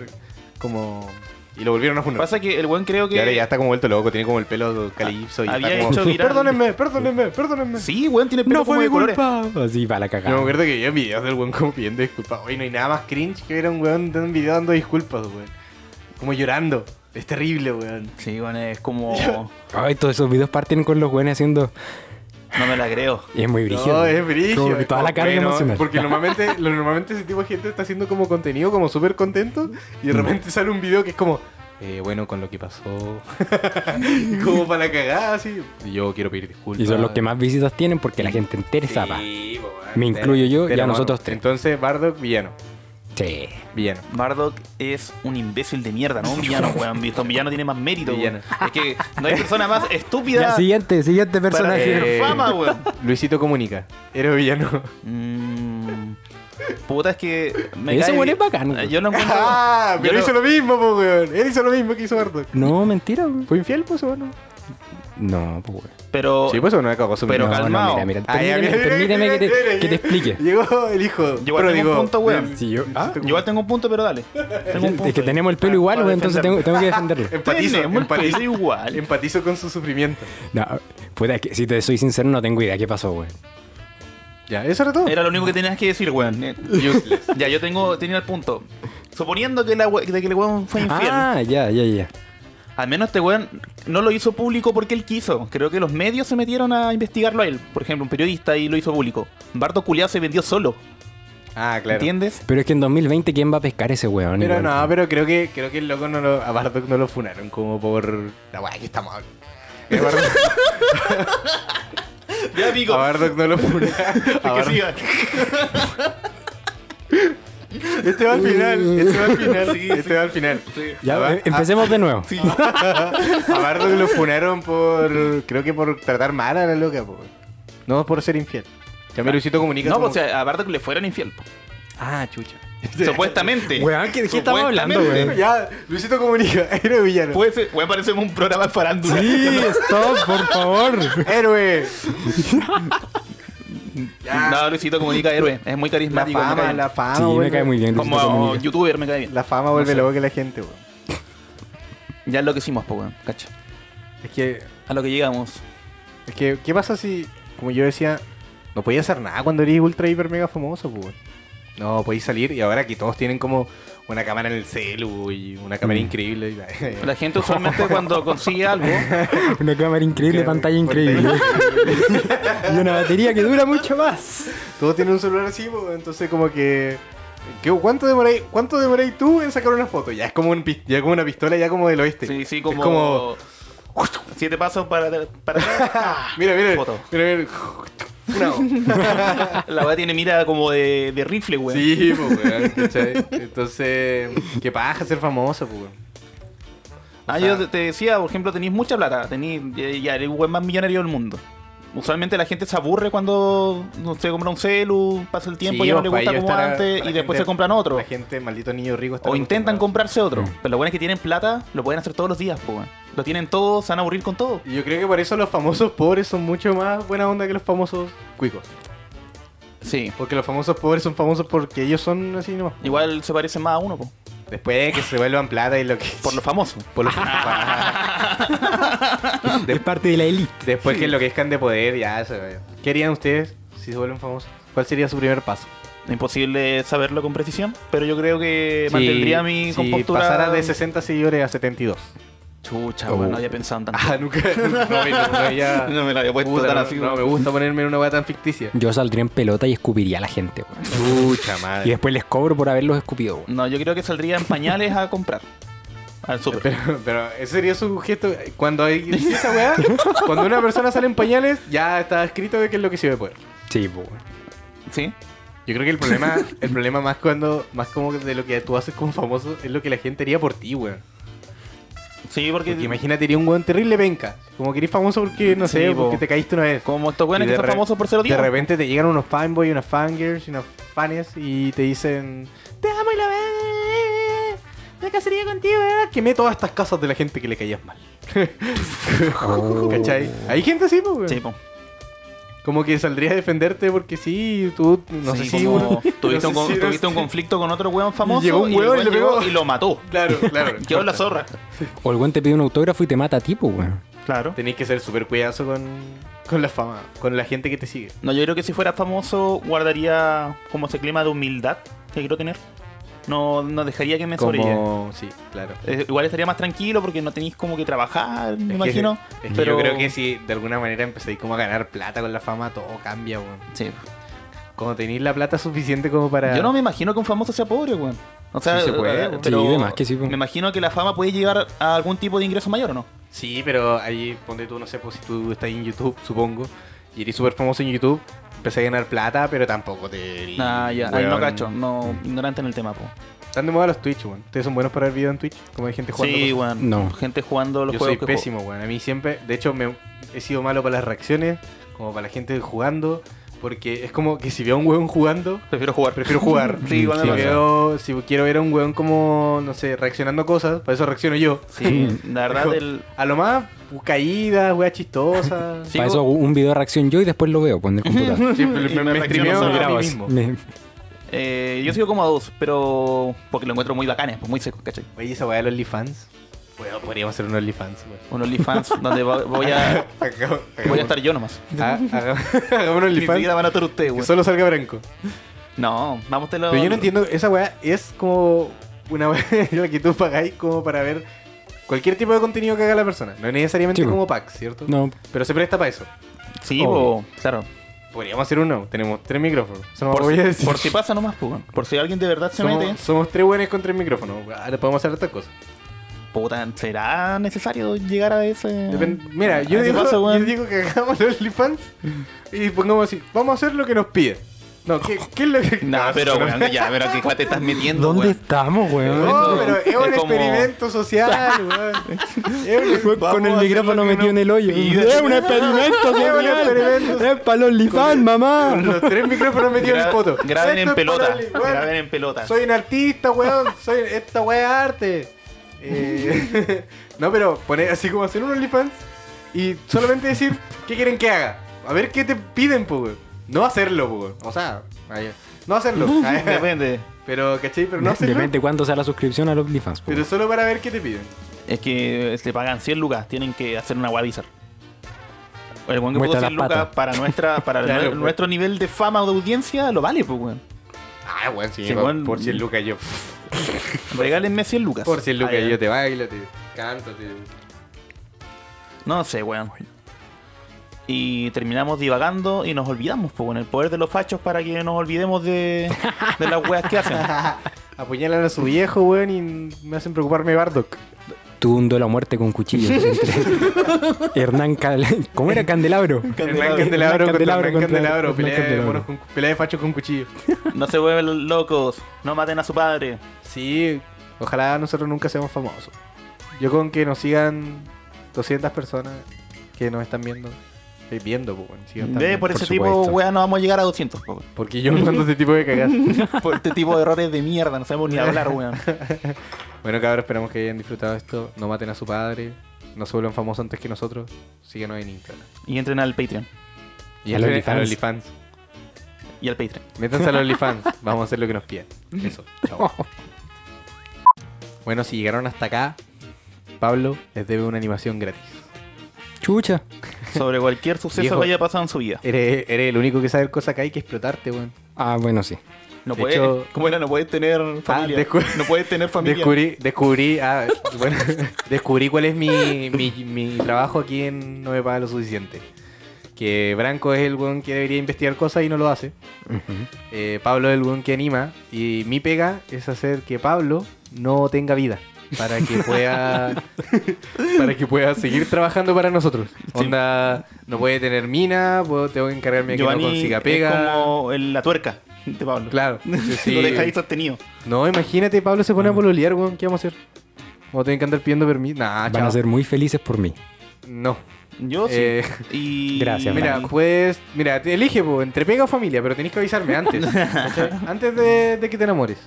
S2: como... Y lo volvieron a funar.
S1: Pasa que el weón creo que. Ah,
S2: Y ahora ya está como vuelto loco, tiene como el pelo calipso y
S1: Había
S2: está como,
S1: hecho viral-
S2: Perdónenme, perdónenme, perdónenme.
S1: Sí, weón, tiene pelo
S3: No
S1: como
S3: fue mi
S1: de colores.
S3: culpa. Así para la
S2: Yo me
S3: cagada.
S2: acuerdo que vi videos del weón como pidiendo disculpas. Hoy no hay nada más cringe que ver a un weón dando un video dando disculpas, weón. Como llorando. Es terrible, weón.
S1: Sí, weón, es como.
S3: Ay, todos esos videos parten con los weones haciendo.
S1: No me la creo.
S3: Y es muy brígido.
S2: No, es brillo.
S3: Como que toda la carga emocional.
S2: Porque normalmente, lo- normalmente ese tipo de gente está haciendo como contenido, como súper contento, y
S3: Mm.
S2: de repente sale un video que es como, eh, bueno, con lo que pasó. y como para la cagada, así. Y yo quiero pedir disculpas.
S3: Y son los que más visitas tienen porque la gente entera es zapa.
S2: Sí, po, weón.
S3: Me incluyo yo
S2: Te
S3: y
S2: la
S3: a
S2: mano.
S3: nosotros tres.
S2: Entonces, Bardock, villano.
S3: Sí.
S2: Villano.
S1: Bardock es un imbécil de mierda, no un villano, weón. Un villano tiene más mérito,
S2: Villano.
S1: weón. Es que no hay persona más
S3: Ya,
S1: estúpida
S3: siguiente, siguiente
S1: para
S3: personaje.
S2: Eh,
S1: tener fama, weón.
S2: Luisito comunica. Héroe villano.
S1: Mm, puta, es que. Me
S3: Ese
S1: cae
S3: weón
S1: bien.
S3: es bacán,
S1: Eh,
S3: weón.
S1: Yo lo encuentro.
S2: ah, pero
S1: yo
S2: hizo lo mismo, po, weón. Él hizo lo mismo que hizo Bardock.
S3: No, mentira, weón.
S2: ¿Fue infiel, pues, o no?
S3: No, pues. weón.
S1: Pero.
S2: Sí, pues, o no me cagó su
S1: Pero
S2: mina.
S3: No,
S1: calmado.
S3: No, mira, mira.
S2: Ay,
S3: Permíteme,
S2: mira,
S3: permíteme
S2: mira,
S3: que, te,
S2: mira,
S3: que te
S2: mira.
S3: explique.
S2: Llegó el hijo.
S1: Yo igual tengo
S2: pródigo
S1: un punto, weón.
S2: del-
S3: Sí, yo- ah.
S1: Yo igual tengo un punto, pero dale. Tengo un punto.
S3: Es que tenemos el
S2: Ah,
S3: pelo igual,
S1: Para
S3: weón, entonces tengo,
S1: defenderme.
S3: tengo que defenderlo.
S2: Empatizo,
S1: Tenemos el
S2: empatizo.
S1: pelo igual.
S2: Em, Empatizo con su sufrimiento.
S3: No, puta, es que si te soy sincero, no tengo idea qué pasó, weón.
S2: Ya, eso era todo.
S1: Era lo único que tenías que decir, weón. Eh,
S2: Useless.
S1: Ya, yo tengo, tenía el punto. Suponiendo que, la, we- de que el weón fue infiel.
S3: Ah, ya, ya, ya.
S1: Al menos este weón no lo hizo público porque él quiso. Creo que los medios se metieron a investigarlo a él. Por ejemplo, un periodista y lo hizo público. Bardo Culeado se vendió solo.
S2: Ah, claro.
S1: ¿Entiendes?
S3: Pero es que en 2020, ¿quién va a pescar ese weón?
S2: Pero
S3: Igual,
S2: no,
S3: weón.
S2: pero creo que creo que el loco no lo, a Bardock no lo funaron como por la weá que estamos hablando. Que Bardock-
S1: Ya,
S2: A
S1: pico.
S2: Bardock no lo funaron. A
S1: que
S2: Bardock-
S1: siga.
S2: Este va al final, este va al final, este va Ah. al final.
S3: Ya,
S2: A Bar-
S3: eh, empecemos de nuevo.
S2: A Bardock lo funaron por. Creo que por tratar mal a la loca, po. No por ser infiel. Ya me Luisito comunica.
S1: No,
S2: como-
S1: pues o sea, a Bardo le fueron infiel. po.
S2: Ah, chucha.
S1: Supuestamente.
S3: Weón, ¿qué- de qué estamos hablando,
S1: Supuestamente.
S3: weón?
S2: Ya, Luisito comunica, héroe villano.
S1: Puede ser, weón, parecemos un programa de farándula.
S3: Sí, stop, por favor.
S2: héroe.
S1: No, Luisito comunica héroe. Es muy
S2: La
S1: carismático. me
S2: fama,
S1: cae.
S2: la fama.
S3: Sí, me
S2: vuelve-
S3: cae muy bien. Luisito
S1: Como
S3: Comunica.
S1: youtuber me cae bien.
S2: La fama vuelve
S1: No sé.
S2: luego que la gente, weón.
S1: Ya es lo que hicimos, po, weón. Cacha.
S2: Es que,
S1: A lo que llegamos.
S2: es que, ¿qué pasa si, como yo decía, no podías hacer nada cuando eres ultra hiper mega famoso, pues, weón? No, podéis salir y ahora que todos tienen como una cámara en el celu y una cámara
S3: Mm.
S2: increíble. y-
S1: La gente usualmente cuando consigue algo,
S3: Una cámara increíble,
S2: Claro,
S3: pantalla increíble. y una batería que dura mucho más.
S2: Todos tienen un celular así, pues, entonces como que ¿Qué- ¿Cuánto demoráis cuánto demoráis tú en sacar una foto? Ya es como, un, pis- ya como una pistola, ya como del oeste.
S1: Sí, sí,
S2: Es
S1: como.
S2: como-
S1: Siete pasos para. para Ah,
S2: Mira, mira,
S1: Foto.
S2: mira, mira. Una hoja.
S1: La weá tiene mira como de, de rifle, weón.
S2: Sí, pues, weón, ¿cachai? Entonces, qué paja ser famoso, pues, weón.
S1: Ah,
S2: sea-
S1: yo te- te decía, por ejemplo, tenéis mucha plata, tenéis ya- ya eres el weón más millonario del mundo. Usualmente la gente se aburre cuando no se compra un celu, pasa el tiempo,
S2: Sí,
S1: ya no
S2: pues,
S1: le
S2: para
S1: gusta
S2: ellos
S1: como
S2: está la-
S1: antes
S2: para
S1: y
S2: la
S1: después
S2: gente-
S1: se compran otro.
S2: La gente, maldito niño rico, está
S1: O intentan
S2: acostumbrado.
S1: comprarse otro. Pero lo bueno es que tienen plata, lo pueden hacer todos los días, pues. Lo tienen todo, se van a aburrir con todo.
S2: Y yo creo que por eso los famosos pobres son mucho más buena onda que los famosos cuicos.
S1: Sí.
S2: Porque los famosos pobres son famosos porque ellos son así nomás.
S1: Igual se parecen más a uno, po,
S2: Después que se vuelvan plata y lo que.
S1: por lo famoso.
S2: por lo-
S3: Es parte de la élite.
S2: Después que lo que de poder, ya se ve. ¿Qué harían ustedes si se vuelven famosos? ¿Cuál sería su primer paso?
S1: Imposible saberlo con precisión, pero yo creo que Eh, mantendría mi
S2: si
S1: compostura.
S2: pasara de 60 seguidores a 72.
S1: Chucha,
S3: Oh.
S1: weón, no había pensado en tanto.
S2: Ah, nunca. No, no, Ah, no, ya.
S1: No me la había puesto
S2: Puta,
S1: tan
S2: no,
S1: así.
S2: no,
S1: weón.
S2: me gusta ponerme en una weá tan ficticia.
S3: Yo saldría en pelota y escupiría a la gente, weón.
S2: Chucha
S3: Y
S2: madre.
S3: después les cobro por haberlos escupido, weón.
S1: No, yo creo que saldría en pañales a comprar. Al súper.
S2: Pero, pero ese sería su gesto. Cuando hay ¿sí esa weá, cuando una persona sale en pañales, ya está escrito de qué es lo que se debe poder.
S3: Sí, po, weón.
S1: ¿Sí?
S2: Yo creo que el problema, el problema más cuando, más como de lo que tú haces como famoso, es lo que la gente haría por ti, weón.
S1: Sí, porque.
S2: Porque imagínate, haría un weón terrible venca. Como que eres famoso porque, no
S1: Sí,
S2: sé,
S1: po.
S2: porque te caíste una vez.
S1: Como estos
S2: Y
S1: weones que
S2: de
S1: son
S2: re-
S1: famosos por ser
S2: De
S1: odiados.
S2: repente te llegan unos fanboys, unas fangirls, unas fans y te dicen: Te amo y la ves. Me casaría contigo, ¿verdad? Quemé todas estas casas de la gente que le caías mal. ¿Cachai? Hay gente así, pues, weón.
S1: Sí, po.
S2: Como que saldría a defenderte porque sí, tú, no
S1: Sí,
S2: sé si.
S1: como
S2: uno-
S1: Tuviste,
S2: no
S1: un,
S2: sé
S1: con-
S2: si- no
S1: tuviste un
S2: sé-
S1: conflicto con otro weón famoso.
S2: llegó un
S1: el
S2: weón y le
S1: llegó
S2: pegó.
S1: y lo mató.
S2: Claro, claro.
S1: Quedó la zorra.
S3: O el weón te pide un autógrafo y te mata a ti, po, weón.
S1: Claro.
S2: Tenéis que ser súper cuidadoso con, con la fama, con la gente que te sigue.
S1: No, yo creo que si fuera famoso, guardaría como ese clima de humildad que quiero tener. No, no dejaría que me sobrelleve.
S2: Como, sí, claro.
S1: Eh, igual estaría más tranquilo porque no tenéis como que trabajar, me
S2: Es que-
S1: imagino.
S2: es que
S1: pero
S2: yo creo que si de alguna manera empezáis como a ganar plata con la fama, todo cambia, weón.
S1: Sí.
S2: Cuando tenéis la plata suficiente como para...
S1: Yo no me imagino que un famoso sea pobre, weón. O sea,
S2: Sí pues. se puede,
S1: eh,
S2: weón.
S1: pero
S3: Sí, de más que sí, po.
S1: Me imagino que la fama puede llegar a algún tipo de ingreso mayor, ¿o no?
S2: Sí, pero ahí ponte tú, no sé, pues si tú estás en YouTube, supongo, y eres súper famoso en YouTube, empezáis a ganar plata, pero tampoco te...
S1: Ah, ya, ahí
S2: weón.
S1: no cacho, no, ignorante en el tema, po.
S2: Están de moda los Twitch, weón. Ustedes son buenos para ver video en Twitch, como hay gente jugando.
S1: Sí,
S2: cosas.
S1: weón.
S3: No.
S1: Gente jugando los
S2: Yo soy
S1: juegos que
S2: pésimo, weón. A mí siempre, de hecho, me he sido malo para las reacciones, como para la gente jugando, porque es como que si veo a un weón jugando,
S1: juego. Prefiero jugar.
S2: prefiero jugar.
S1: Sí, igual
S2: si,
S1: me pasa.
S2: veo, si quiero ver a un weón como, no sé, reaccionando a cosas, para eso reacciono yo.
S1: Sí, la verdad, el.
S2: A lo más, pues, caídas, weas chistosas.
S1: Sí,
S3: Para
S1: po.
S3: eso hago un video de reacción yo y después lo veo, pues, en el computador.
S2: Sí, me,
S1: Y me
S2: me
S1: reacciono
S2: streameo
S1: solo.
S2: a mí
S1: Grabas.
S2: mismo.
S3: Me-
S1: Eh, yo sigo como a dos, pero. Porque lo encuentro muy bacanes, pues muy seco, ¿cachai?
S2: Oye, esa wea de los OnlyFans. Weón, podríamos hacer un OnlyFans, weón.
S1: Un OnlyFans donde va- voy a.
S2: Hagamos-
S1: Voy a
S2: hagamos-
S1: estar yo nomás.
S2: Ah, haga- Hagamos un
S1: Ni siquiera
S2: OnlyFans.
S1: van a estar ustedes,
S2: Que
S1: weón.
S2: solo salga blanco.
S1: No, vamos te lo.
S2: Pero yo no entiendo, esa weá es como una weá en la que tú pagáis como para ver cualquier tipo de contenido que haga la persona. No necesariamente
S3: Sí, po.
S2: como packs, ¿cierto?
S3: No,
S2: Pero se presta para eso.
S1: Sí,
S3: Obvio.
S2: Oh.
S1: po, claro.
S2: Podríamos hacer uno, tenemos tres micrófonos. Eso no
S1: Por,
S2: lo Oh, voy a decir.
S1: por si pasa nomás, pues, weón. Por si alguien de verdad se mete.
S2: somos, somos tres buenos con tres micrófonos. Ahora podemos hacer estas cosas.
S1: Puta, ¿será necesario llegar a ese.
S3: Ah.
S2: Depen- Mira, yo
S1: a ese
S2: digo,
S1: paso,
S2: yo
S1: weón?
S2: digo que hagamos los OnlyFans y pongamos así, vamos a hacer lo que nos piden. No, ¿qué, qué es lo que.?
S1: No, pero,
S2: no.
S1: weón, ya, pero ¿qué cuál te estás metiendo,
S3: ¿Dónde
S1: weón?
S3: estamos, weón?
S2: No, Oh, pero es un
S1: Es como-
S2: experimento social, weón. Es un-
S3: Con
S2: vamos a
S3: el
S2: hacer
S3: micrófono
S2: lo que
S3: metido en
S2: nos
S3: el hoyo.
S2: piden.
S3: Es un experimento,
S2: Es un experimento.
S3: genial. Es para los lifan,
S2: Con
S3: mamá.
S2: los tres micrófonos metidos en el
S1: Gra-
S2: poto.
S1: Graben
S2: Esto
S1: en
S2: es
S1: pelota.
S2: para el- weón,
S1: Graben en pelota.
S2: Soy un artista, weón. Soy, esta weá es arte. Eh, no, pero poner así como hacer un OnlyFans y solamente decir qué quieren que haga. A ver qué te piden, pues, weón. No hacerlo, pues, weón. O sea, ay, no hacerlo. Ay,
S1: Depende.
S2: pero, ¿cachai? Pero no hacerlo.
S3: Depende cuándo sea la suscripción a los lifans.
S2: Pero solo para ver qué te piden.
S1: Es que se pagan 100 lucas, tienen que hacer una weá bizarra. El weón que puso
S3: Muestra
S1: 100
S3: las
S1: lucas
S3: patas.
S1: para, nuestra, para
S2: Claro,
S1: nue-
S2: pues.
S1: nuestro nivel de fama o de audiencia lo vale, pues, weón.
S2: Ah, weón, sí,
S1: Sí,
S2: por-
S1: weón.
S2: por 100 lucas yo.
S1: Regálenme 100 lucas.
S2: Por 100 lucas
S1: Ay,
S2: yo te bailo, te canto, te.
S1: No sé, weón. y terminamos divagando y nos olvidamos, pues, con el poder de los fachos para que nos olvidemos de, de las weas que hacen.
S2: Apuñalan a su viejo, weón, y me hacen preocuparme Bardock.
S3: Tuvo un duelo a muerte con cuchillos. entre Hernán Cal- ¿Cómo era Candelabro?
S2: Hernán Candelabro
S3: Candelabro
S2: contra Hernán
S3: contra Hernán
S2: Candelabro.
S3: Candelabro.
S2: Pelea de
S3: Candelabro.
S2: monos con- pelea de fachos con cuchillo.
S1: No se vuelven locos, no maten a su padre.
S2: Sí, ojalá nosotros nunca seamos famosos. Yo con que nos sigan 200 personas que nos están viendo. eh, Viendo, pues, weón, sigan
S1: Ve,
S2: también.
S1: por
S3: por
S1: ese tipo,
S3: supuesto.
S1: weas, no vamos a llegar a 200, po, weón.
S2: Porque yo mando este tipo de cagadas.
S1: Por este tipo de errores de mierda, no sabemos ni hablar, weón.
S2: Bueno, cabros, esperamos que hayan disfrutado esto. No maten a su padre. No se vuelvan famosos antes que nosotros. Síganos en Instagram.
S1: Y entren al Patreon.
S2: Y
S3: A los
S2: entren a los
S3: OnlyFans.
S2: OnlyFans.
S1: Y al Patreon.
S2: Métanse a los OnlyFans. Vamos a hacer lo que nos pidan. Eso. Chao. bueno, si llegaron hasta acá, Pablo les debe una animación gratis.
S3: Chucha.
S1: Sobre cualquier suceso
S2: Viejo. eh,
S1: que haya pasado en su vida.
S2: Eres, eres el único que sabe cosas que hay que explotarte, weón.
S3: Ah, bueno, sí.
S1: No
S2: De
S1: puedes,
S2: hecho-
S1: ¿cómo era? No puedes tener familia.
S2: descu-
S1: no puedes tener familia.
S2: Descubrí, descubrí, ah, bueno, descubrí cuál es mi, mi, mi trabajo aquí en No me paga lo suficiente. Que Branco es el weón que debería investigar cosas y no lo hace. Eh, Pablo es el weón que anima. Y mi pega es hacer que Pablo no tenga vida. Para que pueda. para que pueda seguir trabajando para nosotros. Onda, no puede tener mina, puedo- tengo que encargarme de que no
S1: Giovanni
S2: consiga
S1: es
S2: pega.
S1: como el- la tuerca de Pablo.
S2: Claro. sí, sí.
S1: Lo deja ahí sostenido.
S2: No, imagínate, Pablo se pone
S1: Mm.
S2: a pololear, weón. ¿Qué vamos a hacer? Vamos a tener que andar pidiendo permiso. Nah,
S3: Van
S2: Ah, chao.
S3: a ser muy felices por mí.
S2: No.
S1: Yo sí.
S2: Eh,
S1: y...
S3: gracias,
S2: Mira,
S3: Blanco.
S2: pues. Mira, te elige, po, entre pega o familia, pero tenés que avisarme antes. ¿cachai? antes de, de que te enamores.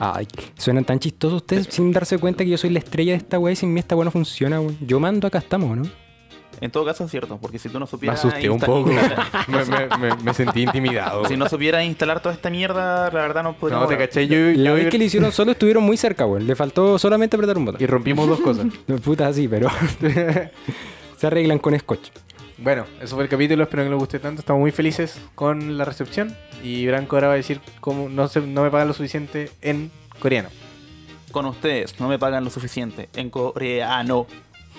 S3: Ay, suenan tan chistosos ustedes sin darse cuenta que yo soy la estrella de esta weá y sin mí esta weá no funciona, weón. Yo mando, acá estamos, ¿no?
S1: En todo caso es cierto, porque si tú no
S2: Me
S1: supieras...
S2: asusté un
S1: insta-
S2: poco.
S1: instalar-
S2: me, me- me- me sentí intimidado.
S1: si
S2: no,
S1: no supieras instalar toda esta mierda, la verdad no podríamos...
S2: te
S1: hablar.
S2: caché. Yo,
S3: La
S2: yo-
S3: vez que le hicieron solo estuvieron muy cerca, weón. Le faltó solamente apretar un botón.
S2: Y rompimos dos cosas.
S3: Puta, así, pero se arreglan con scotch.
S2: Bueno, eso fue el capítulo. Espero que les guste tanto. Estamos muy felices con la recepción. Y Branco ahora va a decir cómo no, se, no me pagan lo suficiente en coreano.
S1: Con ustedes, no me pagan lo suficiente. En coreano.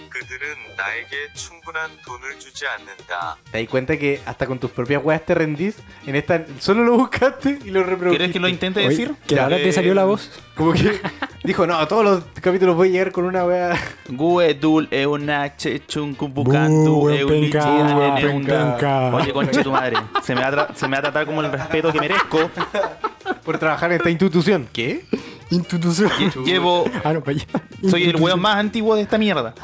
S4: 그들은 나에게 충분한 돈을 주지 않는다.
S2: Te das cuenta que hasta con tus propias weas te rendís. En esta solo lo buscaste y lo reproduciste.
S1: ¿Quieres que lo intente
S3: Oye,
S1: decir? Eh,
S3: que ahora
S2: eh,
S3: te salió la voz.
S2: Como que dijo, no, todos los capítulos voy a llegar con una wea.
S1: Guedul eunache chunkumbucantu
S3: Bu,
S1: eulichi
S3: penca,
S1: alen, eunda.
S3: penca.
S1: Oye, conche tu madre. Se me, va a tra- se me va a tratar como el respeto que merezco.
S2: Por trabajar en esta institución. ¿Qué?
S3: Institución.
S1: Lle- Llevo.
S3: Ah, no, pa' allá.
S1: Soy el
S3: Institución.
S1: weón más antiguo de esta mierda.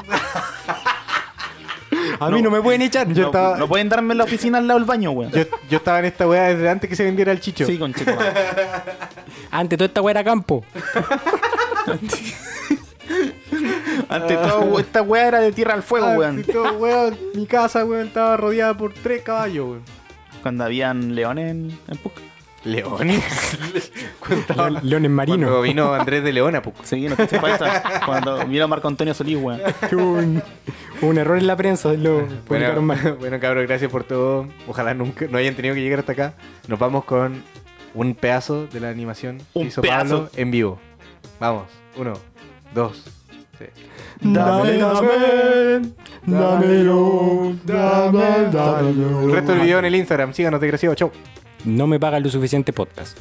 S3: A mí no,
S1: No.
S3: me pueden echar.
S2: Yo
S1: no,
S2: estaba-
S1: no pueden darme en la oficina al lado del baño, weón.
S2: Yo, yo estaba en esta wea desde antes que se vendiera el chicho.
S1: Sí, conche tu madre.
S3: Antes toda esta weá era campo.
S1: Ante todo, we- esta weá era de tierra al fuego,
S2: Ah,
S1: weón.
S2: sí, todo, weón. Mi casa, weón, estaba rodeada por tres caballos, weón.
S1: Cuando habían leones en, en Puc.
S2: Leones.
S3: León- Leones
S2: Cuando
S3: marinos.
S2: vino Andrés de Leona, pues.
S1: Sí, no te hace falta. Cuando vino Marco Antonio Solís, weón.
S3: un, un error en la prensa. Lo publicaron
S2: Bueno,
S3: mal.
S2: bueno, cabros, gracias por todo. Ojalá nunca no hayan tenido que llegar hasta acá. Nos vamos con un pedazo de la animación que
S1: Un
S2: hizo
S1: pedazo.
S2: Pablo en vivo. Vamos, uno, dos. tres.
S1: Dame,
S3: dame,
S2: dámelo, dame, El resto del video en el Instagram. Síganos, desgraciados. Chau.
S3: No me pagan lo suficiente podcast.